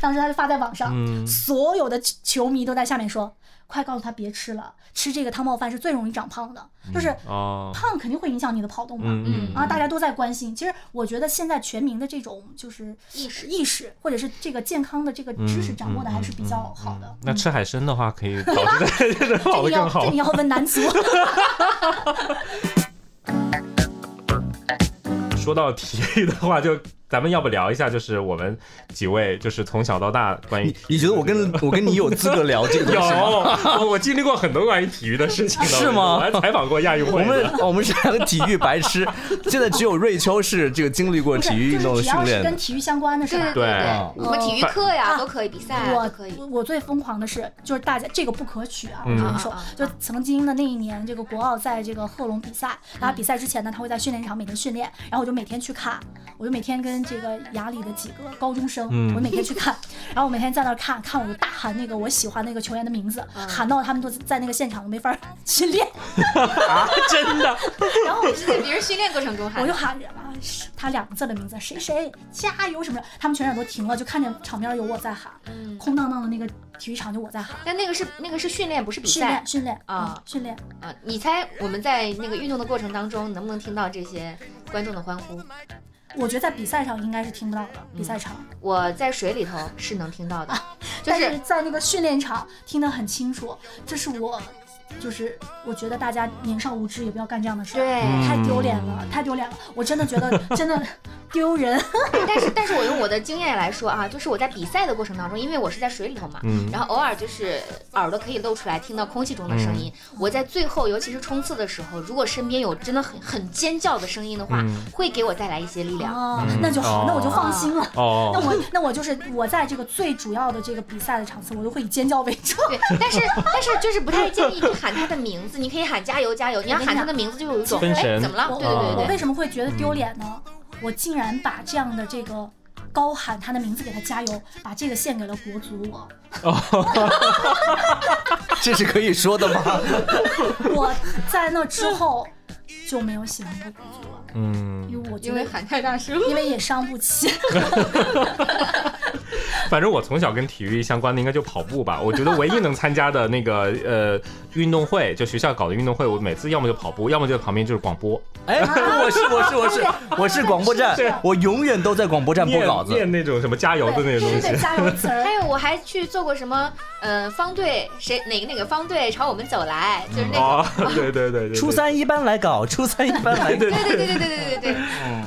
[SPEAKER 1] 当时他就发在网上，
[SPEAKER 2] 嗯
[SPEAKER 1] 所有的球迷都在下面说，快告诉他别吃了，吃这个汤泡饭是最容易长胖的，就是
[SPEAKER 3] 嗯
[SPEAKER 2] 哦，
[SPEAKER 1] 胖肯定会影响你的跑动嘛。
[SPEAKER 2] 嗯嗯
[SPEAKER 1] 嗯啊，大家都在关心。其实我觉得现在全民的这种就是
[SPEAKER 4] 意识
[SPEAKER 1] 意识，或者是这个健康的这个知识掌握
[SPEAKER 3] 嗯
[SPEAKER 1] 的还是比较好的。
[SPEAKER 2] 那吃海参的话，可以导致大家人跑
[SPEAKER 1] 这个
[SPEAKER 2] 得更
[SPEAKER 1] 要
[SPEAKER 2] 好
[SPEAKER 1] 这个。要问男
[SPEAKER 3] (laughs)
[SPEAKER 1] 足，
[SPEAKER 2] 说到体育的话，就咱们要不聊一下，就是我们几位就是从小到大关于体育
[SPEAKER 3] 你觉得我跟我跟你有资格聊这个东
[SPEAKER 2] 有啊
[SPEAKER 3] 西吗？
[SPEAKER 2] 我我经历过很多关于体育的事情的，
[SPEAKER 3] 是吗
[SPEAKER 2] 我还采访过亚运
[SPEAKER 3] 我
[SPEAKER 2] 会的，
[SPEAKER 3] 们我们是两个体育白痴，现在只有瑞秋是这个经历过
[SPEAKER 1] 不是
[SPEAKER 3] 体育运动
[SPEAKER 1] 就是
[SPEAKER 3] 的
[SPEAKER 1] 只 (laughs)
[SPEAKER 3] 训
[SPEAKER 1] 要是
[SPEAKER 3] 练的
[SPEAKER 1] 跟。体育相关的是
[SPEAKER 4] 对
[SPEAKER 1] 吧？
[SPEAKER 4] 对
[SPEAKER 2] 对
[SPEAKER 4] 对，什么体育
[SPEAKER 2] 反
[SPEAKER 4] 课呀
[SPEAKER 1] 啊
[SPEAKER 4] 都可以，比赛啊
[SPEAKER 1] 我
[SPEAKER 4] 都可以。
[SPEAKER 1] 我我最疯狂的是，就是大家这个不可取啊！我
[SPEAKER 2] 嗯
[SPEAKER 1] 跟你说
[SPEAKER 4] 啊啊啊，
[SPEAKER 1] 就曾经的那一年，这个国奥在这个贺龙比赛，然后比赛之前呢，他会在训练场每天训练，然后我就每天去看，我就每天跟这个雅里的几个高中生，
[SPEAKER 2] 嗯
[SPEAKER 1] 我每天去看，然后我每天在那儿看看，我就大喊那个我喜欢那个球员的名字，
[SPEAKER 4] 嗯
[SPEAKER 1] 喊到他们都在那个现场都没法儿训练，
[SPEAKER 2] 啊，真的，
[SPEAKER 1] 然后我
[SPEAKER 4] 是在别人训练过程中喊
[SPEAKER 1] 我就喊啊是他两个字的名字，谁谁加油什么的，他们全场都停了，就看见场面有我在喊，
[SPEAKER 4] 嗯，
[SPEAKER 1] 空荡荡的那个体育场就我在喊。
[SPEAKER 4] 但那个是那个是训练，不是比
[SPEAKER 1] 训
[SPEAKER 4] 赛
[SPEAKER 1] 练训练
[SPEAKER 4] 啊
[SPEAKER 1] 嗯训练，
[SPEAKER 4] 啊！你猜我们在那个运动的过程当中，能不能听到这些观众的欢呼？
[SPEAKER 1] 我觉得在比赛上应该是听不到的，比
[SPEAKER 4] 嗯
[SPEAKER 1] 赛场，
[SPEAKER 4] 我在水里头是能听到的，就
[SPEAKER 1] 但
[SPEAKER 4] 是
[SPEAKER 1] 在那个训练场听得很清楚。这是我，就是我觉得大家年少无知，也不要干这样的事儿，
[SPEAKER 4] 对。
[SPEAKER 1] 太丢脸了，太丢脸了！我真的觉
[SPEAKER 4] (laughs)
[SPEAKER 1] 得真的丢人。
[SPEAKER 4] 但是但是我用我的经验来说啊，就是我在比赛的过程当中，因为我是在水里头嘛，
[SPEAKER 2] 嗯
[SPEAKER 4] 然后偶尔就是耳朵可以露出来，听到空气中的声音。
[SPEAKER 2] 嗯
[SPEAKER 4] 我在最后，尤其是冲刺的时候，如果身边有真的很很尖叫的声音的话，
[SPEAKER 2] 嗯
[SPEAKER 4] 会给我带来一些力量。
[SPEAKER 1] 哦，那就好，那我就放心了。那
[SPEAKER 2] 哦，
[SPEAKER 1] 我那我就是我在这个最主要的这个比赛的场次，我就会以尖叫为主。
[SPEAKER 4] 对，但是但是就是不太建议你喊他的名字，你可以喊加油加油，你要喊他的名字就有一种
[SPEAKER 2] 分
[SPEAKER 4] 哎
[SPEAKER 2] 神
[SPEAKER 4] 怎么了？
[SPEAKER 1] 我
[SPEAKER 4] 对对
[SPEAKER 1] 我
[SPEAKER 4] 对
[SPEAKER 1] 为
[SPEAKER 4] 对，
[SPEAKER 1] 什么会觉得丢脸呢？我竟然把这样的这个高喊他的名字给他加油，把这个献给了国足我。
[SPEAKER 3] 这是可以说的吗？
[SPEAKER 1] (laughs) 我在那之后就没有喜欢过国足了，
[SPEAKER 2] 嗯，
[SPEAKER 1] 因为我觉
[SPEAKER 4] 因为
[SPEAKER 1] 得，
[SPEAKER 4] 喊太大声。
[SPEAKER 1] 因为也伤不起。
[SPEAKER 2] 反正我从小跟体育相关的应该就跑步吧。我觉得唯一能参加的那个呃运动会，就学校搞的运动会，我每次要么就跑步，要么就旁边就是广播，
[SPEAKER 3] 哎，我是我是我是我是广播站
[SPEAKER 1] 是，
[SPEAKER 3] 我永远都在广播站播
[SPEAKER 2] 念
[SPEAKER 3] 稿子。
[SPEAKER 2] 念那种什么加油的 (laughs) 那
[SPEAKER 1] 对，对
[SPEAKER 2] 些东
[SPEAKER 1] (laughs) 对，
[SPEAKER 2] 西。
[SPEAKER 1] 加油词儿
[SPEAKER 4] 还。有我还去做过什么，呃，方队谁哪个哪个方队朝我们走来，就是那种。
[SPEAKER 2] 哦，对对对对，对
[SPEAKER 3] 初。三一班来搞，初三一班来搞。
[SPEAKER 4] 对对对对对对对对对，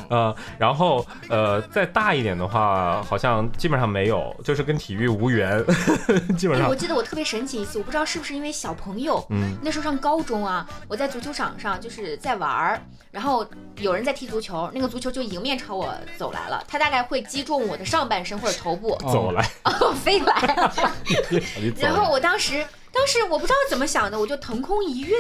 [SPEAKER 2] 呃，然后呃，再大一点的话，好像基本上没有，就是跟体育无缘， (laughs) 基本
[SPEAKER 4] 哎
[SPEAKER 2] 上
[SPEAKER 4] 我。记得我特别神奇一次，我不知道是不是因为小朋友，
[SPEAKER 2] 嗯
[SPEAKER 4] 那时候上高中啊，我在足球场上就是在玩儿，然后有人在踢足球，那个足球就迎面朝我走来了，他大概会击中我的上半身或者头部，
[SPEAKER 2] 走来，
[SPEAKER 4] (laughs) 飞来。
[SPEAKER 2] 哦 (laughs) 你走
[SPEAKER 4] 然后我当时，当时我不知道怎么想的，我就腾空一跃，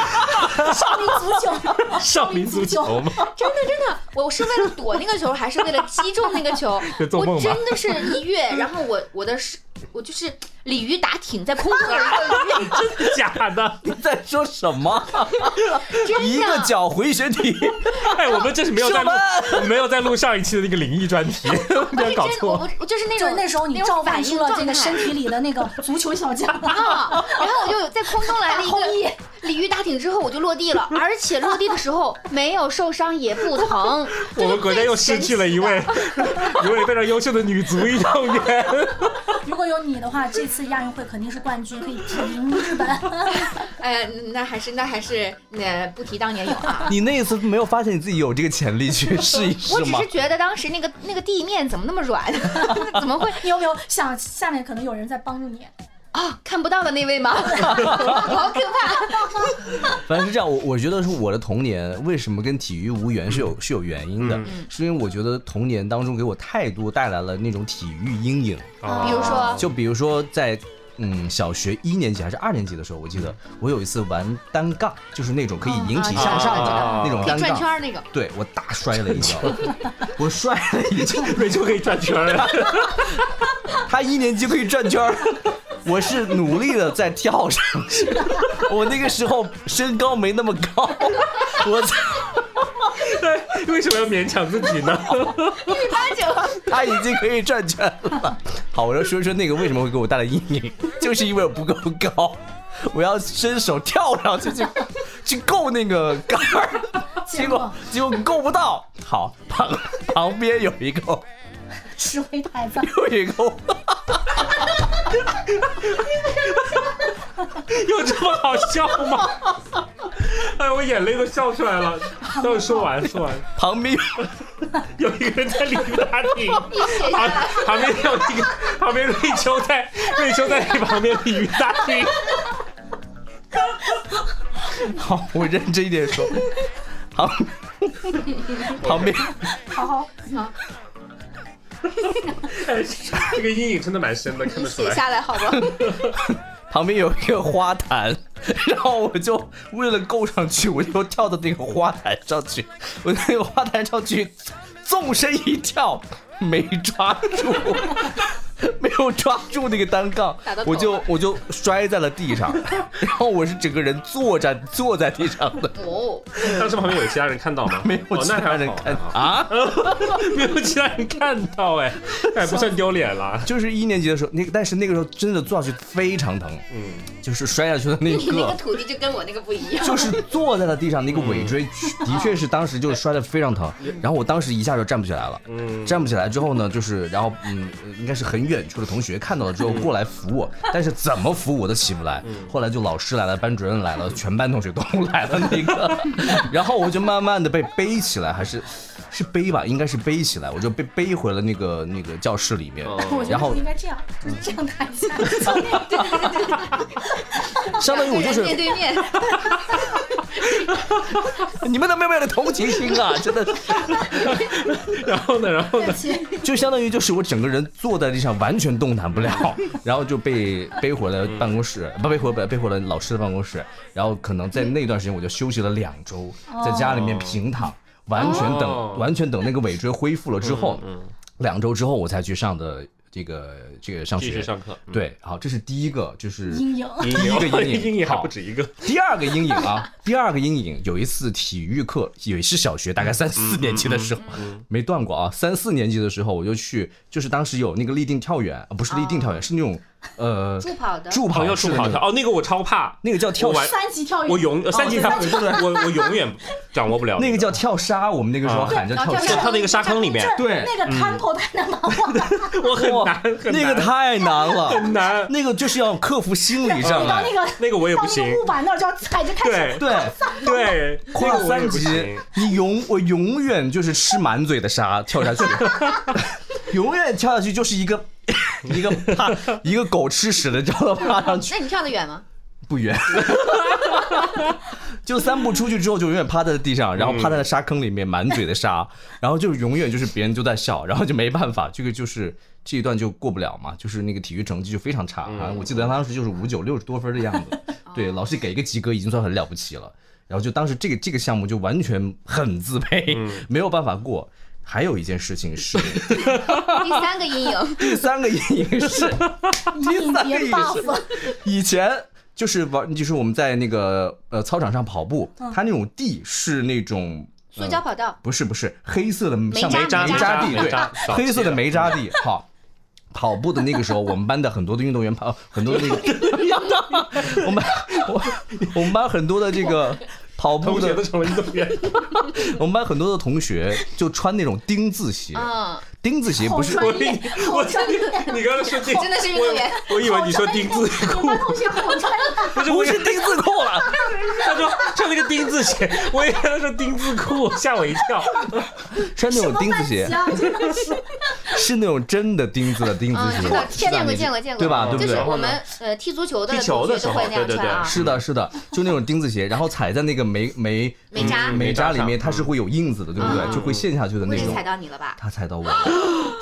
[SPEAKER 1] 少林足球，
[SPEAKER 2] 少林足球嘛，
[SPEAKER 4] 真的真的，我是为了躲那个球，还是为了击中那个球
[SPEAKER 2] (laughs) ？就做
[SPEAKER 4] 我
[SPEAKER 2] 梦吧
[SPEAKER 4] 真的是一跃，然后我我的手我就是鲤鱼打挺，在空中钓鱼，
[SPEAKER 2] 真的 (laughs) 假的？ (laughs)
[SPEAKER 3] 你在说什么？
[SPEAKER 4] 真的
[SPEAKER 3] 一个脚回旋踢，
[SPEAKER 2] 哎，我们这是没有在录，我们没有在录上一期的那个灵异专
[SPEAKER 4] (laughs)
[SPEAKER 2] 题，不要
[SPEAKER 4] 哎真的
[SPEAKER 2] 搞
[SPEAKER 4] 我
[SPEAKER 2] 错。
[SPEAKER 4] 我我就是那
[SPEAKER 1] 就
[SPEAKER 4] 种
[SPEAKER 1] 是那时候你
[SPEAKER 4] 种
[SPEAKER 1] 召
[SPEAKER 4] 反
[SPEAKER 1] 唤
[SPEAKER 4] 应
[SPEAKER 1] 出了这
[SPEAKER 4] 状态
[SPEAKER 1] 个身体里的那个足球小将，
[SPEAKER 4] (laughs) 啊，然后我就在空中来了一
[SPEAKER 1] 后羿
[SPEAKER 4] 个鲤鱼打挺之后，我就落地了，而且落地的时候没有受伤也不疼。这
[SPEAKER 2] 我
[SPEAKER 4] 是
[SPEAKER 2] 们国家又失去了一
[SPEAKER 4] (laughs)
[SPEAKER 2] 位一位非常优秀的女足运动员。
[SPEAKER 1] (laughs) 如果有你的话，这次亚运会肯定是冠军，可以提名日本。 (laughs)
[SPEAKER 4] 最神奇的。哎，那还是那还是那不提当年勇啊。
[SPEAKER 3] (laughs) 你那一次没有发现你自己有这个潜力去试一
[SPEAKER 4] 我
[SPEAKER 3] 试
[SPEAKER 4] 只
[SPEAKER 3] 吗
[SPEAKER 4] 是？觉得当时那个那个地面怎么那么软， (laughs) 怎么会
[SPEAKER 1] 你有没有想下面可能有人在帮助你？
[SPEAKER 4] 啊？看不到的那位吗？好可怕！
[SPEAKER 3] 反正是这样，我我觉得是我的童年为什么跟体育无缘
[SPEAKER 4] 嗯
[SPEAKER 3] 是有是有原因的，是因为我觉得童年当中给我太多带来了那种体育阴影。
[SPEAKER 4] 比如
[SPEAKER 2] 哦
[SPEAKER 4] 说，
[SPEAKER 3] 就比如说在嗯小学一年级还是二年级的时候，我记
[SPEAKER 4] 嗯
[SPEAKER 3] 得我有一次玩单杠，就是那种可以
[SPEAKER 4] 哦
[SPEAKER 3] 引体向上
[SPEAKER 2] 啊
[SPEAKER 3] 的那种
[SPEAKER 4] 可以
[SPEAKER 3] 单
[SPEAKER 4] 转
[SPEAKER 3] 杠。
[SPEAKER 4] 圈儿那个，
[SPEAKER 3] 对我大摔了一跤，我摔了一跤。
[SPEAKER 2] 瑞秋可以转圈了， (laughs)
[SPEAKER 3] 他一年级可以转圈儿，我是努力的在跳上去。 (laughs) 我那个时候身高没那么高， (laughs) 我在
[SPEAKER 2] 为什么要勉强自己呢？ (laughs)
[SPEAKER 3] 他已经可以转圈了。好，我要说说那个为什么会给我带来阴影，就是因为我不够高，我要伸手跳上去 (laughs) 去去够那个杆儿，结果结果够不到。好，旁旁边有一个 (laughs)
[SPEAKER 1] 指挥台子，
[SPEAKER 3] 有一个
[SPEAKER 2] 有这么好笑吗？ (laughs) 哎，我眼泪都笑出来了。都说完说完，
[SPEAKER 3] 旁边 (laughs)
[SPEAKER 2] 有一个人在里面打挺，
[SPEAKER 4] 你写下
[SPEAKER 2] 旁
[SPEAKER 4] 来。
[SPEAKER 2] 旁边有一个，旁边瑞秋在，瑞秋在那旁边鲤鱼打挺。
[SPEAKER 3] 好，我认真一点说，旁 (laughs) 旁边
[SPEAKER 1] 好好，
[SPEAKER 2] 哎 (laughs) 这个阴影真的蛮深的，看
[SPEAKER 4] 你
[SPEAKER 2] 得出
[SPEAKER 4] 写
[SPEAKER 2] 来。
[SPEAKER 4] 下来好吧？
[SPEAKER 3] 旁边有一个花坛， (laughs) 然后我就为了够上去，我就跳到那个花坛上去，我那个花坛上去，纵身一跳，没抓住， (laughs) 没有抓住那个单杠
[SPEAKER 4] 打到，头
[SPEAKER 3] 我就我就摔在了地上，然后我是整个人坐在坐在地上的，
[SPEAKER 4] (laughs) 哦，
[SPEAKER 2] 当时旁边有其他人看到吗？
[SPEAKER 3] 没有
[SPEAKER 2] 哦
[SPEAKER 3] 其
[SPEAKER 2] 那还
[SPEAKER 3] 他
[SPEAKER 2] 好
[SPEAKER 3] 人看
[SPEAKER 2] 还好
[SPEAKER 3] 啊。
[SPEAKER 2] (laughs) 没有其他人看到 (laughs) 哎，哎，不算丢脸了。
[SPEAKER 3] 就是一年级的时候，那个但是那个时候真的坐下去非常疼，
[SPEAKER 2] 嗯，
[SPEAKER 3] 就是摔下去的那一
[SPEAKER 4] 你那
[SPEAKER 3] 刻
[SPEAKER 4] 个。土地就跟我那个不一样。
[SPEAKER 3] (laughs) 就是坐在了地上，那个尾椎 (laughs) 的确是当时就是摔得非常疼，然后我当时一下就站不起来了。站不起来之后呢，就是然后嗯，呃应该是很远处的同学看到了之后过来扶我， (laughs) 但是怎么扶我都起不来。后来就老师来了，班主任来了，全班同学都 (laughs) 来了那个， (laughs) 然后我就慢慢的被背起来，还是是背吧，应该是背起来，我就被背回了那个那个教室里面。
[SPEAKER 2] 嗯
[SPEAKER 1] 我觉
[SPEAKER 3] 然
[SPEAKER 1] 得
[SPEAKER 3] 后
[SPEAKER 1] 你应该这样，就是这样抬起来。
[SPEAKER 3] 相哎当于
[SPEAKER 4] (laughs)
[SPEAKER 3] 我就是
[SPEAKER 4] 面对面，
[SPEAKER 3] 你们能不能有点同情心啊？真的是。
[SPEAKER 2] 然后呢，然后呢？
[SPEAKER 3] 就相当于就是我整个人坐在地上完全动弹不了， (laughs) 然后就被背回了办公室，不背回背回了老师的办公室，然后可能在那段时间我就休息了两周，在家里面平躺，完全
[SPEAKER 2] 哦嗯
[SPEAKER 3] 等完全等那个尾椎恢复了之后，两周之后我才去上的这个这个上
[SPEAKER 2] 继续
[SPEAKER 3] 学。
[SPEAKER 2] 上课。嗯
[SPEAKER 3] 对，好，这是第一个，就是
[SPEAKER 1] 阴影
[SPEAKER 2] 第
[SPEAKER 3] 第一个阴影
[SPEAKER 2] 阴影还
[SPEAKER 3] 好
[SPEAKER 2] 不止一个。
[SPEAKER 3] 第二个阴影啊，第二个阴影，有一次体育课也是小学，大
[SPEAKER 2] 嗯
[SPEAKER 3] 概三四年级的时候，没断过啊。三四年级的时候，我就去，就是当时有那个立定跳远，啊不是立定跳远，是那种呃
[SPEAKER 4] 助跑的
[SPEAKER 3] 助
[SPEAKER 2] 朋
[SPEAKER 3] 跑
[SPEAKER 2] 友
[SPEAKER 3] 式
[SPEAKER 2] 助
[SPEAKER 3] 的
[SPEAKER 2] 跑
[SPEAKER 3] 那
[SPEAKER 2] 跳，
[SPEAKER 3] 种，
[SPEAKER 2] 哦，那个我超怕，
[SPEAKER 3] 那个叫跳
[SPEAKER 2] 我玩
[SPEAKER 1] 三级跳远，
[SPEAKER 2] 我永呃三级跳，我我永远掌握不了
[SPEAKER 3] 那个叫跳沙，我们那个时候
[SPEAKER 2] 啊
[SPEAKER 3] 喊叫
[SPEAKER 4] 对
[SPEAKER 3] 跳
[SPEAKER 4] 啊跳
[SPEAKER 2] 跳
[SPEAKER 3] 沙，
[SPEAKER 4] 沙
[SPEAKER 2] 到那个沙坑里面，嗯
[SPEAKER 3] 对
[SPEAKER 1] 那个摊头太难把
[SPEAKER 2] (laughs)
[SPEAKER 1] 握了，
[SPEAKER 2] 我很
[SPEAKER 3] 哇
[SPEAKER 2] 难很
[SPEAKER 3] 那个
[SPEAKER 2] 难
[SPEAKER 3] 太难了，
[SPEAKER 2] 很难，
[SPEAKER 3] 那个就是要克服心理
[SPEAKER 1] 你到
[SPEAKER 3] 障碍
[SPEAKER 1] 那。个
[SPEAKER 2] 那个我也不行
[SPEAKER 1] 到那个木板那儿就要踩着开始
[SPEAKER 2] 对
[SPEAKER 3] 对
[SPEAKER 2] 对，那
[SPEAKER 3] 跨
[SPEAKER 2] 个我也
[SPEAKER 3] 三
[SPEAKER 2] 不
[SPEAKER 3] 级
[SPEAKER 2] 行。，
[SPEAKER 3] 你永我永远就是吃满嘴的沙
[SPEAKER 2] (laughs)
[SPEAKER 3] 跳下去，永远跳下去就是一个一个趴一个狗吃屎的，知道吗？爬上去
[SPEAKER 4] 那你跳得远吗？
[SPEAKER 3] 不远，就三步出去之后就永远趴在地上，然后趴在沙坑里面满嘴的沙，然后就永远就是别人就在笑，然后就没办法，这个就是这一段就过不了嘛，就是那个体育成绩就非常差啊，我记得当时就是五九六十多分的样子，对，老师给一个及格已经算很了不 (laughs) 起了，然后就当时这个这个项目就完全很自卑，没有办法过。还有一件事情是
[SPEAKER 4] 第三个阴影，
[SPEAKER 3] 第三个阴影是，第
[SPEAKER 1] 你
[SPEAKER 3] 三个
[SPEAKER 1] 别
[SPEAKER 3] 阴影
[SPEAKER 1] buff
[SPEAKER 3] 是，以前就是玩，就是我们在那个呃操场上跑步，它那种地是那种呃
[SPEAKER 4] 塑胶跑道，
[SPEAKER 3] 不是不是黑色的
[SPEAKER 4] 煤
[SPEAKER 3] 像
[SPEAKER 4] 渣
[SPEAKER 3] 渣
[SPEAKER 4] 煤
[SPEAKER 3] 煤
[SPEAKER 4] 渣
[SPEAKER 3] 地，
[SPEAKER 2] 煤
[SPEAKER 3] 对
[SPEAKER 2] 渣，
[SPEAKER 3] 黑色的煤渣地。好，跑步的那个时候，我们班的很多的运动员跑，很多的那个， (laughs) 我们我我们班很多的这个跑步
[SPEAKER 2] 同学
[SPEAKER 3] 的
[SPEAKER 2] 都，成了运动
[SPEAKER 3] (laughs)
[SPEAKER 2] 员，
[SPEAKER 3] 我们班很多的同学就穿那种钉子鞋，
[SPEAKER 4] 嗯，
[SPEAKER 3] 钉子鞋
[SPEAKER 1] 好
[SPEAKER 3] 不是
[SPEAKER 1] 专业，好
[SPEAKER 2] 我
[SPEAKER 1] 专业，
[SPEAKER 2] 你刚才说这
[SPEAKER 4] 真的是运动员，
[SPEAKER 2] 我以为你说钉子
[SPEAKER 1] 我
[SPEAKER 2] 裤，
[SPEAKER 1] 们同学好专业，
[SPEAKER 2] 不是
[SPEAKER 3] 不
[SPEAKER 2] 哦我以
[SPEAKER 3] 是
[SPEAKER 2] 为
[SPEAKER 3] 钉子裤了，
[SPEAKER 2] 他说穿那个钉子鞋，我以为他说钉子裤，吓我一跳。
[SPEAKER 3] 穿
[SPEAKER 1] 什
[SPEAKER 3] 那种
[SPEAKER 1] 么
[SPEAKER 3] (laughs) 钉子
[SPEAKER 1] 班级
[SPEAKER 3] 鞋
[SPEAKER 1] 啊？真的是，
[SPEAKER 3] (laughs) 是那种真的钉子的钉子
[SPEAKER 4] 嗯，
[SPEAKER 3] 鞋
[SPEAKER 4] 知道，
[SPEAKER 3] 是的
[SPEAKER 4] 见过见过见过，
[SPEAKER 3] 对吧？对不
[SPEAKER 4] 就
[SPEAKER 3] 对？
[SPEAKER 4] 是我们呃踢足球的
[SPEAKER 2] 踢球
[SPEAKER 4] 同
[SPEAKER 2] 的
[SPEAKER 4] 学
[SPEAKER 2] 时
[SPEAKER 4] 都
[SPEAKER 2] 候
[SPEAKER 4] 会那样
[SPEAKER 2] 对对
[SPEAKER 4] 穿啊，
[SPEAKER 3] 是的，是的，就那种钉子鞋，然后踩在那个煤煤
[SPEAKER 4] 煤
[SPEAKER 3] 嗯
[SPEAKER 4] 渣
[SPEAKER 3] 煤渣里面，
[SPEAKER 2] 煤渣上
[SPEAKER 3] 它是会有印子的，对不对？
[SPEAKER 4] 嗯
[SPEAKER 3] 就会陷下去的那
[SPEAKER 4] 位置
[SPEAKER 3] 种
[SPEAKER 4] 踩。到你了吧？
[SPEAKER 3] 他踩到我了，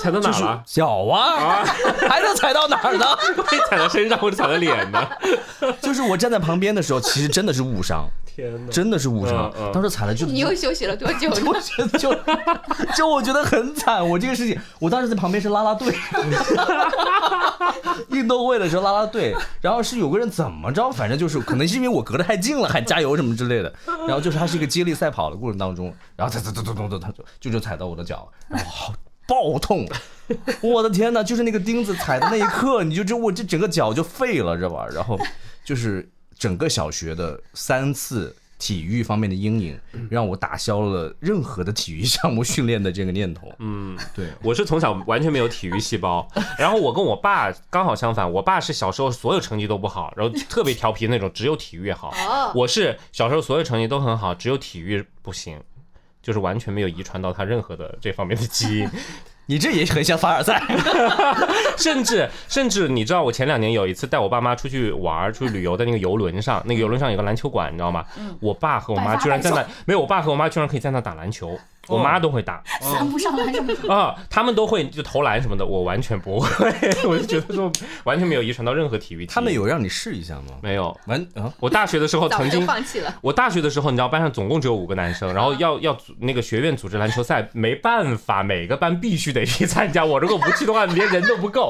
[SPEAKER 2] 踩到哪
[SPEAKER 3] 就是？脚啊， (laughs) 还能踩到哪儿呢？ (laughs)
[SPEAKER 2] 被 (laughs) 踩到身上或者踩到脸呢？
[SPEAKER 3] 就是我站在旁边的时候，其实真的是误伤，
[SPEAKER 2] (laughs) 天哪！
[SPEAKER 3] 真的是误伤
[SPEAKER 2] 嗯嗯。
[SPEAKER 3] 当时踩了就
[SPEAKER 4] 你
[SPEAKER 3] 就
[SPEAKER 4] 又休息了多久呢？
[SPEAKER 3] (laughs) 就就我觉得很惨。我这个事情，我当时在旁边是啦啦队， (laughs) 运动会的时候啦啦队，然后是有个人怎么着，反正就是可能是因为我隔得太近了，喊加油什么之类的。然后就是他是一个接力赛跑的过程当中，然后他他他他他他他就就就踩到我的 (laughs) 脚，然后好爆痛。 (laughs) 我的天呐，就是那个钉子踩的那一刻， (laughs) 你就这我这整个脚就废了，知道吧？然后就是整个小学的三次体育方面的阴影，让我打消了任何的体育项目训练的这个念头。 (laughs) 嗯，对，
[SPEAKER 2] 我是从小完全没有体育细胞，然后我跟我爸刚好相反，我爸是小时候所有成绩都不好，然后特别调皮那种，只有体育好。
[SPEAKER 4] 哦
[SPEAKER 2] 我是小时候所有成绩都很好，只有体育不行，就是完全没有遗传到他任何的这方面的基因。 (laughs)
[SPEAKER 3] 你这也很像凡尔赛。 (laughs)
[SPEAKER 2] 甚至甚至，你知道我前两年有一次带我爸妈出去玩儿、出去旅游，在那个游轮上，那个游轮上有个篮球馆，你知道吗？我爸和我妈居然在那，没有，我爸和我妈居然可以在那打篮球，我妈都会打
[SPEAKER 1] 算不上来什
[SPEAKER 3] 嗯
[SPEAKER 1] 么。
[SPEAKER 2] (laughs) 啊，他们都会就投篮什么的，我完全不会，我就觉得说完全没有遗传到任何体育基因。
[SPEAKER 3] 他们有让你试一下吗？
[SPEAKER 2] 没有？
[SPEAKER 3] 完啊，
[SPEAKER 2] 我大学的时候
[SPEAKER 4] (laughs) 早
[SPEAKER 2] 曾
[SPEAKER 4] 就
[SPEAKER 2] 经
[SPEAKER 4] 放弃嗯了。
[SPEAKER 2] 我大学的时候，你知道班上总共只有五个男生，然后要要组那个学院组织篮球赛，没办法，每个班必须得去参加。我如果不去的话，连人都不够。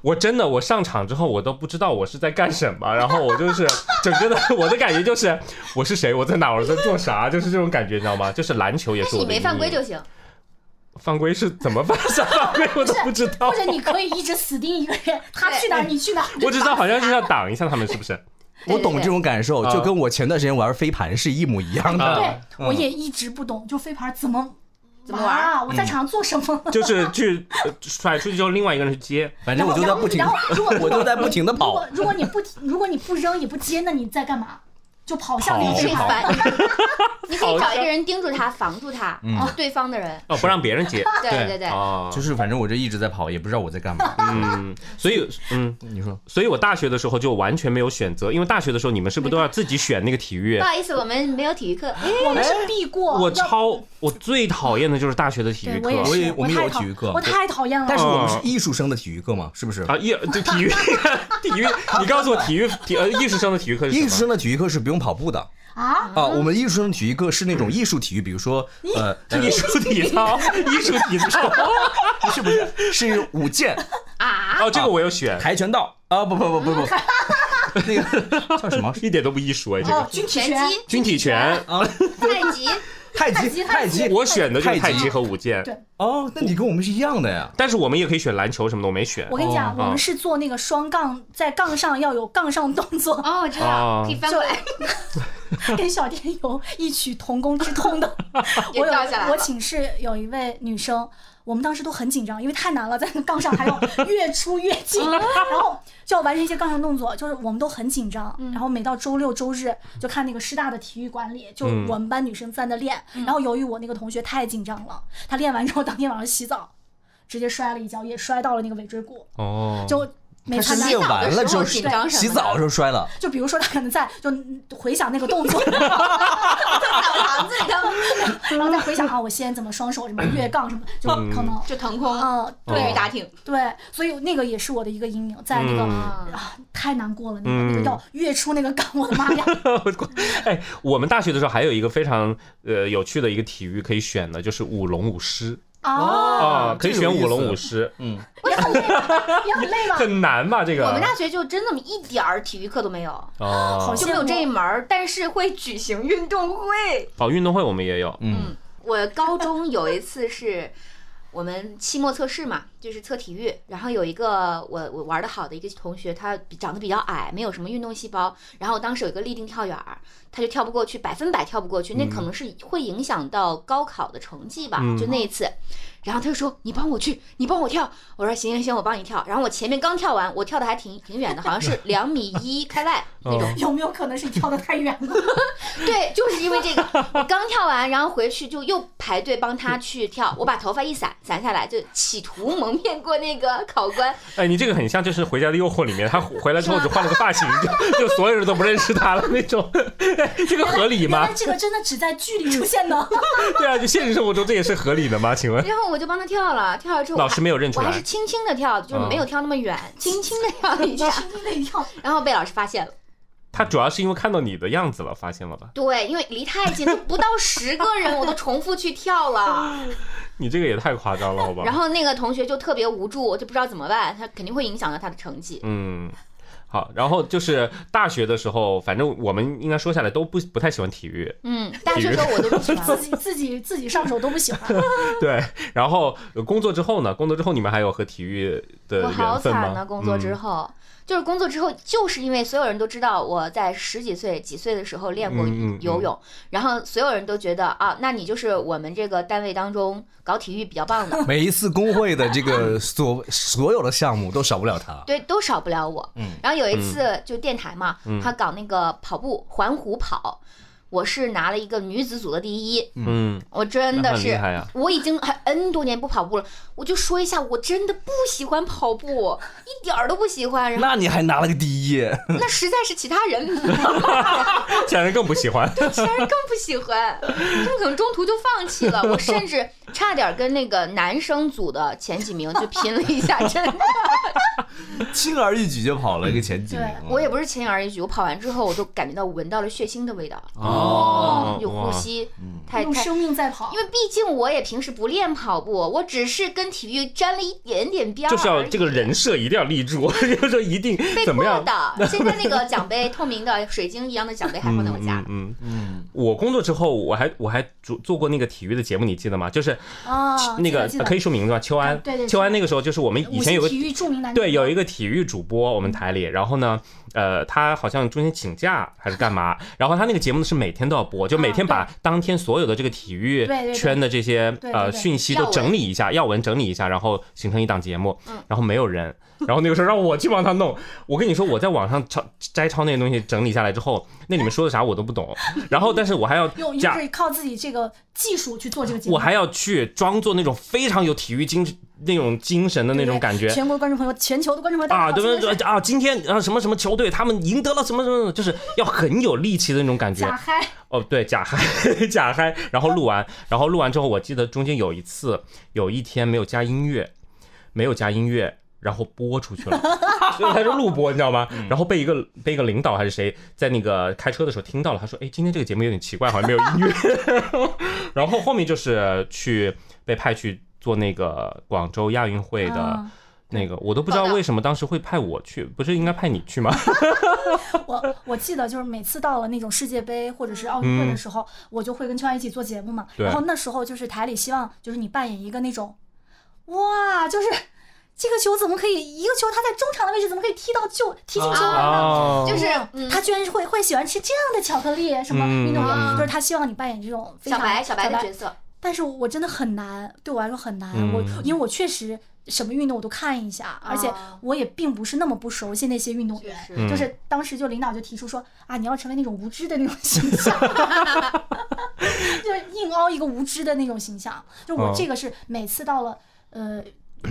[SPEAKER 2] 我真的，我上场之后，我都不知道我是在干什么，然后我就是整个的，我的感觉就是我是谁，我在哪，我在做啥，就是这种感觉，你知道吗？就是篮球也是
[SPEAKER 4] 但是
[SPEAKER 2] 我
[SPEAKER 4] 你
[SPEAKER 2] 的阴
[SPEAKER 4] 没
[SPEAKER 2] 影。
[SPEAKER 4] 犯规就行，
[SPEAKER 2] 犯规是怎么犯啥犯规， (laughs) 我都不知道
[SPEAKER 1] 或。者你可以一直死盯一个人，他去哪儿你去哪儿。
[SPEAKER 2] 我只知道好像是要挡一下他们，是不是？ (laughs)
[SPEAKER 3] 我懂
[SPEAKER 4] 对对
[SPEAKER 3] 这种感受，
[SPEAKER 2] 啊
[SPEAKER 3] 就跟我前段时间玩飞盘是一模一样
[SPEAKER 2] 啊
[SPEAKER 3] 的。
[SPEAKER 1] 对，我也一直不懂，就飞盘怎么
[SPEAKER 4] 怎么玩
[SPEAKER 1] 玩啊？我在场上做什么？
[SPEAKER 2] 就是去呃甩出去之后，另外一个人去接。
[SPEAKER 3] 嗯反
[SPEAKER 1] 然
[SPEAKER 3] 正
[SPEAKER 1] 后
[SPEAKER 3] 我就在不停
[SPEAKER 1] 然，后如果
[SPEAKER 3] (laughs) 我就在不停的
[SPEAKER 1] 如果 (laughs)
[SPEAKER 3] 跑。
[SPEAKER 1] 如果你不如果你不扔也不接，那你在干嘛？就跑向那
[SPEAKER 2] 跑
[SPEAKER 1] 个
[SPEAKER 4] 你
[SPEAKER 1] 飞
[SPEAKER 4] 可以
[SPEAKER 1] 盘。
[SPEAKER 4] 反，你 (laughs) 可以找一个人盯住他，防住他，就对方的人。
[SPEAKER 2] 哦，不让别人接，
[SPEAKER 4] (laughs) 对对对，
[SPEAKER 2] 哦，
[SPEAKER 3] 就是反正我这一直在跑，也不知道我在干嘛。
[SPEAKER 2] 嗯，所以嗯，
[SPEAKER 3] 你说
[SPEAKER 2] 所以我大学的时候就完全没有选择，因为大学的时候你们是不是都要自己选那个体育
[SPEAKER 4] 不？好意思，我们没有体育课。哎
[SPEAKER 1] 我们是必过，
[SPEAKER 2] 我
[SPEAKER 1] 要
[SPEAKER 2] 超我最讨厌的就是大学的体
[SPEAKER 1] 对
[SPEAKER 2] 育课
[SPEAKER 1] 我也
[SPEAKER 3] 我
[SPEAKER 1] 是
[SPEAKER 3] 也，我们
[SPEAKER 1] 太
[SPEAKER 3] 有
[SPEAKER 1] 讨
[SPEAKER 3] 体育课
[SPEAKER 1] 我太讨厌了。
[SPEAKER 3] 但是我们是
[SPEAKER 2] 嗯
[SPEAKER 3] 艺术生的体育课嘛，是不是？
[SPEAKER 2] 啊，艺对体育体育，你告诉我体育体呃艺术生的体育课是
[SPEAKER 3] 艺
[SPEAKER 2] 什
[SPEAKER 3] 术
[SPEAKER 2] 么？
[SPEAKER 3] 生的体育课是不用跑步的
[SPEAKER 1] 啊，
[SPEAKER 3] 啊，我们艺术生的体育课是那种艺术体育，比如说呃，呃
[SPEAKER 2] (laughs) 艺术体操，艺术体操。
[SPEAKER 3] 不是不是是舞剑、
[SPEAKER 4] 啊，
[SPEAKER 2] 哦，这个我有选，
[SPEAKER 3] 跆拳道啊，不不不不不，那个
[SPEAKER 2] (laughs)
[SPEAKER 3] 叫什么
[SPEAKER 2] 一点都不艺术哎，这
[SPEAKER 1] 哦
[SPEAKER 2] 个，
[SPEAKER 1] 军体
[SPEAKER 4] 拳
[SPEAKER 1] 拳，
[SPEAKER 4] 击、
[SPEAKER 2] 军体拳，
[SPEAKER 3] 啊？
[SPEAKER 4] 太 (laughs) 极，
[SPEAKER 3] 太
[SPEAKER 1] 太
[SPEAKER 3] 极
[SPEAKER 1] 极
[SPEAKER 3] 太极
[SPEAKER 2] 我选的就是
[SPEAKER 3] 太
[SPEAKER 2] 太
[SPEAKER 3] 极
[SPEAKER 2] 极和舞剑
[SPEAKER 1] 对，
[SPEAKER 3] 哦，那你跟我们是一样的呀。
[SPEAKER 2] 但是我们也可以选篮球什么的，我没选
[SPEAKER 1] 我。跟你讲，
[SPEAKER 2] 哦
[SPEAKER 1] 我们是做那个双杠，在杠上要有杠上动
[SPEAKER 4] (laughs)
[SPEAKER 1] 作，
[SPEAKER 4] 哦，我知道，
[SPEAKER 2] 哦
[SPEAKER 4] 可以翻过来，
[SPEAKER 1] 跟小天有异曲同工之通的。
[SPEAKER 4] (laughs) 也
[SPEAKER 1] 我有
[SPEAKER 4] 掉下来
[SPEAKER 1] 我
[SPEAKER 4] 了。
[SPEAKER 1] 寝室有一位女生，我们当时都很紧张，因为太难了，在那杠上
[SPEAKER 4] (laughs)
[SPEAKER 1] 还要越出越近，
[SPEAKER 4] 嗯
[SPEAKER 1] 然后就要完成一些杠上动作，就是我们都很紧张。
[SPEAKER 4] 嗯
[SPEAKER 1] 然后每到周六周日就看那个师大的体育馆里，就
[SPEAKER 2] 嗯
[SPEAKER 1] 我们班女生在那练。
[SPEAKER 4] 嗯
[SPEAKER 1] 然后由于我那个同学太紧张了，她练完之后当天晚上洗澡，直接摔了一跤，也摔到了那个尾椎骨，
[SPEAKER 2] 哦，
[SPEAKER 1] 就没
[SPEAKER 3] 他是
[SPEAKER 1] 参加
[SPEAKER 3] 练完了之后
[SPEAKER 4] 洗澡的时候紧张什么的
[SPEAKER 3] 洗澡的时候摔了，
[SPEAKER 1] 就比如说他可能在就回想那个动
[SPEAKER 4] (laughs)
[SPEAKER 1] 作，
[SPEAKER 4] 澡堂子里头
[SPEAKER 1] 然后再回想啊，我先怎么双手什么
[SPEAKER 2] (laughs)
[SPEAKER 1] 越杠什么，就可能。
[SPEAKER 4] (laughs) 就腾空，
[SPEAKER 1] 嗯，
[SPEAKER 4] 对于
[SPEAKER 2] 哦
[SPEAKER 1] 对
[SPEAKER 4] 打挺，
[SPEAKER 1] 对，所以那个也是我的一个阴影，在那个、
[SPEAKER 2] 嗯
[SPEAKER 1] 啊太难过了，那个那个
[SPEAKER 2] 嗯
[SPEAKER 1] 要越出那个杠，我的妈
[SPEAKER 4] (laughs)
[SPEAKER 1] 呀！
[SPEAKER 2] (laughs) 哎，我们大学的时候还有一个非常呃有趣的一个体育可以选的，就是舞龙舞狮。
[SPEAKER 4] 哦
[SPEAKER 1] 啊，
[SPEAKER 2] 啊，可以
[SPEAKER 3] 这个有
[SPEAKER 2] 选
[SPEAKER 3] 意
[SPEAKER 2] 舞龙
[SPEAKER 3] 思
[SPEAKER 2] 舞狮，
[SPEAKER 3] 嗯，
[SPEAKER 4] 也很累，也很累吗？
[SPEAKER 2] 很难吧？这个
[SPEAKER 4] 我们大学就真的一点儿体育课都没有，
[SPEAKER 2] 哦
[SPEAKER 1] 好
[SPEAKER 4] 就没有这一门儿，但是会举行运动会。
[SPEAKER 2] 哦，运动会我们也有，
[SPEAKER 3] 嗯，，
[SPEAKER 4] 我高中有一次是我们期末测试嘛，就是测体育，然后有一个我我玩的好的一个同学，他比长得比较矮，没有什么运动细胞，然后我当时有一个立定跳远儿，他就跳不过去，百分百跳不过去，那可能是会影响到高考的成绩吧，
[SPEAKER 2] 嗯
[SPEAKER 4] 就那一次。然后他就说：“你帮我去，你帮我跳。”我说：“行行行，我帮你跳。”然后我前面刚跳完，我跳的还挺挺远的，好像是两米一开外那
[SPEAKER 2] 哦
[SPEAKER 4] 种。
[SPEAKER 1] 有没有可能是你跳的太远了？
[SPEAKER 4] (laughs) 对，就是因为
[SPEAKER 2] (laughs)
[SPEAKER 4] 这个，我刚跳完，然后回去就又排队帮他去跳，我把头发一散，散下来就企图蒙骗过那个考官。
[SPEAKER 2] 哎，你这个很像就是《回家的诱惑》里面，他回来之后只换了个发型，就就所有人都不认识他了那种， (laughs) 哎这个 (laughs) 合理
[SPEAKER 1] 原 (laughs)
[SPEAKER 2] 吗
[SPEAKER 1] 来？这个真的只在剧里出现 (laughs)
[SPEAKER 4] 嗯
[SPEAKER 1] 的。
[SPEAKER 2] 对啊，就现实生活中这也是合理的吗？
[SPEAKER 4] (laughs)
[SPEAKER 2] 请问
[SPEAKER 4] 然后我就帮他跳了，跳了之后我
[SPEAKER 2] 老
[SPEAKER 4] 还
[SPEAKER 2] 师没有认
[SPEAKER 4] 我
[SPEAKER 2] 出
[SPEAKER 4] 还是
[SPEAKER 2] 来？嗯
[SPEAKER 4] 轻轻的跳，就是没有跳那么远，轻轻的跳一下，
[SPEAKER 1] 轻轻的一跳，
[SPEAKER 4] 然后被老师发现了。
[SPEAKER 2] 他主要是因为看到你的样子了，发现了吧？ (laughs)
[SPEAKER 4] 对，因为离太近，就不到十个人，我都重复去
[SPEAKER 2] (laughs)
[SPEAKER 4] 跳了。
[SPEAKER 2] 你这个也太夸张了，好吧？
[SPEAKER 4] 然后那个同学就特别无助，就不知道怎么办，他肯定会影响到他的成绩。
[SPEAKER 2] 嗯，好，然后就是大学的时候，反正我们应该说下来都不不太喜欢体
[SPEAKER 4] (laughs)
[SPEAKER 2] 育，
[SPEAKER 4] 嗯，大学时候我都不
[SPEAKER 2] (laughs)
[SPEAKER 4] 喜欢了
[SPEAKER 1] 自己自己自己上手都不喜欢。
[SPEAKER 2] 对。然后呃工作之后呢？工作之后你们还有和体育的
[SPEAKER 4] 我好
[SPEAKER 2] 缘分
[SPEAKER 4] 惨
[SPEAKER 2] 吗？
[SPEAKER 4] 呐！工作之
[SPEAKER 2] 嗯
[SPEAKER 4] 后，就是工作之后，就是因为所有人都知道我在十几岁、几岁的时候练过
[SPEAKER 2] 嗯嗯嗯
[SPEAKER 4] 游泳，然后所有人都觉得啊，那你就是我们这个单位当中搞体育比较棒的
[SPEAKER 3] 每一次工会的这个所所有的项目都少不了他。
[SPEAKER 4] 对，都少不了我。
[SPEAKER 3] 嗯
[SPEAKER 4] 然后有一次就电台嘛，
[SPEAKER 2] 嗯
[SPEAKER 4] 他搞那个跑步环湖跑，我是拿了一个女子组的第一，
[SPEAKER 2] 嗯，
[SPEAKER 4] 我真
[SPEAKER 2] 那
[SPEAKER 4] 的
[SPEAKER 2] 很厉
[SPEAKER 4] 是
[SPEAKER 2] 害呀。啊
[SPEAKER 4] 我已经很 N 多年不跑步了，我就说一下，我真的不喜欢跑步，一点儿都不喜欢。然后
[SPEAKER 3] 那你还拿了个第一，
[SPEAKER 4] 那实在是其他人
[SPEAKER 2] 显然更不喜
[SPEAKER 4] (laughs)
[SPEAKER 2] 欢。
[SPEAKER 4] 其他人更不喜欢，他们可能中途就放弃了。
[SPEAKER 2] (laughs)
[SPEAKER 4] 我甚至差点跟那个男生组的前几名就拼了一下，
[SPEAKER 2] (laughs)
[SPEAKER 4] 真的。
[SPEAKER 3] 轻而易举就跑了一个前几嗯名了。
[SPEAKER 4] 我也不是轻而易举，我跑完之后我都感觉到闻到了血腥的味道，
[SPEAKER 2] 哦
[SPEAKER 4] 有呼吸，
[SPEAKER 2] 嗯
[SPEAKER 4] 太
[SPEAKER 1] 用
[SPEAKER 4] 太。
[SPEAKER 1] 生命在跑
[SPEAKER 4] 因，为毕竟我也平时不练跑步，我只是跟体育沾了一点点边儿而
[SPEAKER 2] 就
[SPEAKER 4] 已，
[SPEAKER 2] 是要这个人设一定要立住， (laughs) 就是说一定
[SPEAKER 4] 被
[SPEAKER 2] 怎么
[SPEAKER 4] 迫
[SPEAKER 2] 样。
[SPEAKER 4] 的。现在那个奖杯，透明的水晶一样的奖杯还放在我家
[SPEAKER 2] 嗯
[SPEAKER 4] 呢。
[SPEAKER 2] 嗯，
[SPEAKER 3] 嗯，
[SPEAKER 2] 我工作之后，我还我还做做过那个体育的节目，你记得吗？就是
[SPEAKER 1] 啊，
[SPEAKER 2] 那个
[SPEAKER 1] 记得
[SPEAKER 2] 可
[SPEAKER 1] 记
[SPEAKER 2] 以说名字吧，秋安。
[SPEAKER 1] 对对
[SPEAKER 2] 秋安那个时候就是我们
[SPEAKER 1] 得
[SPEAKER 2] 以
[SPEAKER 1] 五
[SPEAKER 2] 前有
[SPEAKER 1] 星
[SPEAKER 2] 个
[SPEAKER 1] 体育著名男
[SPEAKER 2] 对，有一
[SPEAKER 1] 个
[SPEAKER 2] 个体育主播，我们台里，然后呢，呃，他好像中间请假还是干嘛， (laughs) 然后他那个节目呢是每天都要播，就每天把当天所有的这个体育
[SPEAKER 1] 啊对对对
[SPEAKER 2] 圈的这些
[SPEAKER 1] 对对
[SPEAKER 2] 呃
[SPEAKER 1] 对
[SPEAKER 2] 讯息都
[SPEAKER 4] 要闻
[SPEAKER 2] 整理一下，要闻整理一下，然后形成一档节目
[SPEAKER 4] 嗯，
[SPEAKER 2] 然后没有人，然后那个时候让我去帮他弄，我跟你说，我在网上抄摘抄那些东西整理下来之后，那里面说的啥我都
[SPEAKER 1] (laughs)
[SPEAKER 2] 不懂，然后但是我还要
[SPEAKER 1] 用就
[SPEAKER 2] 假
[SPEAKER 1] 是靠自己这个技术去做这个节目。
[SPEAKER 2] 我还要去装作那种非常有体育精那种精神的那种感觉，
[SPEAKER 1] 全国观众朋友，全球的观众朋友，大家
[SPEAKER 2] 啊，
[SPEAKER 1] 好今
[SPEAKER 2] 对对
[SPEAKER 1] 天
[SPEAKER 2] 对
[SPEAKER 1] 是
[SPEAKER 2] 啊！今天啊什么什么球队，他们赢得了什么什么什么，就是要很有力气的那种感觉
[SPEAKER 1] 假。嗨，
[SPEAKER 2] 哦，对，假嗨 (laughs) 假嗨，然后录完，然后录完之后，我记得中间有一次，有一天没有加音乐，没有加音乐。然后播出去了，所以他是录播，你知道吗？然后被一个被一个领导还是谁在那个开车的时候听到了，他说：“哎，今天这个节目有点奇怪，好像没有音乐。” (laughs) 然后后面就是去被派去做那个广州亚运会的
[SPEAKER 1] 啊
[SPEAKER 2] 那个，我都不知道为什么当时会派我去，不是应该派你去吗？ (laughs)
[SPEAKER 1] 我我记得就是每次到了那种世界杯或者是奥运会的时候，我就会跟秋安一起做节目嘛。
[SPEAKER 2] 嗯对
[SPEAKER 1] 然后那时候就是台里希望就是你扮演一个那种，哇，就是这个球怎么可以一个球它在中场的位置怎么可以踢到就踢进球门呢？
[SPEAKER 2] 哦
[SPEAKER 4] 就是嗯
[SPEAKER 1] 他居然是会会喜欢吃这样的巧克力，什么
[SPEAKER 2] 嗯
[SPEAKER 1] 运动员，
[SPEAKER 4] 嗯
[SPEAKER 1] 就是他希望你扮演这种非
[SPEAKER 4] 小
[SPEAKER 1] 常
[SPEAKER 4] 白，小白的角色，
[SPEAKER 1] 但是我真的很难，对我来说很难。
[SPEAKER 2] 嗯
[SPEAKER 1] 我因为我确实什么运动我都看一下，而且我也并不是那么不熟悉那些运动员。
[SPEAKER 4] 是
[SPEAKER 2] 嗯
[SPEAKER 1] 就是当时就领导就提出说啊，你要成为那种无知的那种形象，
[SPEAKER 2] (laughs)
[SPEAKER 1] 就是硬凹一个无知的那种形象。就我
[SPEAKER 2] 哦
[SPEAKER 1] 这个是每次到了呃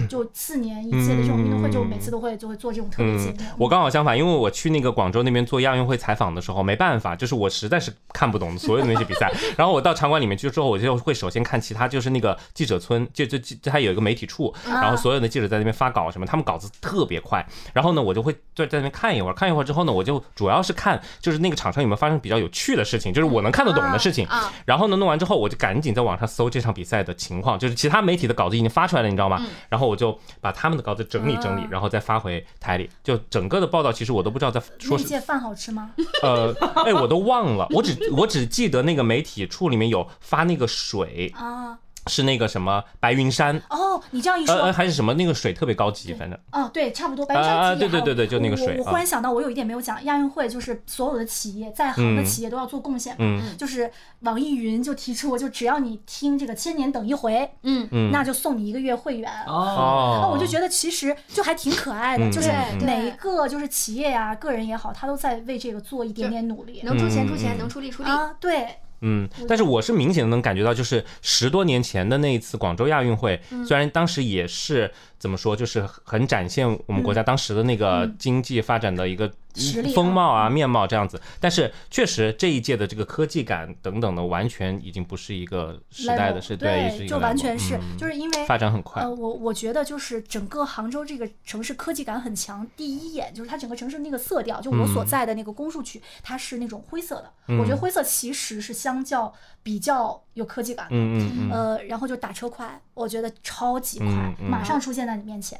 [SPEAKER 1] 就四年一届的这种运动会，就每次都会就会做这种特别节
[SPEAKER 2] 嗯
[SPEAKER 1] 目。，
[SPEAKER 2] 我刚好相反，因为我去那个广州那边做亚运会采访的时候，没办法，就是我实在是看不懂所有的那些比赛。然后我到场馆里面去之后，我就会首先看其他，就是那个记者村，就就就它有一个媒体处，然后所有的记者在那边发稿什么，他们稿子特别快。然后呢，我就会在在那边看一会儿，看一会儿之后呢，我就主要是看就是那个场上有没有发生比较有趣的事情，就是我能看得懂的事情。
[SPEAKER 4] 啊，
[SPEAKER 2] 然后呢，弄完之后我就赶紧在网上搜这场比赛的情况，就是其他媒体的稿子已经发出来了，你知道吗？
[SPEAKER 1] 嗯
[SPEAKER 2] 然后我就把他们的稿子整理整
[SPEAKER 1] 啊
[SPEAKER 2] 理，然后再发回台里。就整个的报道，其实我都不知道在
[SPEAKER 1] 那
[SPEAKER 2] 说
[SPEAKER 1] 一
[SPEAKER 2] 什
[SPEAKER 1] 届饭好吃吗？
[SPEAKER 2] 呃，哎，我都忘了，我只我只记得那个媒体处里面有发那个水，
[SPEAKER 1] 啊，
[SPEAKER 2] 是那个什么白云山，
[SPEAKER 1] 哦，你这样一
[SPEAKER 2] 呃
[SPEAKER 1] 说
[SPEAKER 2] 呃，，还是什么那个水特别高级，反正
[SPEAKER 1] 哦，对，差不多。白
[SPEAKER 2] 啊
[SPEAKER 1] 云山
[SPEAKER 2] 啊
[SPEAKER 1] 企业
[SPEAKER 2] 对对
[SPEAKER 1] 还有
[SPEAKER 2] 对对就那个水
[SPEAKER 1] 我我
[SPEAKER 2] 啊
[SPEAKER 1] 忽然想到，我有一点没有讲，亚运会就是所有的企业在行的
[SPEAKER 2] 嗯
[SPEAKER 1] 企业都要做贡献嘛。
[SPEAKER 2] 嗯
[SPEAKER 1] 就是网易云就提出，就只要你听这个《千年等一回》，
[SPEAKER 4] 嗯，
[SPEAKER 2] 嗯，
[SPEAKER 1] 那就送你一个月会员。
[SPEAKER 3] 哦，
[SPEAKER 1] 然后
[SPEAKER 2] 哦，
[SPEAKER 1] 啊我就觉得其实就还挺可爱的，
[SPEAKER 2] 嗯
[SPEAKER 1] 就是
[SPEAKER 4] 对对
[SPEAKER 1] 每一个就是企业呀、个人也好，他都在为这个做一点点努力。
[SPEAKER 4] 能出钱出
[SPEAKER 2] 嗯
[SPEAKER 4] 钱，
[SPEAKER 2] 嗯
[SPEAKER 4] 能出力出力。
[SPEAKER 1] 啊，对，
[SPEAKER 2] 嗯，但是我是明显的能感觉到，就是十多年前的那一次广州亚运会，
[SPEAKER 1] 嗯
[SPEAKER 2] 虽然当时也是怎么说，就是很展现我们国家当时的那个经济发展的一个
[SPEAKER 1] 嗯实力啊
[SPEAKER 2] 风貌啊、面貌这样子，但是确实这一届的这个科技感等等的，完全已经不是一个时代的
[SPEAKER 1] level，
[SPEAKER 2] 是对，是
[SPEAKER 1] 对，
[SPEAKER 2] 一
[SPEAKER 1] 就
[SPEAKER 2] 个
[SPEAKER 1] 完
[SPEAKER 2] level
[SPEAKER 1] 全是，就是因为
[SPEAKER 2] 发展很快
[SPEAKER 1] 呃，，我我觉得就是整个杭州这个城市科技感很强。第一眼就是它整个城市那个色调，就我所在的那个公墅区，它是那种灰色的。我觉得灰色其实是相较比较有科技感的。
[SPEAKER 2] 嗯嗯嗯，
[SPEAKER 1] 呃，然后就打车快，我觉得超级快，
[SPEAKER 2] 嗯嗯
[SPEAKER 1] 马上出现在你面前。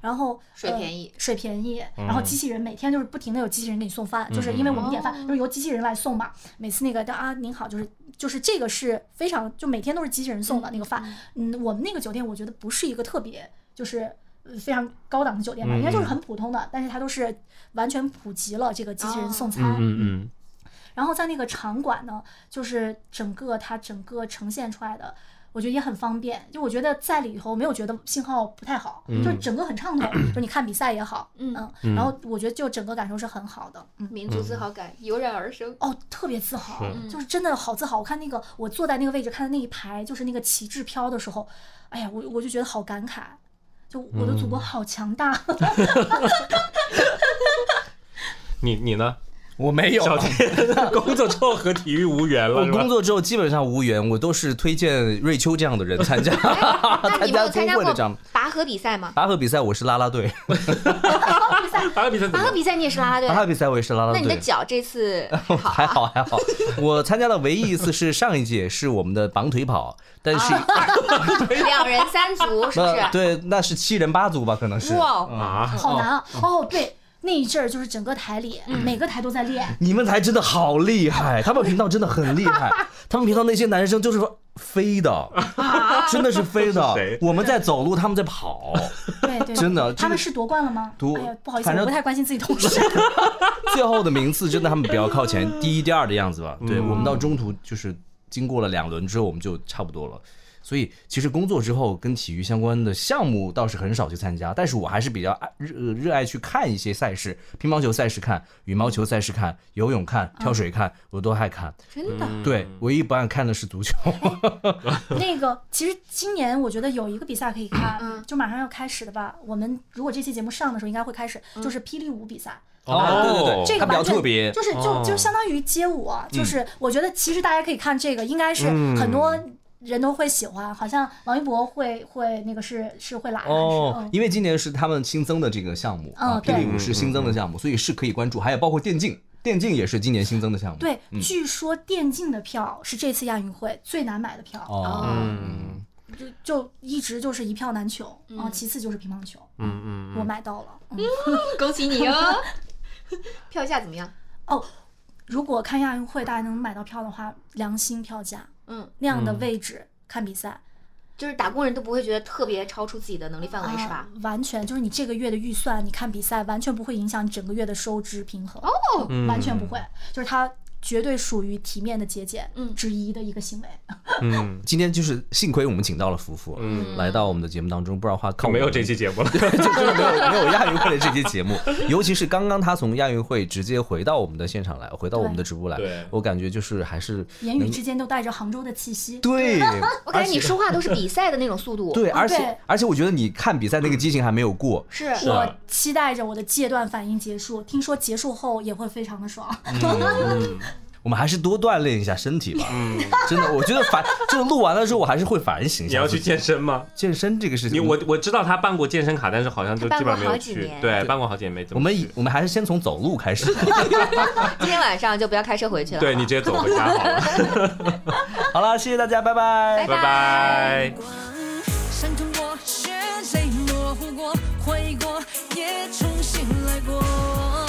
[SPEAKER 1] 然后
[SPEAKER 4] 水
[SPEAKER 1] 呃
[SPEAKER 4] 便宜
[SPEAKER 1] 水便宜。
[SPEAKER 2] 嗯
[SPEAKER 1] 然后机器人每天就是不停的有机器人给你送饭，就是因为我们点饭就是由机器人来送嘛。每次那个啊您好，就是就是这个是非常就每天都是机器人送的那个饭。嗯，我们那个酒店我觉得不是一个特别就是。呃非常高档的酒店吧，
[SPEAKER 2] 嗯
[SPEAKER 1] 应该就是
[SPEAKER 2] 嗯
[SPEAKER 1] 很普通的，但是它都是完全普及了这个机器人送餐。
[SPEAKER 2] 嗯
[SPEAKER 1] 然后在那个场馆呢，就是整个它整个呈现出来的，我觉得也很方便。就我觉得在里头没有觉得信号不太好，就是整个很畅通。就你看比赛也好，
[SPEAKER 4] 嗯
[SPEAKER 1] 然后我觉得就整个感受是很好的，嗯。
[SPEAKER 4] 民族自豪感油然而生。
[SPEAKER 1] 哦，特别自豪，
[SPEAKER 4] 是
[SPEAKER 1] 就是真的好自豪。我看那个，我坐在那个位置看的那一排，就是那个旗帜飘的时候，哎呀，我我就觉得好感慨，就我的祖国好强大。 (laughs)
[SPEAKER 2] 嗯，你你呢？
[SPEAKER 3] 我没有啊，
[SPEAKER 2] 小天 (laughs) 工作之后和体育无缘了，
[SPEAKER 3] 我
[SPEAKER 2] 是吧
[SPEAKER 3] 工作之后基本上无缘，我都是推荐瑞秋这样的人
[SPEAKER 4] (laughs)
[SPEAKER 3] 参加
[SPEAKER 4] 哎那
[SPEAKER 3] (laughs) 参
[SPEAKER 4] 你没
[SPEAKER 3] 加
[SPEAKER 4] 有参
[SPEAKER 3] 工
[SPEAKER 4] 加
[SPEAKER 3] 会的
[SPEAKER 4] 过
[SPEAKER 3] 这样。
[SPEAKER 4] 拔河比赛
[SPEAKER 3] (laughs)
[SPEAKER 4] 吗？
[SPEAKER 3] 拔河比赛我是啦啦队，
[SPEAKER 2] 拔河比赛怎
[SPEAKER 4] 拔
[SPEAKER 2] 么
[SPEAKER 4] 河
[SPEAKER 2] 了？
[SPEAKER 4] 比赛你也是啦啦队
[SPEAKER 3] 拔河
[SPEAKER 4] 的，
[SPEAKER 3] 比赛我也是啦啦
[SPEAKER 4] 那
[SPEAKER 3] 队。
[SPEAKER 4] 你的脚这次
[SPEAKER 3] (laughs)
[SPEAKER 4] 还好
[SPEAKER 3] 还
[SPEAKER 4] 啊？
[SPEAKER 3] 好还好，我参加的唯一一次是上一届，是我们的绑腿跑，但是、
[SPEAKER 4] (laughs) 两人三足啊是不
[SPEAKER 3] 那
[SPEAKER 4] 是？
[SPEAKER 3] 对那是七人八组吧，可能是。嗯
[SPEAKER 4] 哇，
[SPEAKER 2] 啊，
[SPEAKER 1] 好难啊！哦，对，那一阵儿就是整个台里、每个台都在练，
[SPEAKER 3] 你们台真的好厉害，他们频道真的很厉害，
[SPEAKER 4] (laughs)
[SPEAKER 3] 他们频道那些男生就是说飞的，
[SPEAKER 4] 啊
[SPEAKER 3] 真的是飞的
[SPEAKER 2] (laughs) 是谁。
[SPEAKER 3] 我们在走路，他们在跑，
[SPEAKER 1] 对对，
[SPEAKER 3] 真的
[SPEAKER 1] 他
[SPEAKER 3] 这个
[SPEAKER 1] 们是夺冠了吗？
[SPEAKER 3] 夺
[SPEAKER 1] 哎呀，不好意思，
[SPEAKER 3] 反正
[SPEAKER 1] 我不太关心自己同事。
[SPEAKER 3] 最后的名次真的他们比较靠前，第一、第二的样子吧。对我们到中途就是经过了两轮之后，我们就差不多了。所以其实工作之后跟体育相关的项目倒是很少去参加，但是我还是比较爱热热爱去看一些赛事，乒乓球赛事看，羽毛球赛事看，游泳看，跳水看，我都爱看。
[SPEAKER 4] 真的
[SPEAKER 2] 啊
[SPEAKER 3] 对，唯一不爱看的是足球。
[SPEAKER 1] (laughs) 那个，其实今年我觉得有一个比赛可以看，就马上要开始的吧。我们如果这期节目上的时候，应该会开始，就是霹雳舞比赛。
[SPEAKER 3] 哦，对对对，
[SPEAKER 1] 这个
[SPEAKER 3] 它比较
[SPEAKER 1] 完全
[SPEAKER 3] 特别哦嗯
[SPEAKER 1] 就。是就就相当于街舞啊，就是我觉得其实大家可以看这个，应该是很多人都会喜欢，好像王一博会会那个是是会来还是
[SPEAKER 3] 哦
[SPEAKER 1] 嗯，
[SPEAKER 3] 因为今年是他们新增的这个项目
[SPEAKER 1] 嗯
[SPEAKER 3] 啊，
[SPEAKER 1] 对
[SPEAKER 3] 霹雳舞是新增的项目，所以是可以关注，还有包括电竞，电竞也是今年新增的项目。
[SPEAKER 1] 对，据说电竞的票是这次亚运会最难买的票，
[SPEAKER 3] 哦，
[SPEAKER 2] 嗯
[SPEAKER 1] 就就一直就是一票难求啊。其次就是乒乓球，
[SPEAKER 2] 嗯嗯
[SPEAKER 1] 我买到了。嗯
[SPEAKER 4] 恭喜你
[SPEAKER 3] (laughs)
[SPEAKER 4] 哦！票价怎么样？
[SPEAKER 1] 哦，如果看亚运会大家能买到票的话，良心票价
[SPEAKER 4] 嗯，
[SPEAKER 1] 那样的位置看比赛，
[SPEAKER 4] 就是打工人都不会觉得特别超出自己的能力范围是吧
[SPEAKER 1] 啊？？完全就是你这个月的预算，你看比赛完全不会影响你整个月的收支平衡哦，完全不会，就是它绝对属于体面的节俭
[SPEAKER 4] 嗯
[SPEAKER 1] 之一的一个行为。
[SPEAKER 2] 嗯，
[SPEAKER 3] 今天就是幸亏我们请到了福福，嗯，来到我们的节目当中，不然的话
[SPEAKER 2] 就
[SPEAKER 3] 靠我
[SPEAKER 2] 哦没有
[SPEAKER 3] 们
[SPEAKER 2] 这期节 (laughs) 目了。
[SPEAKER 3] (laughs) 就真的没有没有亚运会的这期节目，尤其是刚刚他从亚运会直接回到我们的现场来，回到我们的直播来
[SPEAKER 2] 对，
[SPEAKER 3] 我感觉就是
[SPEAKER 2] (laughs)
[SPEAKER 3] 还是
[SPEAKER 1] 言语
[SPEAKER 3] 能
[SPEAKER 1] 之间都带着杭州的气息。
[SPEAKER 3] 对，
[SPEAKER 4] 我感
[SPEAKER 3] 而
[SPEAKER 4] 觉
[SPEAKER 3] 且
[SPEAKER 4] 你说话
[SPEAKER 3] (laughs)
[SPEAKER 4] 都是比赛的那种速度。
[SPEAKER 3] 对，而
[SPEAKER 1] 对
[SPEAKER 3] 且而且我觉得你看比赛那个激情还没有过，
[SPEAKER 4] 是 (laughs)
[SPEAKER 2] 是
[SPEAKER 1] 我期待着我的戒断反应结束，听说结束后也会非常的爽。
[SPEAKER 3] 我们还是多锻炼一下身体吧。嗯， (laughs) 真的，我觉得反这个录完了之后，我还是会反省一下。
[SPEAKER 2] 你要去健身吗？
[SPEAKER 3] 健身这个事
[SPEAKER 2] 你
[SPEAKER 3] 情，
[SPEAKER 2] 我我知道他办过健身卡，但是好像就
[SPEAKER 4] 他
[SPEAKER 2] 基本
[SPEAKER 4] 办过
[SPEAKER 2] 上没有
[SPEAKER 4] 好几
[SPEAKER 2] 去。
[SPEAKER 4] 年
[SPEAKER 2] 对，办过好几年没怎
[SPEAKER 3] 我
[SPEAKER 2] 么
[SPEAKER 3] 们
[SPEAKER 2] 去
[SPEAKER 3] 以我们还是先从走路
[SPEAKER 2] (laughs)
[SPEAKER 3] 开始吧。
[SPEAKER 4] 今天晚上就不要开车回去了。
[SPEAKER 2] 对你直接走回家好 (laughs) 了，
[SPEAKER 3] 好了，谢谢大家，拜
[SPEAKER 4] 拜。
[SPEAKER 3] 拜
[SPEAKER 2] 拜拜。
[SPEAKER 5] 光，闪通过，是谁模糊过、回忆过，也重新来过。